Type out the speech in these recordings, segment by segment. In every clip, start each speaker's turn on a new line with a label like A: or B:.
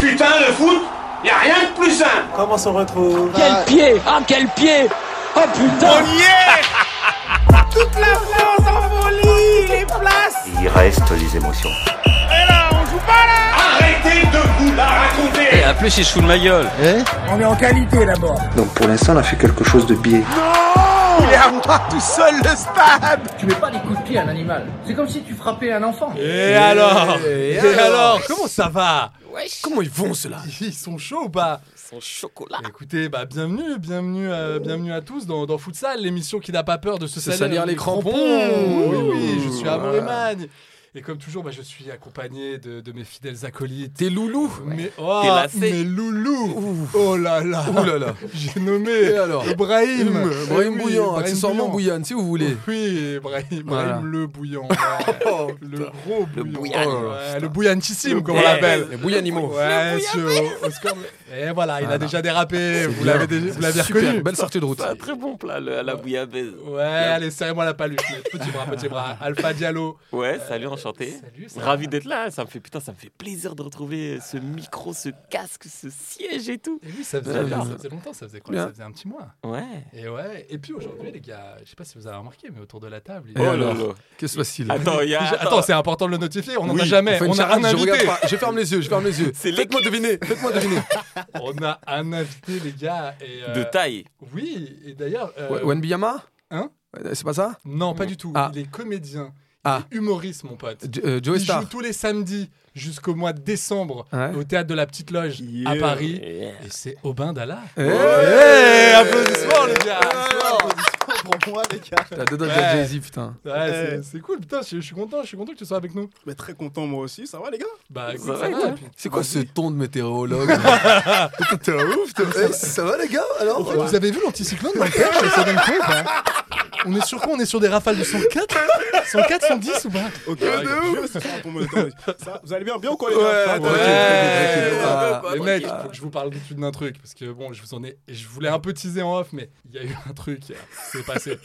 A: Putain, le foot, y a rien de plus simple.
B: Comment s'en retrouve
C: Quel pied Ah quel pied Oh putain
D: toute la France en folie, les places.
E: Il reste les émotions.
D: Et là, on joue pas là.
A: Arrêtez de vous la raconter.
C: En plus il se fout de ma gueule
F: Donc pour l'instant, on a fait quelque chose de biais.
D: Il est à moi tout seul le stade.
G: Et alors Et alors Comment ça va Comment ils vont ceux-là Ils sont chauds ou pas
C: Son chocolat
G: Écoutez, bah bienvenue, bienvenue à, bienvenue à tous dans, dans Futsal, l'émission qui n'a pas peur de se salir, les crampons. Oui, oui, je suis à Moremagne. Et comme toujours, bah, je suis accompagné de, de mes fidèles acolytes. Tes loulous mais, oh,
C: T'es lassé.
G: Mes loulous Oh là là J'ai nommé
H: alors
G: Brahim
H: Hum, Brahim
G: Oui,
H: Bouillant,
G: Brahim
H: accessoirement
G: Bouillant.
H: Bouillane, si vous voulez.
G: Oui, Brahim,
H: Voilà. Oh,
G: Brahim le bouillant. ouais. le gros bouillant.
C: bouillant.
G: Ouais, le bouillantissime, comme on
C: bouillant.
G: l'appelle.
H: Le bouillanimo.
G: Ouais, sur Oscar. Et voilà, il a déjà dérapé. Vous l'avez déjà- vous l'avez
H: Super,
G: reconnu.
H: belle sortie de route.
C: Un très bon plat le- à la bouillabaisse
G: Ouais, allez, serrez-moi la paluche. Petit bras, petit bras. Alpha Diallo.
C: Ouais salut enchanté
G: Salut, ça
C: Ravi d'être là ça me fait putain ça me fait plaisir de retrouver ce micro ce casque ce siège et tout
G: Et oui, ça faisait, ça faisait longtemps, ça faisait quoi
H: Bien.
G: Ça faisait un petit mois.
C: Ouais
G: Et ouais, et puis aujourd'hui, les gars, je sais pas si vous avez remarqué, mais autour de la table. il y
H: Et
G: a-
C: Oh là
H: alors
C: là.
H: Qu'est-ce que se passe-t-il
C: Attends il y a
G: Déjà- Attends, c'est important de le notifier, on n'en
H: Oui,
G: a jamais.
H: fait une
G: On a un
H: charade, je
G: invité.
H: regarde pas, je ferme les yeux, je ferme les yeux.
C: C'est
H: Faites-moi deviner, faites-moi deviner.
G: On a un invité, les gars. Et, euh,
C: de taille
G: Oui, et d'ailleurs. euh,
H: Ouais, Wenbiyama
G: Hein
H: Euh, C'est pas ça
G: Non, pas du tout.
H: Ah.
G: Il est comédien.
H: Ah.
G: Il est humoriste, mon pote.
H: Jo- euh, Joey
G: Il joue
H: Star.
G: tous les samedis jusqu'au mois de décembre
H: Ouais.
G: au théâtre de la Petite Loge à Paris. Et c'est Aubin Dalla.
H: Eh,
G: Hey, applaudissements, les gars.
B: Pour moi, les gars.
H: T'as deux doigts de
G: Ouais.
H: Jay-Z, putain.
G: Ouais, c'est- C'est cool, putain, je, je suis content, je suis content que tu sois avec nous.
B: Mais très content, moi aussi. Ça va, les gars
G: Bah, écoute,
C: va,
G: ça va,
C: toi
G: et puis-
H: C'est quoi ce ton de météorologue là Putain, T'es un ouf, toi. Eh, Ça va, les gars
G: En
H: Alors
G: fait, vous avez vu l'anticyclone dans le patch Ça donne quoi ou pas On est sur quoi On est sur des rafales de 104 104, 110 ou pas
B: Ok, de Ça, vous allez bien, bien ou quoi, les
H: Ouais,
B: gars Ça
G: Ah,
H: attends,
B: va,
H: tranquille,
G: Ouais.
H: tranquille,
G: Les
H: tranquille.
G: mecs, faut que Ah, je vous parle tout de suite d'un truc parce que bon, je vous en ai, je voulais un peu teaser en off, mais il y a eu un truc, euh, c'est passé.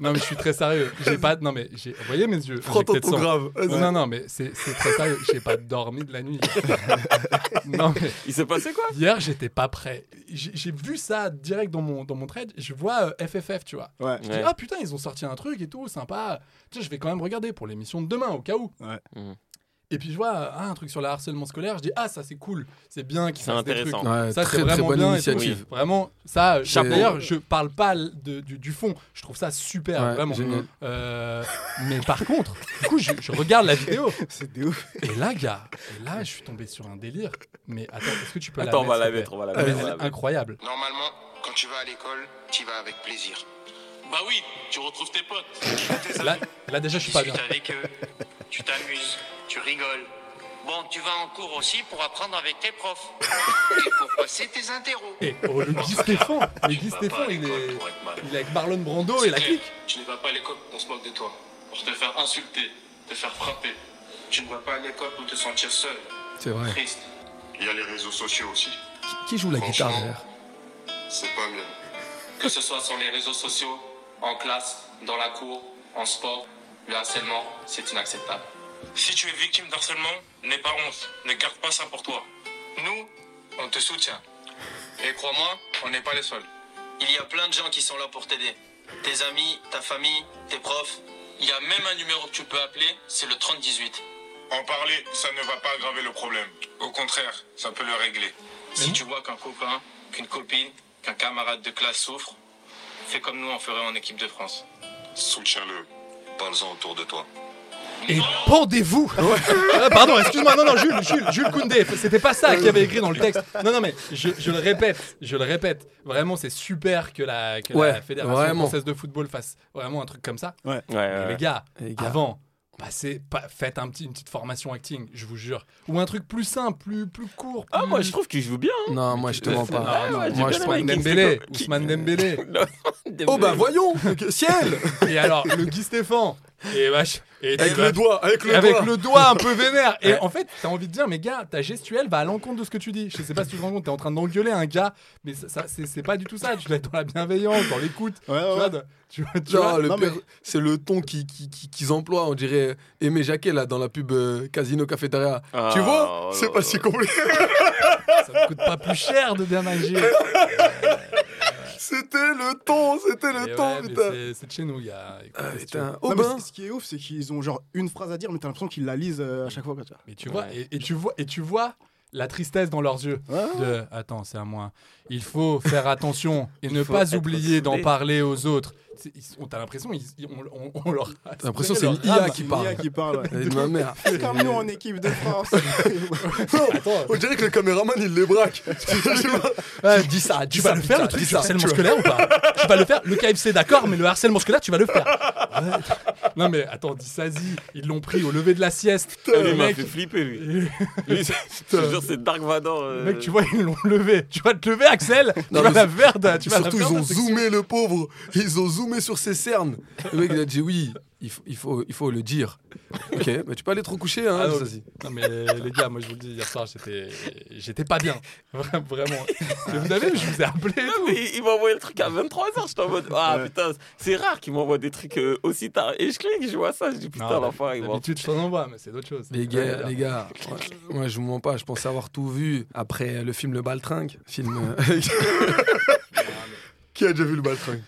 G: non mais je suis très sérieux. J'ai pas, non mais j'ai, vous voyez mes yeux.
H: Prends
G: injectés
H: ton
G: de
H: ton
G: sang.
H: grave.
G: Non,
H: vas-y.
G: non, non, mais c'est c'est très sérieux. J'ai pas dormi de la nuit. non, mais
C: Il s'est passé quoi
G: hier, j'étais pas prêt. J'ai j'ai vu ça direct dans mon, dans mon trade. Je vois euh, FFF, tu vois.
B: Ouais.
G: Je dis, ah putain, ils ont sorti un truc et tout, sympa. Tiens, je vais quand même regarder pour l'émission de demain, au cas où.
B: Ouais.
C: Mhm.
G: Et puis je vois euh, ah, un truc sur le harcèlement scolaire, je dis ah ça c'est cool, c'est bien qu'ils
C: C'est
G: fassent des
C: intéressant.
G: trucs. ça
H: Ouais,
G: c'est
H: très très
G: vraiment
H: bonne
G: bien. et tout.
H: initiative.
G: Oui. Vraiment, ça, je-
H: Chapeau.
G: d'ailleurs je parle pas l- de- du, du fond, je trouve ça super,
H: Ouais,
G: vraiment.
H: génial.
G: Euh, mais par contre, du coup je, je regarde la vidéo,
B: C'est des ouf.
G: et là gars, et là je suis tombé sur un délire. Mais attends, est-ce que tu peux
C: Attends on va
G: la
C: la
G: mettre
C: mettre
G: s'il
C: on va la
G: te plaît
C: mettre
G: Elle
C: on va
G: est
C: la mettre.
G: incroyable.
I: Normalement, quand tu vas à l'école, tu vas avec plaisir.
A: Bah oui, tu retrouves tes potes. Tes
G: Là, là déjà je suis pas bien.
I: avec eux, tu t'amuses, tu rigoles. Bon, tu vas en cours aussi pour apprendre avec tes profs. Et pour passer tes interros.
G: Et oh, le Guy Stéphane, le Guy
A: vas pas
G: Stéphane,
A: à
G: il
A: l'école
G: est,
A: pour être malin.
G: il est avec Marlon Brando oh, et la clique.
A: Tu ne vas pas à l'école, on se moque de toi. Pour te faire insulter, te faire frapper.
I: Tu ne vas pas à l'école pour te sentir seul,
H: C'est vrai.
I: triste.
A: Il y a les réseaux sociaux aussi.
H: Qui joue la guitare derrière
A: C'est pas mieux.
I: Que ce soit sur les réseaux sociaux, en classe, dans la cour, en sport, le harcèlement, c'est inacceptable. Si tu es victime d'harcèlement, n'aie pas honte. Ne garde pas ça pour toi. Nous, on te soutient. Et crois-moi, on n'est pas les seuls. Il y a plein de gens qui sont là pour t'aider. Tes amis, ta famille, tes profs. Il y a même un numéro que tu peux appeler, c'est le 3018.
A: En parler, ça ne va pas aggraver le problème. Au contraire, ça peut le régler.
I: Si tu vois qu'un copain, qu'une copine, qu'un camarade de classe souffre, fais comme nous on ferait en équipe de France.
A: Soutiens-le. Parle-en autour de toi.
G: Et pendez-vous Ah, Pardon, excuse-moi, non, non, Jules, Jules, Jules Koundé, c'était pas ça qu'il y avait écrit dans le texte. Non, non, mais je, je le répète, je le répète, vraiment c'est super que la, que la
H: Ouais,
G: Fédération
H: vraiment.
G: Française de Football fasse vraiment un truc comme ça.
C: Ouais, ouais,
G: Mais
C: ouais.
G: les, gars,
H: Les gars.
G: avant, bah, c'est pas faites un petit, une petite formation acting, je vous jure, ou un truc plus simple, plus plus court.
C: Ah,
G: plus-
C: moi, je trouve que tu joues bien. hein.
H: Non, moi je te
C: Ouais,
H: mens
C: c'est-
H: pas.
C: ouais, ouais, j'ai
H: moi
C: bien
H: je prends
C: aimé Kingsley
H: Dembélé,
C: Coman.
G: Ousmane Dembélé.
C: Dembélé.
H: Oh bah voyons, que- ciel
G: Et alors, le Guy Stéphane. Et vache. Et
H: Avec
G: tu
H: le
G: vas-
H: doigt, bah, avec
G: Et
H: le
G: avec
H: doigt.
G: le doigt un peu vénère. Et
H: Ouais.
G: en fait, t'as envie de dire, mais gars, ta gestuelle va à l'encontre de ce que tu dis. Je sais pas si tu te rends compte, t'es en train d'engueuler un gars, mais ça, ça, c'est c'est pas du tout ça. Tu dois être dans la bienveillance, dans l'écoute.
D: Ouais, ouais,
G: Tu vois,
D: ouais.
G: de- tu vois, tu
H: Non,
G: vois.
H: le
D: non, mais-
H: père, c'est le ton qui- qui- qui- qu'ils emploient, on dirait Aimé Jacquet là dans la pub euh, Casino Cafeteria.
C: Ah,
H: tu vois,
C: oh
H: c'est
C: là
H: pas
C: là.
H: si compliqué.
G: ça ne coûte pas plus cher de bien agir.
H: C'était le ton, c'était le
G: Et
H: ton,
G: ouais, mais
H: putain.
G: c'est- C'est de chez nous, il y a. écoute,
H: Ah,
G: c'est-
H: putain.
D: Non,
H: Oh
D: mais
H: ben.
D: c- ce qui est ouf, c'est qu'ils ont genre une phrase à dire, mais t'as l'impression qu'ils la lisent euh, à chaque fois. Quoi, tu vois.
G: Mais tu vois,
C: Ouais.
G: et, et tu vois, et tu vois la tristesse dans leurs yeux.
D: Ouais.
G: De, attends, c'est à moi. Il faut faire attention et ne
C: faut
G: pas
C: être
G: oublier d'en
C: soudé.
G: parler aux autres. C'est- ils sont- T'as l'impression, ils- ils- on, on- on leur.
H: T'as l'impression que c'est
G: leur
H: une IA
G: rame.
H: qui
D: C'est
H: parle.
D: Nia qui parle. ouais.
H: Et de ma mère.
D: Comme nous en équipe de France.
H: On dirait que le caméraman il les braque.
G: Ouais, dis ça, tu vas le faire le truc du harcèlement scolaire ou pas Tu vas le faire Le KFC, d'accord, mais le harcèlement scolaire, tu vas le faire. Ouais. Non mais attends, dis ça, dis. Ils l'ont pris au lever de la sieste. Euh,
C: Lui,
G: le
C: il m'a
G: mec,
C: fait flipper, lui. Lui, c'est- je te jure, c'est Dark Vador. euh,
G: mec, tu vois, ils l'ont levé. Tu vas te lever, Axel.
H: Non,
G: tu vas
H: mais
G: la verde. Tu vas la
H: Surtout, ils
G: verde,
H: ont
G: c'est-
H: zoomé le pauvre. Ils ont zoomé sur ses cernes. Le mec il a dit oui, il faut, il faut, il faut le dire. Ok, mais tu peux aller te recoucher, hein.
G: Ah non,
H: Zazie.
G: non, mais les gars, moi je vous le dis, hier soir j'étais, j'étais pas bien, Vra- vraiment. Mais vous avez, vu, je vous ai appelé. et tout.
C: Mais il- il m'a envoyé le truc à 23h, j'étais en mode Ah putain, c'est rare qu'il m'envoie des trucs euh, aussi tard. Et je clique, je vois ça, je dis putain,
G: Non,
C: l'enfant, il m'a.
G: d'habitude je t'en envoie, mais c'est d'autres choses.
H: Les
G: Ouais,
H: gars,
G: là.
H: les gars, moi, moi, je vous mens pas, je pensais avoir tout vu après le film Le Baltringue, film euh, qui a déjà vu le Baltringue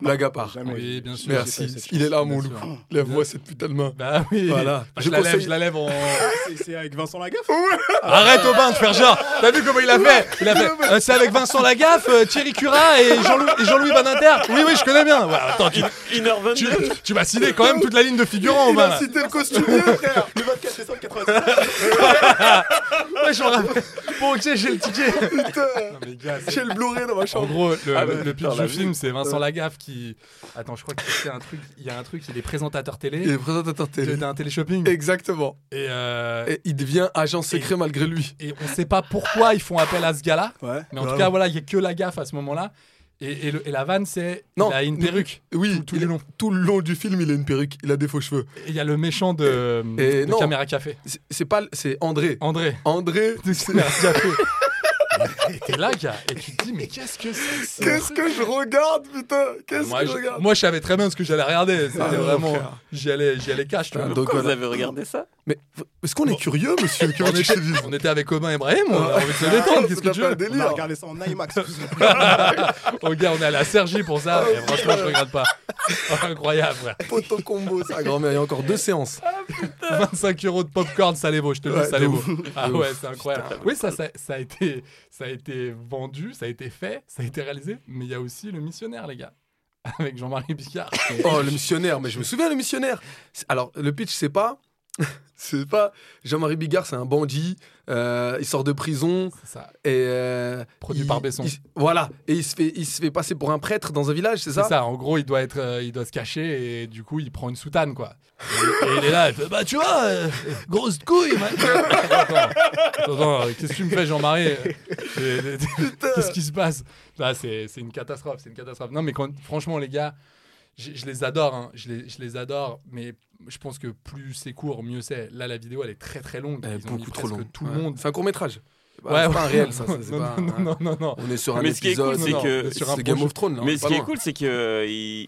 H: Blague à part.
D: Jamais.
G: Oui, bien sûr. j'ai fait
H: Merci,
G: cette
H: il est là
G: chose,
H: mon
G: bien
H: loup.
G: sûr.
H: Lève-moi cette putain de main.
G: Bah oui.
H: Voilà.
G: Bah, je,
H: Je
G: la lève,
H: conseille-
G: je la lève en.
D: C'est- C'est avec Vincent Lagaffe
G: Arrête au bain de faire genre. T'as vu comment il a fait Il a fait. euh, c'est avec Vincent Lagaffe, euh, Thierry Curat et Jean-Louis, et Jean-Louis Badinter. Oui, oui, je connais bien. Ouais, attends, tu,
C: 1h22.
G: tu, tu vas citer quand même toute la ligne de figurants au
H: Il
G: bain.
H: a
G: là.
H: cité le costumier, frère
D: Le 24 décembre 97.
G: Ouais, je me rappelle. Bon, ok, j'ai le ticket. Non, mais gars, c'est-
H: J'ai le Blu-ray dans ma
G: En
H: chambre.
G: gros, le,
C: Ah
G: le-
C: ouais,
G: le pitch
C: putain, la
G: du film,
C: vie.
G: c'est Vincent Lagaffe qui. Attends, je crois qu'il fait un truc. Il y a un truc, il est présentateur
H: Il
G: télé.
H: est présentateur
G: Il
H: télé.
G: était un téléshopping. Et,
H: Exactement.
G: euh, et,
H: Et il devient agent secret malgré lui.
G: on sait pas pourquoi ils font appel à ce gars-là.
D: Ouais.
G: Mais en tout
H: Grave.
G: cas, voilà, il y a que Lagaffe à ce moment-là. Et, et le- et la vanne, c'est.
H: Non,
G: Il a une
H: mais-
G: perruque.
H: Oui,
G: Tout- tout
H: il
G: le
H: est-
G: long.
H: tout le long du film, il a une perruque, il a des faux cheveux.
G: Et il y a le méchant de,
H: Et
G: de
H: non.
G: Caméra Café.
H: C'est- C'est pas, c'est André.
G: André.
H: André,
G: De Caméra Café. Et T'es là, gars, et tu te dis, mais qu'est-ce que c'est que ce
H: qu'est-ce
G: truc
H: que je regarde, putain Qu'est-ce
G: moi
H: que je
G: je,
H: regarde
G: moi, je savais très bien ce que j'allais regarder. C'était
H: Ah, non,
G: vraiment.
H: frère.
G: J'y allais, j'y allais cash, tu vois.
H: Ah, donc
C: Pourquoi vous
H: voilà.
C: avez regardé ça
H: Mais v- est-ce qu'on est curieux, monsieur que
G: on,
H: tu te
G: était,
H: dises
G: on était avec Omain et Brahim, on
H: Ah.
G: a envie de se détendre, qu'est-ce que
H: T'as
G: Ah, tu veux
H: pas le
D: On a
H: délire.
D: regardé ça en IMAX. tout ça.
G: Oh gars, on est à la Sergi pour ça, et franchement je regarde pas. Incroyable, frère.
H: Poto combo, ça, grand-mère. Il y a encore deux séances.
G: 25 euros de popcorn, ça les vaut, je te le
H: Ouais,
G: dis, ça
H: de
G: les vaut.
H: ouf,
G: Ah
H: de
G: ouais,
H: ouf.
G: c'est incroyable. Oui, ça, ça, ça a été, ça a été vendu, ça a été fait, ça a été réalisé, mais il y a aussi Le Missionnaire, les gars, avec Jean-Marie Bicard.
H: Oh, le missionnaire, mais je me souviens, le missionnaire. C'est- Alors, le pitch, c'est pas. C'est pas. Jean-Marie Bigard, c'est un bandit. euh, il sort de prison.
G: C'est ça.
H: Et euh,
G: Produit
H: il-
G: par Besson.
H: il- voilà. Et il se, fait, il se fait passer pour un prêtre dans un village, c'est
G: C'est
H: ça
G: ça, en gros, il doit, être, euh, il doit se cacher et du coup, il prend une soutane, quoi. Et, et il est là, il fait Bah, tu vois, euh, grosse couille, man. Attends, attends, attends, euh, qu'est-ce que tu me fais, Jean-Marie Euh, Qu'est-ce qui se passe Là, c'est c'est une catastrophe, c'est une catastrophe. Non, mais quand, franchement, les gars, je je les adore, hein, je, les, je les adore, mais je pense que plus c'est court, mieux c'est. Là, la vidéo, elle est très très longue.
H: Eh,
G: Ils ont mis
H: Beaucoup trop
G: presque
H: long.
G: Tout le
H: Ouais.
G: monde.
H: C'est un court-métrage. C'est pas,
G: Ouais,
H: c'est pas
G: ouais.
H: un réel, ça. c'est- c'est
G: non,
H: pas
G: non,
H: un-
G: non, non, non.
H: On est sur un
C: Mais ce qui est
H: épisode.
C: cool, c'est
H: non,
C: que-
H: non,
G: sur un
H: c'est Game
G: projet.
H: of Thrones. là, on
C: Mais
H: est
C: ce
H: pas
C: qui est
H: loin.
C: cool, c'est qu'il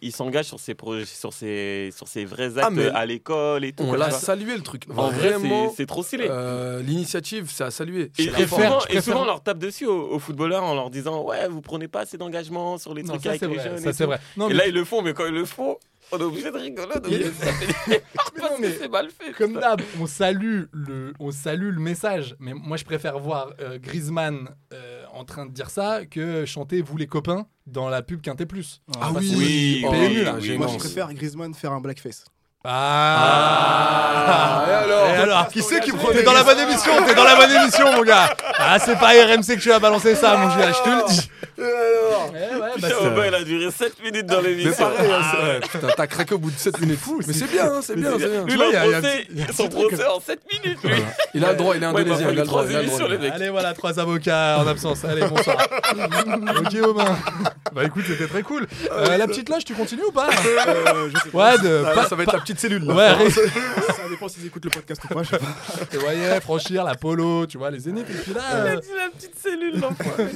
C: il, s'engage sur ses projets, sur ses, sur ses vrais actes
H: Ah, mais
C: euh, à l'école et tout.
H: On
C: comme
H: l'a
C: ça.
H: salué le truc.
C: En vrai,
H: Vraiment,
C: c'est- c'est trop stylé.
H: euh, l'initiative, c'est à saluer.
C: Et,
H: C'est
C: et
H: la
G: préfères-
H: forme.
C: souvent,
G: tu
C: et
G: préfères-
C: souvent, on leur tape dessus aux, aux footballeurs en leur disant Ouais, vous prenez pas assez d'engagement sur les
G: Non,
C: trucs
G: ça,
C: avec
G: c'est
C: les
G: vrai.
C: jeunes.
G: Ça,
C: et
G: c'est
C: tout.
G: vrai. Non,
C: et
G: mais
C: là, ils le font, mais quand ils le font, on est obligé de rigoler. On est obligé de se taper des barres
G: Mais
C: parce
G: non,
C: que
G: mais
C: c'est mal fait.
G: Comme
C: putain.
G: d'hab, on salue le, on salue le message. Mais moi, je préfère voir euh, Griezmann euh, en train de dire ça que chanter vous les copains dans la pub Quintet Plus.
H: Ah
G: Parce
H: oui,
G: que-
C: Oui,
H: oh,
G: PMU, là,
H: oui,
D: Moi, je
H: non,
D: préfère Griezmann faire un blackface.
G: Ah,
H: et alors
G: Et alors
H: Qui c'est qui prend
G: T'es dans la bonne émission, t'es dans la bonne émission, mon gars. Ah, c'est pas RMC que tu as balancé ça, mon gars. Je te le dis.
H: Et alors encore.
G: Eh ouais, bah,
C: Putain, Aubin, il a duré 7 minutes dans
H: Mais
C: l'émission.
H: pareil, hein,
C: Ah,
H: c'est- ouais, putain, t'as craqué au bout de 7 minutes. Mais c'est bien, hein, c'est bien, c'est bien.
C: Lui, il
H: Tu vois, il y a- il y
C: a
H: a-
C: procès, son procès en 7 minutes, lui.
H: Il a le droit, il est
C: Ouais, il m'a
H: indonésien, il
C: fallu
H: a le droit.
C: 3
H: il a le
C: émissions,
H: droit.
C: les mecs.
G: Allez, voilà, trois avocats en absence. Allez, bonsoir. ok, Romain. Bah écoute, c'était très cool. Euh, la petite loge, tu continues ou pas
D: Euh, je sais pas.
G: Wad, euh,
H: Ah,
G: pas-
H: Ça va être la petite cellule. là.
G: Ouais, arrête.
D: Ça dépend s'ils écoutent le podcast ou pas. je sais pas.
G: Tu voyais franchir la polo, tu vois, les zéniths. Et puis là, euh,
C: C'est la petite cellule, l'enfoiré.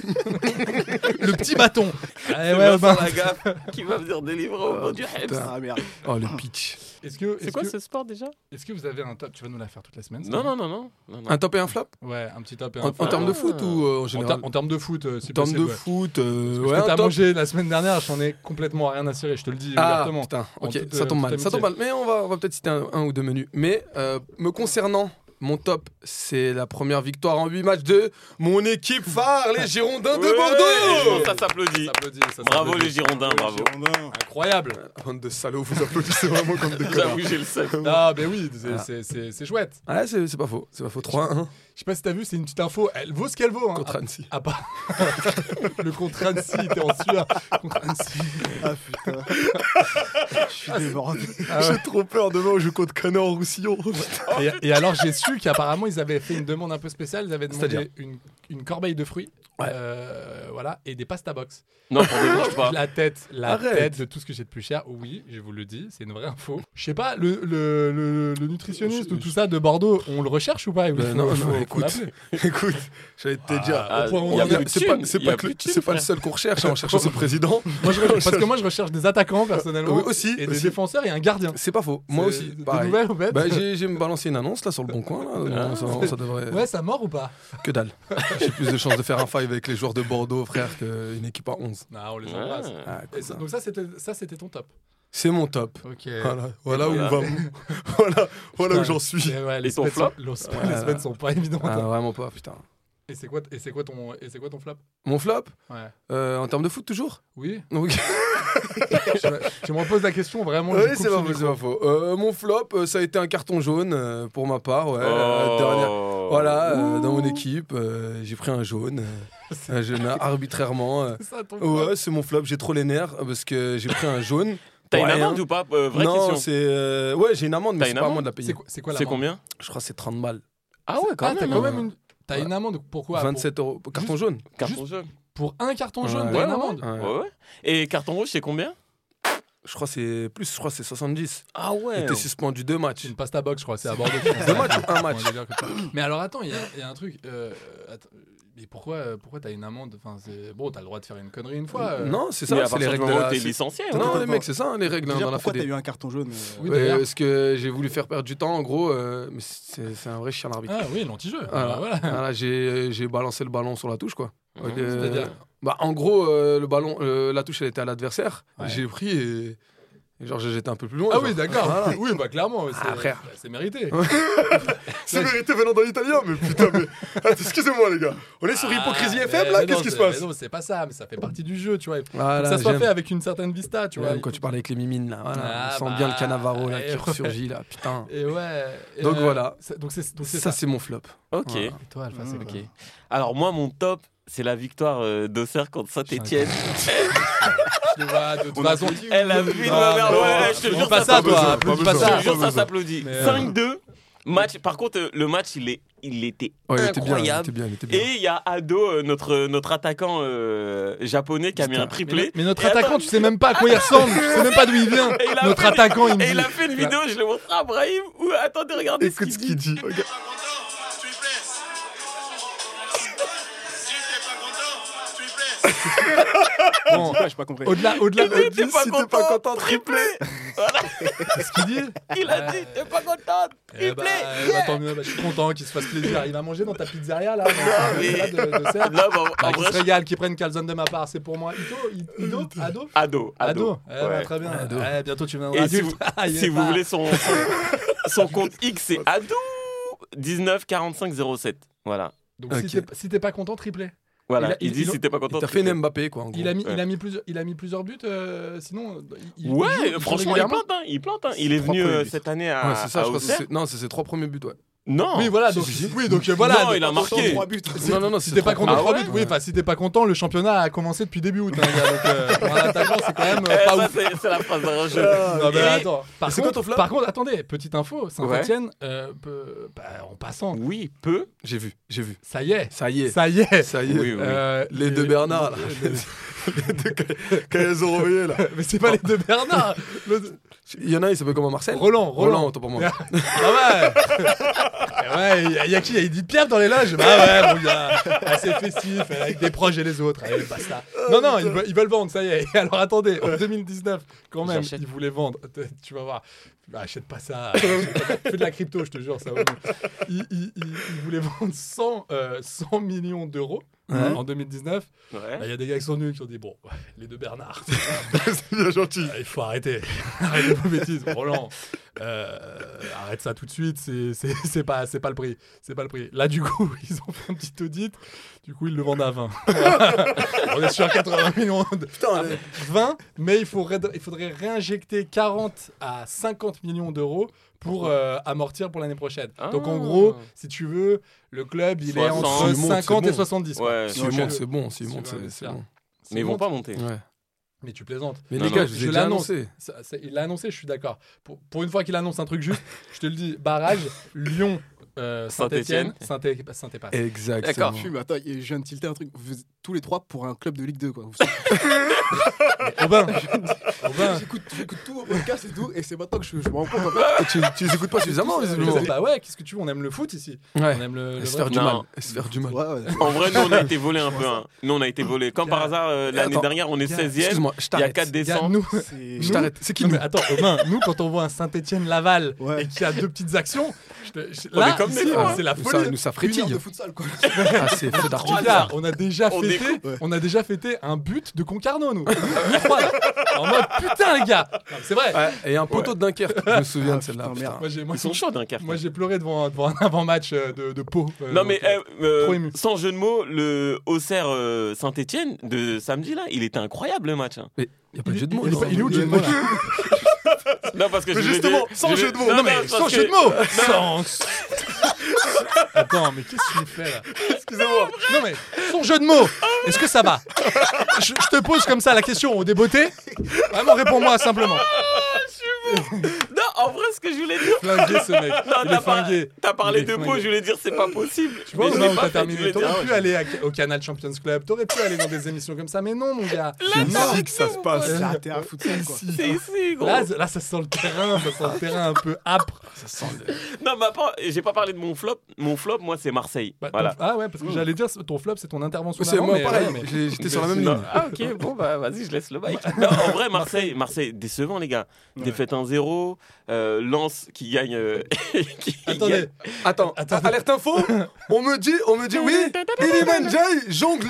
G: le petit bâton. Allez,
C: C'est
G: ouais,
H: bah.
G: Aubin.
C: Vincent Lagaffe qui va venir délivrer au bout du Heps.
D: Ah merde.
H: Oh, le pitch.
G: Est-ce que, est
C: C'est quoi ce sport déjà
G: est-ce que vous avez un top Tu vas nous la faire toute la semaine ça
C: Non, non, non, non. non, non.
H: Un top et un flop
G: Ouais, un petit top. et un
H: En en
G: flop.
H: termes de foot ou euh, en
G: En,
H: général
G: ter- en termes de foot, euh, si
H: En termes
G: possible,
H: de
G: ouais.
H: foot, euh,
G: Parce
H: ouais,
G: que t'as
H: un top.
G: mangé la semaine dernière, j'en ai complètement rien à cirer, je te le dis
H: Ah
G: ouvertement.
H: putain,
G: En
H: ok,
G: toute,
H: ça
G: euh,
H: tombe mal,
G: toute
H: ça tombe
G: amitié.
H: mal. Mais on va, on va peut-être citer un, un ou deux menus. Mais euh, me concernant, mon top, c'est la première victoire en 8 matchs de mon équipe phare, les Girondins
C: Ouais,
H: de Bordeaux.
C: Ça s'applaudit.
G: Ça s'applaudit, ça
C: Bravo
G: s'applaudit.
C: les Girondins, bravo.
D: Girondin.
G: Incroyable.
H: Bande de salauds, vous applaudissez vraiment comme des connards.
C: J'avoue, j'ai le seum.
G: Ah, ben oui, c'est- c'est- c'est c'est chouette.
H: Ouais, c'est c'est pas faux, c'est pas faux. 3-1
G: Je sais pas si t'as vu, c'est une petite info. Elle vaut ce qu'elle vaut. Hein.
H: contre Annecy.
G: Ah, pas. le contre Annecy, t'es en sueur. Contre Annecy.
D: Ah putain. Je suis dévoré.
C: Ah
H: J'ai trop peur demain où je compte Canard Roussillon.
G: Et, et alors, j'ai su qu'apparemment, ils avaient fait une demande un peu spéciale. Ils avaient demandé
H: C'est-à-dire
G: une, une corbeille de fruits.
H: Ouais.
G: euh, voilà, et des pastes à box.
C: Non, pour de vrai, je sais pas.
G: La tête, la
H: Arrête.
G: tête de tout ce que j'ai de plus cher. Oui, je vous le dis, c'est une vraie info. Je sais pas, le, le, le- le nutritionniste ou tout ça de Bordeaux, on le recherche ou pas
H: Ben non, non, écoute. Écoute, j'allais te dire.
C: ah,
H: au point où
C: y a
H: on en
C: plus
H: est,
C: de
H: c'est pas,
C: thunes,
H: c'est
C: y
H: pas
C: a
H: que
C: plus
H: le-
C: de thunes,
H: c'est pas le
C: frère.
H: seul qu'on recherche, hein, on cherche son président.
G: Moi, je recherche- parce que moi, je recherche des attaquants personnellement.
H: Oui, aussi,
G: Et des
H: aussi.
G: défenseurs et un gardien.
H: C'est pas faux, moi
G: C'est-
H: aussi.
G: des
H: pareil.
G: nouvelles, en fait
H: Bah, j'ai, Ah. j'ai me balancé une annonce là sur le bon coin. Là. donc, ça, ça devrait.
G: Ouais, ça mort ou pas
H: Que dalle. J'ai plus de chances de faire un five avec les joueurs de Bordeaux, frère, qu'une équipe à 11.
G: Non, on les embrasse.
C: embrasse.
H: Ah,
G: Et
H: cool,
G: ça-
H: ça.
G: donc ça c'était ça c'était ton top.
H: C'est mon top.
G: Ok.
H: Voilà,
C: voilà.
H: voilà, où va mon- voilà, voilà Ah, où j'en suis.
G: les
C: Et ton
G: semaines
C: flop
G: sont, les semaines
H: Voilà.
G: sont pas évidentes.
H: Ah, vraiment pas, putain.
G: Et c'est quoi et c'est quoi ton et c'est quoi ton flop
H: Mon flop,
G: Ouais.
H: euh, en termes de foot toujours
G: Oui.
H: Donc-
G: tu me reposes la question vraiment. je
H: Oui,
G: coupe
H: c'est
G: son
H: pas, faux,
G: micro.
H: c'est pas faux. Euh, mon flop, euh, ça a été un carton jaune euh, pour ma part. Ouais,
C: Oh.
H: euh, dernière- Voilà, euh, dans mon équipe, euh, j'ai pris un jaune, euh, un jaune arbitrairement. euh.
G: C'est ça ton flop.
H: Ouais, c'est mon flop, j'ai trop les nerfs euh, parce que j'ai pris un jaune.
C: T'as une
H: Ouais,
C: amende
H: hein.
C: ou pas Euh, Vraie
H: non,
C: question.
H: c'est. euh, Ouais, j'ai une amende,
C: T'as
H: mais c'est
C: une
H: pas à moi
C: amende
H: de la payer.
G: C'est quoi, c'est quoi
C: C'est
G: l'amende
C: combien
H: Je crois que c'est 30 balles.
C: Ah ouais,
G: Ah,
C: quand
G: t'as
C: même.
G: quand
H: hein.
G: même une t'as une amende pourquoi Pour-
H: 27 euros. Carton
G: Juste-
H: jaune.
C: Carton jaune.
G: pour, un carton jaune
H: Ouais.
G: t'as
C: Ouais,
G: une
C: ouais.
G: amende.
H: Ouais.
C: Ouais, ouais. Et carton rouge, c'est combien
H: Je crois que c'est plus, je crois que c'est 70.
C: Ah
H: Il
C: ouais.
H: était suspendu deux matchs.
G: C'est une pasta box je crois, c'est à Bordeaux.
H: Deux matchs ou un match
G: Ouais, d'ailleurs, comme ça. Mais alors attends, il y, a- il y a un truc. euh, attends, mais pourquoi, euh, pourquoi t'as une amende Enfin, c'est bon, t'as le droit de faire une connerie une fois. euh.
H: Non, c'est
C: Mais
H: ça,
C: à
H: c'est
C: partir
H: les
C: du
H: règles de
C: moment
H: la.
C: où t'es
H: c'est-
C: licencié.
H: Non,
C: ouais.
H: non, les mecs, c'est ça, hein, les règles hein,
D: Déjà,
H: dans la
D: pourquoi t'as
H: fédé.
D: eu un carton jaune euh,
G: Oui,
H: Euh,
G: d'ailleurs.
H: Parce que j'ai voulu faire perdre du temps, en gros, euh, mais c'est c'est un vrai chien l'arbitre.
G: Ah oui, l'anti-jeu.
H: Voilà,
G: Ah, voilà.
H: Voilà, j'ai j'ai balancé le ballon sur la touche, quoi.
C: Mhm.
H: Euh,
G: C'est-à-dire
H: bah, En gros, euh, le ballon, euh, la touche, elle était à l'adversaire.
G: Ouais.
H: J'ai pris et, et genre, j'ai jeté un peu plus loin.
G: Ah
H: genre.
G: oui, d'accord.
H: Voilà.
G: Oui, bah clairement, c'est
H: Ah, frère.
G: bah, c'est mérité.
H: C'est mérité venant d'un italien, mais putain, mais. Attends, Excusez-moi, les gars. On est sur Hypocrisie
G: Ah,
H: FM,
G: mais-
H: là
G: mais
H: Qu'est-ce
G: non,
H: qui se
G: c'est-
H: passe
G: mais Non, c'est pas ça, mais ça fait partie du jeu, tu vois. Il faut que
H: Voilà,
G: ça soit
H: j'aime.
G: fait avec une certaine vista, tu vois.
H: J'aime quand tu parles avec les mimines, là. Voilà.
G: Ah,
H: on sent
G: bah,
H: bien le canavaro, là,
G: eh
H: qui
G: ouais.
H: ressurgit, là. Putain.
G: Et ouais. et
H: Donc voilà.
G: c'est- Donc c'est donc c'est ça.
H: Ça, c'est mon flop.
C: Ok.
H: Voilà.
G: Et toi, Alpha, c'est
C: Mm. Ok. Alors moi, mon top, c'est la victoire euh, d'Auxerre contre Saint-Etienne.
G: Tu le vois, de toute façon.
C: Elle a vu de ma
H: Ah,
C: mère.
G: Non,
C: Ouais,
G: non,
C: je te
G: non,
C: jure,
G: pas
C: ça
G: ça, toi.
H: besoin,
G: applaudis
H: pas
G: Pas
H: besoin.
C: Je
G: ça.
C: te jure, ça s'applaudit.
G: Mais, euh,
C: 5-2. Match. Par contre, euh, le match, il est, il était
H: Ouais, Oh, il était bien, il
C: incroyable.
H: était bien, il était bien.
C: Et il y a Ado, euh, notre, notre attaquant euh, japonais, qui a mis un triplé.
G: Mais, mais notre
C: Et attends,
G: attaquant, tu sais même pas à quoi il ressemble, tu sais même pas d'où il vient.
C: Et il a
G: Notre
C: fait-
G: attaquant, il me
C: Et il a
G: dit.
C: fait une vidéo, je l'ai montré à Brahim. Où, attendez, regardez
H: Écoute
C: ce
H: ce
C: qu'il dit.
H: qu'il
A: T'es
H: dit.
A: pas content Tu y plais Si t'es pas content, tu y plais
G: Bon,
D: Ouais, j'ai pas compris.
G: Au-delà, au-delà,
C: Il dit,
G: de
C: t'es pas,
H: si t'es
C: content,
H: pas content,
C: triplé. Voilà.
G: ce qu'il dit.
C: Il a dit, t'es pas content,
G: Eh bah,
C: triplé.
G: euh, bah, tant mieux, bah, je suis content qu'il se fasse plaisir. Il va manger dans ta pizzeria là. dans ta
C: Ah, mais-
G: pizzeria de, de Serre.
C: Là, bah, en
G: Bah, qui
C: vrai,
G: se
C: je-
G: régale, qui prennent calzone de ma part, c'est pour moi. Ido, Ido, Ado
C: Ado,
G: Ado,
C: Ado.
G: Eh bah,
C: Ouais.
G: très bien.
H: Ado.
G: Eh, bientôt tu viendras
C: Et si
G: adulte.
C: vous,
G: Ah, il est
C: si vous
G: pas-
C: voulez son, son, son compte X, c'est Adou 19 45 07. Voilà.
G: Donc
H: Ok.
G: si t'es si t'es pas content, triplé. Il
C: Voilà.
G: a-
C: Il,
G: il-
C: dit
G: il-
C: si t'es pas content.
H: T'as fait
C: triplé.
H: une Mbappé, quoi. en gros.
G: Il a mis, il
C: Ouais.
G: a mis plusieurs, il a mis plusieurs buts. euh, sinon, il- il- il joue-
C: Ouais,
G: joue
C: franchement, il
G: régulièrement.
C: plante, hein, il plante. hein. Il est
H: Trois
C: venu
H: premiers
C: euh,
H: buts.
C: cette année
H: Ouais,
C: à,
H: c'est ça,
C: à
H: je crois que
C: Auxerre.
H: c'est- Non, c'est ses trois premiers buts, ouais.
C: Non.
G: Oui, voilà, donc, oui, donc euh, voilà.
C: Non,
G: donc,
C: il a marqué.
D: Trois buts.
H: Non, non, non,
G: Si
H: c'est
G: t'es pas
H: trop
G: content,
C: Ah
G: trois
C: ouais
G: buts, oui, enfin, si t'es pas content, le championnat a commencé depuis début août. hein, les gars, donc, euh, pour un attaquant, c'est quand même euh,
C: Eh,
G: pas
C: ça,
G: ouf.
C: c'est- c'est la phrase d'un jeu.
G: Non, mais
C: Et-
G: attends. Par
H: c'est quoi ton
G: contre,
H: flop
G: par contre, attendez, petite info, Saint-Etienne, bah, en passant,
C: Oui, peu.
H: J'ai vu, j'ai vu.
G: ça y est,
H: Ça y est.
G: ça y est.
H: Ça y est.
C: Oui, oui.
G: Euh,
H: Les deux Bernard, là. Les deux que- quand elles ont envoyé, là.
G: Mais c'est pas les deux Bernard. Le-
H: Il y en a un, il s'appelle comment Marcel
G: Roland, Roland.
H: Roland, autant pour moi.
G: Ah ouais. Eh ouais, y a- y a qui Y a Edith Piaf dans les loges Bah ouais, bon, y a assez festif, euh, avec des proches et les autres. Allez, basta. Non, non, ils, veulent- ils veulent vendre, ça y est. Alors attendez, en 2019, quand même,
C: J'achète.
G: ils voulaient vendre. T- Tu vas voir. Bah, achète pas ça. Fais de la crypto, je te jure, ça vaut mieux. Ils, ils- ils- ils voulaient vendre 100, euh, 100 millions d'euros. hein, En 2019, Bah, il y a des gars qui sont venus qui ont dit Bon, les deux Bernard,
H: C'est bien gentil.
G: ah, Il faut arrêter. Arrête vos bêtises, Roland. Euh, arrête ça tout de suite. C'est- C'est c'est pas, c'est pas le prix. C'est pas le prix. Là, du coup, ils ont fait un petit audit. Du coup, ils le vendent à 20. On est sur 80 millions. De...
H: Putain, mais-
G: 20, mais il faudrait, il faudrait réinjecter 40 à 50 millions d'euros pour euh, amortir pour l'année prochaine. Donc,
H: Ah.
G: en gros, si tu veux, le club, il est
C: 60.
G: entre
H: S'il monte, c'est
G: 50 et
H: bon.
G: 70. quoi.
C: Ouais.
H: s'il
G: Non,
H: monte,
G: je-
H: c'est bon, s'il
G: si
H: monte,
G: je veux
H: c'est c'est
G: faire.
H: bon.
C: Mais ils vont pas monter.
H: Ouais.
G: Mais tu plaisantes.
H: Mais
C: Non,
H: les gars,
C: non,
H: je vous
G: je
H: ai déjà
G: l'annonce.
H: annoncé.
G: Ça- ça- il l'a annoncé, je suis d'accord. Pour, pour une fois qu'il annonce un truc juste, je te le dis, barrage, Lyon, euh, Saint-Etienne, Saint-Étienne.
H: Exactement.
D: Fume, mais attends, je viens de tilter un truc. Vous êtes tous les trois pour un club de Ligue 2, quoi. Vous-
G: Aubin, Aubin.
D: J'écoute j'écoute tout au podcast et tout, et c'est maintenant que je, je me rends compte. en fait. euh,
H: tu, tu les écoutes pas suffisamment, visiblement.
G: Bah ouais, qu'est-ce que tu veux On aime le foot ici. On
H: Ouais.
G: aime le, le
H: Et se
G: vrai
H: faire
G: foot.
H: du mal.
C: Non.
H: Et se faire du mal.
D: Ouais, ouais.
C: En vrai, nous, on a été volés un peu. hein. Nous, on a été volés. Comme par
G: Gars,
C: hasard, euh, l'année
H: attends.
C: dernière, on est
G: Gars,
C: 16e.
H: Excuse-moi, je
C: Il y a 4
H: t'arrête.
G: Regarde,
C: descends.
G: nous,
D: C'est-
H: Je t'arrête. C'est qui
G: Non,
H: nous
G: mais attends, Aubin, nous quand on voit un Saint-Étienne-Laval
D: Ouais.
G: et qu'il y a deux petites actions, je te- je-
C: On
G: là,
C: est comme
G: ici,
C: des cons, hein.
G: c'est la
H: Nous, ça,
G: folie.
H: nous, ça
D: Une heure
H: frétille.
D: de futsal, quoi.
H: Ah, c'est feu
G: Tu
H: d'artifice.
G: gars, on a déjà
C: On
G: fêté,
C: découpe.
D: Ouais.
G: on a déjà fêté un but de Concarneau, nous. Nous trois, là. En mode putain les gars, Non, mais c'est vrai.
H: Ouais, et un poteau de Dunkerque, je me souviens de celle-là.
D: putain,
H: putain.
G: Moi, j'ai, moi,
C: Ils sont
G: j'ai-
C: chauds d'un quart.
G: Moi j'ai pleuré devant, devant un avant-match euh, de, de Pau. euh,
C: Non
G: donc,
C: mais
G: euh,
C: eh, euh,
G: trop ému.
C: sans jeu de mots, le Auxerre euh, Saint-Étienne de samedi là, il était incroyable le match. hein.
H: Mais y a pas de jeu de mots.
G: euh, il, est
H: là.
G: pas- il est où le
D: Il est
G: jeu de mots là
C: Non parce que
H: Mais
C: je vais
H: justement,
C: dire-
H: sans
C: je vais-
H: jeu de mots.
C: Non,
H: Non,
C: mais
G: Sans jeu de mots Sans... Attends, mais qu'est-ce qu'il fait là Excusez-moi. Non mais, son jeu de mots, est-ce que ça va je, je te pose comme ça la question au débeauté. Vraiment, réponds-moi simplement.
C: Non en vrai ce que je voulais dire.
G: Flingué ce mec.
C: Non,
G: il est
C: t'as, par-
G: flingué.
C: t'as parlé
G: Il est
C: de peau,
G: flingué.
C: je voulais dire c'est pas possible.
G: Tu vois,
C: Mais
G: au
C: je
G: moment
C: l'ai
G: où
C: pas
G: t'as
C: fait,
G: terminé,
C: je voulais dire-
G: t'aurais pu aller à- au Canal Champions Club, t'aurais pu aller dans des émissions comme ça, mais non, mon gars.
H: J'ai envie que ça se passe.
D: C'est un terrain futsal, quoi.
G: Si.
C: C'est ici, gros.
G: Là, là, ça sent le terrain, ça sent le terrain un peu âpre. Ça sent
C: Non, mais à part- j'ai pas parlé de mon flop. Mon flop, moi, c'est Marseille. voilà.
G: Ah ouais, parce que j'allais dire ton flop, c'est ton intervention.
H: C'est
G: d'avant,
H: moi
G: mais
H: pareil,
G: ouais, mais-
H: j'ai- j'étais sur la même
C: Non.
H: ligne.
C: Ah, ok, bon, bah vas-y, je laisse le bike. Non, en vrai, Marseille, Marseille, décevant, les gars. Défaite 1-0. euh, Lens qui gagne. euh, qui gagne.
G: Attendez,
H: Attends,
G: Attendez.
H: alerte info, on me dit, on me dit oui, Billy Manjay jongle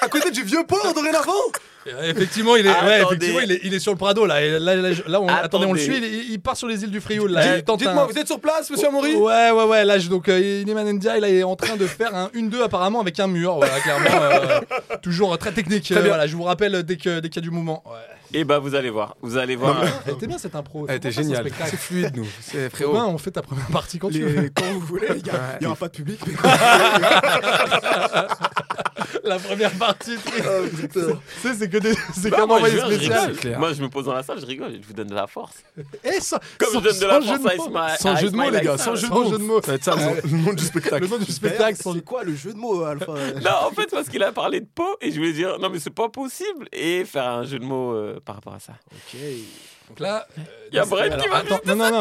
H: à côté du vieux port dorénavant.
G: Euh, effectivement, il est, ouais,
C: Attendez.
G: effectivement, il est, il est sur le Prado là. Et là, là, je- là, on,
C: Attendez.
G: attendez, on le suit. Il, il part sur les îles du Frioul là. il
H: Dites-
G: tente
H: Dites-moi,
G: un-
H: vous êtes sur place, monsieur Amaury
G: Ouais, ouais, ouais. Là, je- donc, euh, Iliman Ndiaye, là, il est en train de faire un 1-2 apparemment avec un mur. Voilà, clairement, euh, toujours euh, très technique. euh,
H: bien.
G: voilà, je vous rappelle euh, dès que dès qu'il y a du mouvement. Ouais.
C: Et bah, vous allez voir. Vous allez voir.
G: Elle était bien cette impro.
H: Ah, Elle
G: c'est
H: était
G: pour ça, ce
H: géniale,
G: spectacle.
H: c'est fluide nous, c'est
G: Robin,
H: frérot.
G: on fait ta première partie quand tu veux.
D: Les- Quand vous voulez, les gars, il n'y aura pas de public. mais-
G: La première partie. tu sais. Tu sais, c'est que des, c'est
C: Bah,
G: qu'un
C: moi, je
G: envoyé
C: viens, je
G: spécial.
H: c'est
C: rigole.
H: clair.
C: moi, je me pose dans la salle, je rigole, je vous donne de la force.
G: Et sans-
C: Comme
G: sans-
C: je donne de la
G: sans jeu
C: force à
G: mots.
C: Ismaël.
H: Sans jeu de mots les gars, sans jeu de mots.
G: jeu de mots.
H: Ça va être ça le nom- le nom du spectacle.
G: Le nom du
D: D'ailleurs,
G: spectacle, sans
D: C'est quoi le jeu de mots, Alpha
C: Non, en fait, parce qu'il a parlé de peau et je voulais dire non, mais c'est pas possible et faire un jeu de mots euh, par rapport à ça.
G: Donc là,
C: Y a
G: euh,
C: Brett
G: alors,
C: qui va
G: attends, non, non, non.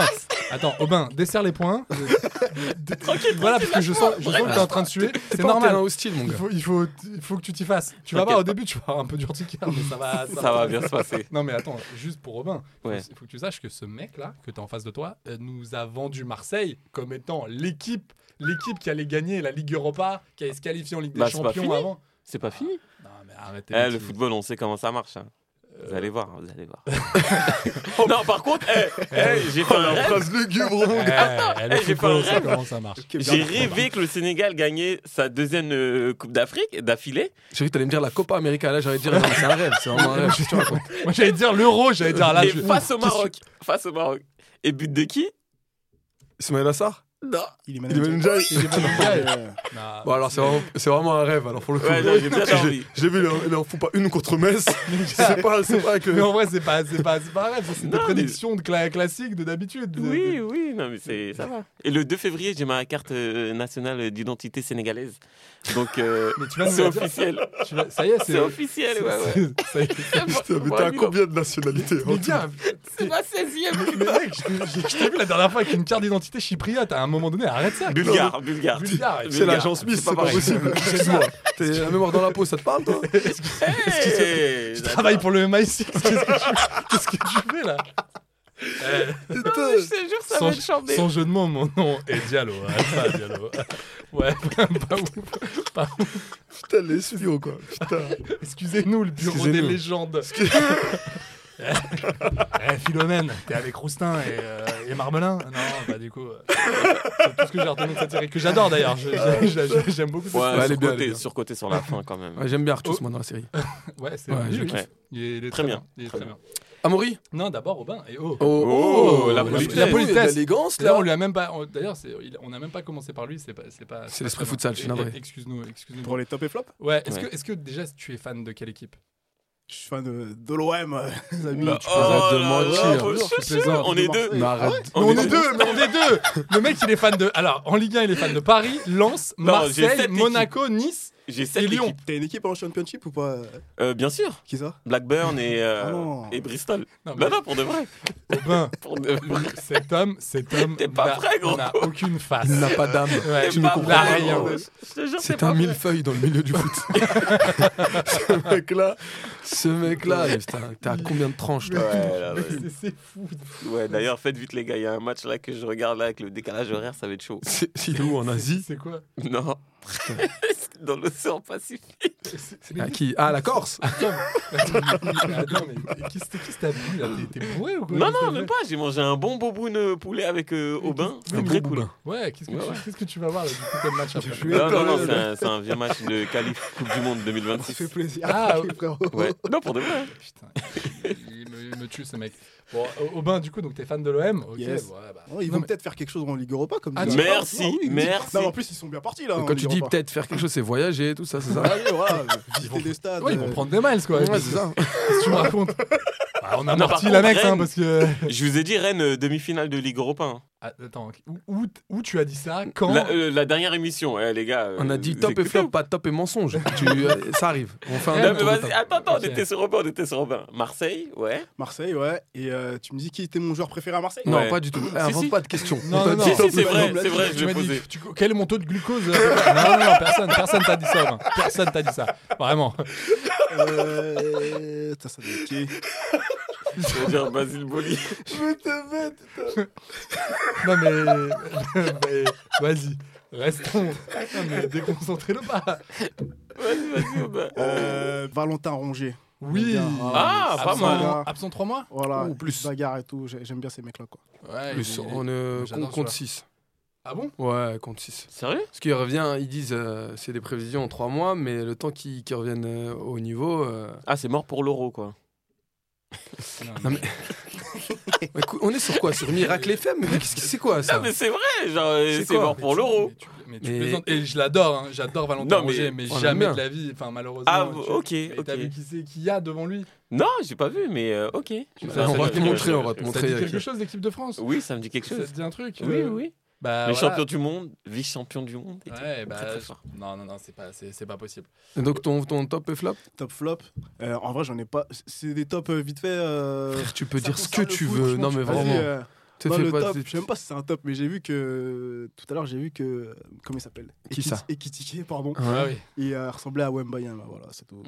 G: Attends, Aubin, desserre les points.
C: Tranquille,
G: voilà, parce que je sens, je sens que t'es en train de suer. C'est
H: C'est normal,
G: normal.
H: un hostile mon
G: Il
H: gars.
G: faut, il, faut, il faut que tu t'y fasses. Tu vas
C: T'inquiète
G: voir, au début, tu vas avoir un peu d'urticaire, mais ça va.
C: Ça va bien se passer.
G: Non, mais attends, juste pour Robin, il
C: Ouais.
G: faut, que tu saches que ce mec-là, que t'es en face de toi, euh, nous a vendu Marseille comme étant l'équipe l'équipe qui allait gagner la Ligue Europa, qui allait se qualifier en Ligue des
C: Bah, c'est pas
G: Champions
C: fini.
G: avant.
C: C'est pas fini.
G: Non, mais arrêtez.
C: Eh, le Eh, football, on sait comment ça marche. hein. Vous allez voir, vous allez voir. non, par contre, eh, eh, j'ai fait un rêve.
H: Phrase lugubre mon gars.
G: le
C: eh, j'ai pas
G: football,
C: un
G: ça,
C: rêve.
G: comment ça marche
C: J'ai rêvé que le Sénégal gagnait sa deuxième euh, Coupe d'Afrique d'affilée.
H: J'ai vu que t'allais me dire la Copa América, là j'allais te dire non, mais c'est un rêve, c'est vraiment un
G: Euh,
H: rêve. tu vois, quoi.
G: Moi, j'allais dire l'euro, j'allais dire Ah, là.
C: et
G: je-
C: face au Maroc. Face au Maroc. Et but de qui
H: Ismaël Assar Non.
D: Il est
H: Il est
D: manager.
H: manager.
D: Il est manager. euh,
G: Nah,
H: Bon, alors c'est vraiment, c'est vraiment un rêve, alors pour le coup.
C: Ouais, non, j'ai bien envie.
H: J'ai vu, il en- il en fout pas une contre Metz. c'est pas, c'est pas que.
G: Mais en vrai, c'est pas, c'est pas, c'est pas un rêve, ça, c'est des
C: Non, mais-
G: prédictions de cla- classiques de d'habitude.
C: Oui, oui, non, mais c'est ça va. Et le 2 février, j'ai ma carte euh, nationale d'identité sénégalaise. Donc, euh,
G: Mais tu vas nous
C: c'est
G: la dire.
C: officiel.
G: Tu vois, ça y est, c'est.
C: C'est officiel,
G: c'est-
C: ouais, ouais.
G: c'est- ça y est.
H: Putain, mais t'es
C: Voilà,
H: à
C: Milan.
H: combien de nationalités hein,
G: Mais bien,
C: C'est ma 16e.
G: mais mec, je t'ai- je t'ai vu la dernière fois avec une carte d'identité chypriote. À un moment donné, arrête ça.
C: Bulgare, bulgare.
G: Bulgare.
H: C'est
C: Bulgare.
H: l'agence Smith,
C: C'est
H: c'est
C: pas
H: pas,
C: pareil.
H: possible. Excuse-moi. T'es la mémoire dans la peau, ça te parle, toi
C: Hey,
G: Tu travailles pour le MI6. Qu'est-ce que tu, qu'est-ce que tu fais là
H: Putain.
C: Je te jure, ça va être
G: sans,
C: chambé.
G: sans jeu de mots, mon nom est Diallo. Alpha Diallo. Ouais, pas ouf. Pas ouf.
H: Putain, les studios, quoi. Putain.
G: Excusez-nous, le bureau des
H: Excusez-nous.
G: légendes. Eh, Philomène, t'es avec Roustin et, euh, et Marmelin Non, bah du coup, euh, c'est tout ce que j'ai retenu de cette série, que j'adore d'ailleurs, je- je- je- je- j'aime beaucoup cette
C: Ouais,
H: elle est
G: série.
H: bien, elle est
C: surcoté, surcoté
H: bien.
C: sur la fin, quand même.
H: Ouais, J'aime bien Arthus, moi, dans la série.
G: Ouais, c'est
H: Ouais,
G: oui,
H: je
G: oui.
C: kiffe.
G: Il est, il est
C: Très bien,
G: Il est
C: très
G: très bien.
H: Amaury
G: Non, d'abord Robin, et oh,
C: Oh, la politesse.
G: La politesse.
H: L'élégance,
G: Là,
H: là.
G: on lui a même pas. on- D'ailleurs, c'est- il- on n'a même pas commencé par lui. C'est pas. C'est pas.
H: C'est
G: pas
H: l'esprit
G: très
H: futsal,
G: bien.
H: je suis navré.
G: Eh, eh, Excuse-nous. Excuse-nous.
D: Pour les top et flop,
G: Ouais. Est-ce
C: Ouais.
G: que, est-ce que déjà tu es fan de quelle équipe
D: je suis fan de, de l'OM, les amis.
H: Bah,
D: tu
H: oh, arrêtes de
C: là là,
H: mentir.
C: oh,
H: Tu
C: chouchou,
H: plaisantes.
C: On est deux.
H: Mais arrête.
G: Mais on, est deux. mais on est deux. Le mec, il est fan de. Alors, en Ligue 1, il est fan de Paris, Lens,
C: Non, j'ai
G: Marseille,
C: sept
G: Monaco, Nice.
C: J'ai 7
G: Et Lyon.
C: équipes.
D: T'as une équipe en championship ou pas euh,
C: Euh, bien sûr.
D: Qui ça
C: Blackburn et, euh,
D: Ah non.
C: et Bristol. Ben
G: Non, mais-
C: Non, non, pour de vrai.
G: Robin,
C: Pour de vrai.
G: cet homme, cet homme.
C: T'es pas
G: n'a-
C: vrai, gros.
G: n'a aucune face.
H: Il n'a pas d'âme.
G: Ouais,
H: Tu ne
C: bah,
G: pas
H: comprends
G: vrai,
H: rien.
G: gros.
C: Je te jure,
H: C'est
C: pas
H: un
C: vrai.
H: millefeuille dans le milieu du foot. ce mec-là, ce mec-là, mais putain, t'es à combien de tranches toi
C: Ouais, là, ouais.
G: C'est- C'est fou.
C: Ouais, d'ailleurs, faites vite, les gars. Il y a un match là que je regarde là avec le décalage horaire, ça va être chaud.
H: C'est il est où en Asie
G: C'est quoi
C: Non. Dans l'océan Pacifique.
H: À qui Ah, la Corse
G: Attends, mais- attends, mais qui c'est qui t'a vu là T'es t'es bourré ou quoi
C: Non,
G: Qu'est-ce
C: non,
G: que
C: même
G: t'as
C: pas. J'ai mangé un bon boboon euh, poulet avec euh, au bain. C'est
H: Un
C: très
H: gros
C: cool.
H: boubin.
G: fait Ouais, qu'est-ce que,
C: Ouais,
G: tu-
C: ouais.
G: qu'est-ce que tu vas voir là du coup comme match après Ah,
C: Non, non, non, c'est un, c'est un vieux match de qualif Coupe du Monde
D: Ça fait
C: 2026.
D: plaisir.
G: Ah,
D: frérot.
C: Ouais. Non, pour de vrai.
G: Putain, il me, il me tue ce mec. Bon, au- Aubin, du coup, donc t'es fan de l'OM Ok,
D: Yes.
G: ouais, bah.
D: Oh, ils
G: Non,
D: vont
G: mais-
D: peut-être faire quelque chose en Ligue Europa comme
G: Ah,
D: dit-
C: merci,
D: Ah oui, oui.
C: merci.
D: Non, mais en plus, ils sont bien partis là. en
H: Quand tu
D: Ligue
H: dis
D: Europa.
H: peut-être faire quelque chose, c'est voyager, tout ça, c'est ça
D: Allez, voilà, visiter des stades.
G: Ouais, Ah ils vont
D: euh,
G: prendre des miles quoi.
H: Ouais, c'est ça.
G: Qu'est-ce que tu me racontes Bah, On a
C: Non, par
G: amorti
C: contre,
G: la mec, hein,
C: Rennes-
G: parce que.
C: Je vous ai dit Rennes, euh, demi-finale de Ligue Europa. hein.
G: Ah, Attends, où, où, où tu as dit ça Quand
C: La, euh, la dernière émission, eh, les gars. euh,
H: On a dit
C: vous
H: top et
C: écoutez
H: flop,
C: ou
H: pas top et mensonge. Tu- euh, ça arrive. On fait
C: Non,
H: un
C: Eh, mais
H: tour de
C: vas-y,
H: table.
C: attends, attends,
G: Ok.
C: on était sur Robin, on était sur Robin. Marseille, ouais.
D: Marseille, ouais. Et euh, tu me dis qui était mon joueur préféré à Marseille
H: Non,
C: Ouais.
H: pas du tout. Invente
C: si.
H: pas de questions.
G: Non,
H: On t'a
G: non,
H: dit
G: non.
H: top
C: Si, si, c'est
H: et flop.
C: vrai,
G: Là,
C: c'est
G: tu-
C: vrai,
G: tu
C: je l'ai
G: m'as dit,
C: posé.
G: tu- quel est mon taux de glucose euh, Non, non, non, personne, personne t'a dit ça, Romain. Personne t'a dit ça. Vraiment.
D: Euh. Putain, ça doit être qui
C: Je veux dire Basile Boli.
G: Non, mais. mais Vas-y, restons. Non, mais déconcentrez-le pas.
C: Vas-y, vas-y, Robin.
D: Euh, Valentin Rongier.
G: Oui.
D: Bien.
C: Ah, pas
G: absent,
C: mal.
D: mal.
G: Absent 3 mois
D: Voilà,
H: Ou plus.
D: bagarre et tout, j'ai- j'aime bien ces mecs-là quoi.
G: Ouais.
H: Plus,
G: il-
H: on euh,
G: J'adore
H: compte
G: celui-là.
H: 6.
G: Ah bon
H: Ouais, compte 6.
C: Sérieux
H: Parce qu'il revient, ils disent euh, c'est des prévisions en 3 mois, mais le temps qu'ils qu'ils reviennent euh, au niveau. euh,
C: Ah, c'est mort pour l'euro, quoi.
H: Non, mais... Mais écoute, on est sur quoi Sur Miracle FM Mais qu'est-ce que c'est quoi ça
C: Non, mais c'est vrai, genre, euh,
H: C'est
C: c'est
H: quoi
C: mort pour l'euro.
G: Mais tu, mais tu
H: Mais-
G: plaisantes. Et je l'adore, hein, j'adore Valentin
C: Non, mais-
G: Rongier, mais,
H: on l'aime
G: jamais
H: bien.
G: de la vie. Enfin, malheureusement.
C: Ah,
G: tu-
C: ok,
G: mais T'as
C: ok.
G: vu qui c'est qu'il y a devant lui
C: Non, j'ai pas vu, mais euh, ok.
H: Bah,
C: Ça,
H: on va
C: ça,
H: te
C: je-
H: montrer,
C: je-
H: on va te
C: je-
G: Ça
H: montrer.
G: dit
H: euh,
G: quelque chose d'équipe de France
C: Oui, ça me dit quelque
G: Ça te
C: chose.
G: dit un truc
C: Oui,
G: euh,
C: oui.
H: Ah,
G: Bah,
C: Les
G: voilà.
C: champions du monde, vice-champion du monde. et tout.
G: Ouais, bah,
C: Très, très fort.
G: non, non, non, c'est pas, c'est, c'est pas possible.
H: Et Donc ton, ton top et flop
D: Top flop, euh, en vrai j'en ai pas, c'est des tops euh, vite fait. euh,
H: Frère, tu peux
D: ça
H: dire ce que
D: concerne le
H: tu
D: foot,
H: veux.
D: franchement,
H: Non mais
D: vas-y,
H: vraiment.
D: euh,
H: Te
D: non,
H: fais
D: le
H: pas-
D: top,
H: te-
D: je sais même pas si c'est un top, mais j'ai vu que euh, tout à l'heure j'ai vu que euh, comment il s'appelle
H: Qui ça
D: Ekitike, pardon.
G: Ah
H: Hein
G: oui.
D: Il euh, ressemblait à Wembayan là, voilà, c'est tout.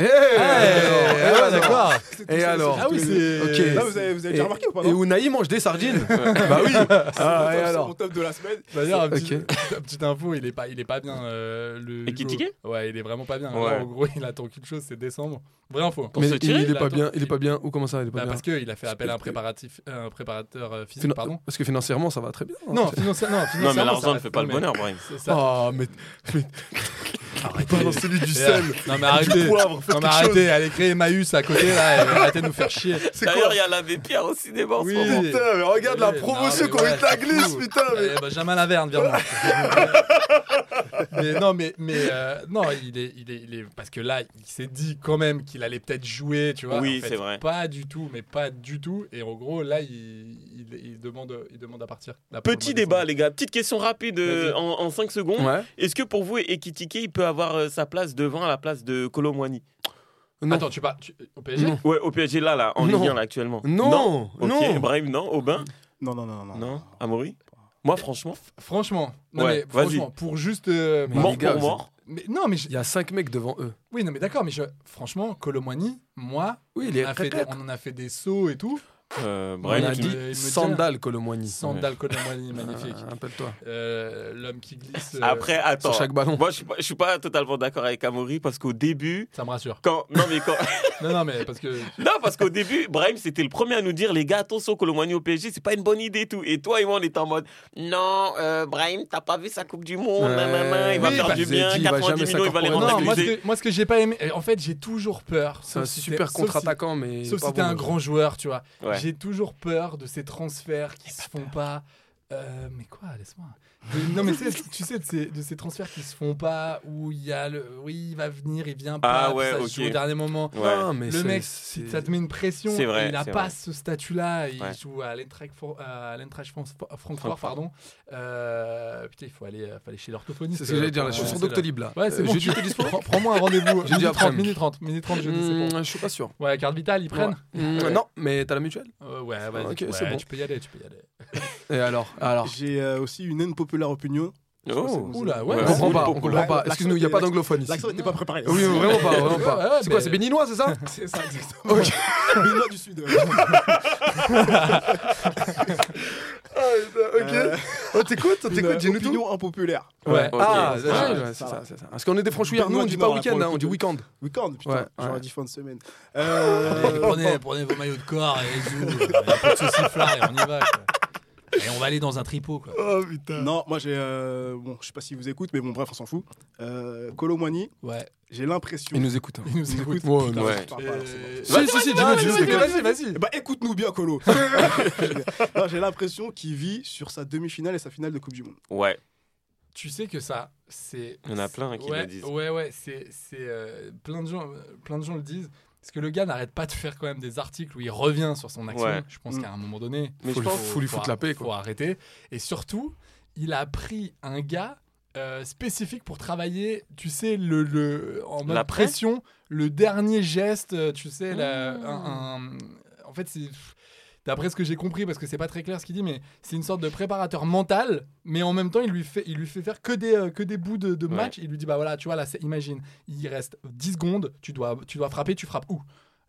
H: Eh
G: Eh,
H: alors,
G: ouais,
H: eh,
G: d'accord.
H: Et alors
G: Ah oui, c'est.
H: Ok.
D: Là, vous avez, vous avez
H: Et-
D: déjà remarqué ou pas
H: Et
D: non
H: Ounaï mange des sardines Bah
D: C'est
H: oui Ah,
D: mon
H: et
D: top- C'est
H: alors
D: mon top de la semaine.
G: D'ailleurs, un petit,
H: Ok.
G: un petit info, il est pas, il est pas bien. euh, le
C: Et qui
G: le-
C: tiquait
G: Ouais, il est vraiment pas bien.
C: Ouais.
G: Alors, en gros, il attend qu'une chose, c'est décembre. Vraie info.
C: Pour
H: mais
C: se
H: il,
C: tirer,
H: il est
G: là,
H: pas
G: attends.
H: bien, il est pas bien, ou comment ça, il est pas
G: Bah,
H: bien
G: parce qu'il a fait appel à un,
H: Parce que-
G: préparatif, euh, un préparateur euh, physique,
H: Finan-
G: pardon.
H: Parce que financièrement, ça va très bien. hein.
G: Non, financi- non, financièrement.
C: Non, mais
G: ça
C: l'argent ne
G: va-
H: Oh,
C: fait
G: non,
C: pas le
G: mais
C: bonheur, Brian.
G: c'est ça.
H: Ah, mais
G: Arrêtez.
H: Balance celui du
G: Et,
H: sel,
G: euh, Non, mais
H: du
G: arrêtez.
H: poivre, faites
G: Non, mais
H: quelque chose.
G: arrêtez. Allez créer Emmaüs à côté, là. et arrêtez de nous faire chier.
H: C'est quoi
C: D'ailleurs, il y a l'abbé Pierre au cinéma en ce
G: Oui.
C: moment.
H: Putain, mais regarde la
G: Oui,
H: promotion
G: non, mais
H: qu'on
G: ouais,
H: met la
G: c'est
H: glisse,
G: fou.
H: putain. Mais...
G: Eh, Benjamin Laverne, viens voir. mais non, mais, mais euh, non, il est, il est, il est- parce que là, il s'est dit quand même qu'il allait peut-être jouer, tu vois.
C: Oui,
G: En fait,
C: c'est vrai.
G: Pas du tout, mais pas du tout. Et en gros, là, il, il, il demande, il demande à partir. Là, pour le mois
C: Petit
G: de
C: débat,
G: décembre.
C: les gars. Petite question rapide euh, en, en 5 secondes.
H: Ouais.
C: Est-ce que pour vous, Ekitike, il peut avoir euh, sa place devant à la place de Colomwani
H: Non.
G: Attends, tu parles tu- au PSG
H: Non.
C: Ouais, au PSG, là, là, en
H: Non.
C: Ligue 1, là, actuellement.
H: Non,
C: Ok,
H: non.
C: Brahim, non Aubin
D: Non, non, non, non.
C: Non Amaury Moi, franchement,
G: Franchement, non,
C: Ouais,
G: mais
C: vas-y.
G: franchement, pour juste. euh, bah,
H: Mais les
C: mort
H: gars,
C: pour
H: vous
C: mort.
G: mais- non, mais je-
H: Il y a 5 mecs devant eux.
G: oui, non, mais d'accord, mais je, franchement, Colomwani, moi,
H: Oui, il
G: on,
H: est
G: a fait des-
H: clair.
G: on en a fait des sauts et tout.
C: Euh,
H: On
C: Brahim,
H: a
G: tu-
C: qui-
G: il me
H: dit
G: dit-
H: Sandal Colomwani.
G: Sandal Colomwani, magnifique.
H: Ah, Rappelle-toi.
G: Euh, L'homme qui glisse. euh,
C: Après, attends.
H: Sur chaque ballon.
C: Moi, je suis pas, je suis pas totalement d'accord avec Amaury parce qu'au début,
G: Ça me rassure.
C: quand. Non, mais quand.
G: Non, non, mais parce que.
C: Non, parce qu'au début, Brahim, c'était le premier à nous dire les gars, attention, Colomani au PSG, c'est pas une bonne idée et tout. Et toi et moi, on était en mode non, euh, Brahim, t'as pas vu sa Coupe du Monde,
H: Ouais.
C: nanana, il va
G: Oui,
C: faire
G: bah,
C: du
H: vous avez
C: bien,
H: dit, il va
C: 90
H: jamais
C: millions, il va les
H: s'accorder.
G: Non,
H: Rendez-vous
G: moi ce,
C: rentabiliser.
G: que, moi, ce que j'ai pas aimé. En fait, j'ai toujours peur.
H: C'est un
G: sauf si t'es-
H: super
G: sauf si-
H: contre-attaquant, mais.
G: Sauf
H: pas
G: si t'es
H: bon.
G: un grand joueur, tu vois.
C: Ouais.
G: J'ai toujours peur de ces transferts qui se font pas. Euh, mais quoi, laisse-moi. De- Non, mais tu sais, tu sais de, ces, de ces transferts qui se font pas, où il y a le. Oui, il va venir, il vient pas,
C: Ah
G: puis
C: ouais,
G: ça se
C: ok.
G: joue au dernier moment.
C: Ouais.
H: Non, mais
G: le
H: c'est-
G: mec,
H: c'est-
G: ça te met une pression.
C: C'est vrai,
G: il n'a
C: c'est
G: pas
C: vrai.
G: ce statut-là. Il
C: Ouais.
G: joue à l'Eintracht Fran- à l'Eintracht France- Francfort, pardon. Euh, putain, il faut aller, faut aller chez l'orthophoniste.
H: C'est ce que j'allais dire, là,
G: euh,
H: je suis sur
G: pour-
H: Doctolib là.
G: Ouais, c'est
H: Euh,
G: bon.
H: Jeudi,
G: tu-
H: t'es dispo
G: Prends- Prends-moi un rendez-vous.
H: Jeudi
G: Jeudi 30,
H: après-midi.
G: minute 30, minute 30, jeudi, c'est bon.
H: Hmm, Je suis pas sûr.
G: Ouais, carte vitale, ils prennent
H: Hmm,
G: Ouais.
H: Non, mais t'as la mutuelle
G: Euh, Ouais, vas-y.
H: Ok,
G: ouais,
H: c'est bon.
G: Tu peux y aller, tu peux y aller.
H: Et alors Alors
D: J'ai euh, aussi une unpopular opinion.
C: Oh.
G: Oula,
H: On
G: ouais.
C: Ouais,
H: comprend
C: c'est
H: pas,
C: une
H: on comprend
D: populaire.
H: pas. Excuse-nous, il n'y a pas d'anglophone ici.
D: L'accent n'était pas préparé.
H: Oui, vraiment pas, vraiment
G: Ouais,
H: pas.
G: ouais,
H: C'est
G: mais-
H: quoi, c'est béninois, c'est ça
D: C'est ça, exactement. Béninois du Sud. euh, ouais.
H: Ah,
D: Euh,
H: ok. Oh, t'écoutes,
D: Une
H: t'écoutes, dis-nous tout.
D: opinion impopulaire.
G: Ouais.
C: Ok.
H: Ah,
C: Ouais,
H: ouais, ouais,
D: ouais,
H: c'est
D: ça
H: ça,
D: va.
H: c'est ça. Parce qu'on est des franchouillards, nous
D: Béninois
H: on dit
D: du
H: pas
D: Nord, là,
H: week-end,
D: pour le
H: hein, on dit
D: coup.
H: week-end.
D: Weekend,
H: Ouais,
D: putain. J'aurais
H: ouais.
D: dit fin de semaine. Euh,
G: Prenez, prenez vos maillots de corps et les joues, euh, un peu de sauciflard et on y va. quoi. Et on va aller dans un tripot, quoi.
H: Oh putain.
D: Non, moi j'ai. euh, bon, je sais pas si vous écoutez, mais bon, bref, on s'en fout. Euh, Colomwani,
G: Ouais.
D: j'ai l'impression.
H: Ils nous écoutent. hein.
G: Ils nous écoutent.
H: Ouais,
D: Putain,
H: non.
C: Ouais.
D: je parle pas, là, c'est bon.
G: Euh,
H: Si, si, si, dis-nous, dis-nous.
G: vas-y,
H: t'écoutes.
G: vas-y, vas-y.
D: Eh ben, écoute-nous bien, Colo. Non, j'ai l'impression qu'il vit sur sa demi-finale et sa finale de Coupe du Monde.
C: Ouais.
G: Tu sais que ça, c'est.
C: Il y en a plein qui
G: ouais,
C: le disent.
G: Ouais, ouais, c'est. c'est, euh, plein, de gens, euh, plein de gens le disent. Parce que le gars n'arrête pas de faire quand même des articles où il revient sur son action.
C: Ouais.
G: Je pense
D: Mm.
G: qu'à un moment donné,
C: Mais je
H: Faut-
C: pense-
H: faut lui foutre
G: ar-
H: la paix,
G: Faut
H: quoi.
G: arrêter. Et surtout, il a pris un gars euh, spécifique pour travailler, tu sais, le, le, en mode
C: La presse
G: pression, le dernier geste, euh, tu sais, la- un- un- en fait, c'est. pff, D'après ce que j'ai compris, parce que c'est pas très clair ce qu'il dit, mais c'est une sorte de préparateur mental, mais en même temps, il lui fait, il lui fait faire que des, euh, que des bouts de, de
C: Ouais.
G: match. Il lui dit, bah voilà, tu vois, là, c'est- imagine, il reste 10 secondes, tu dois, tu dois frapper, tu frappes où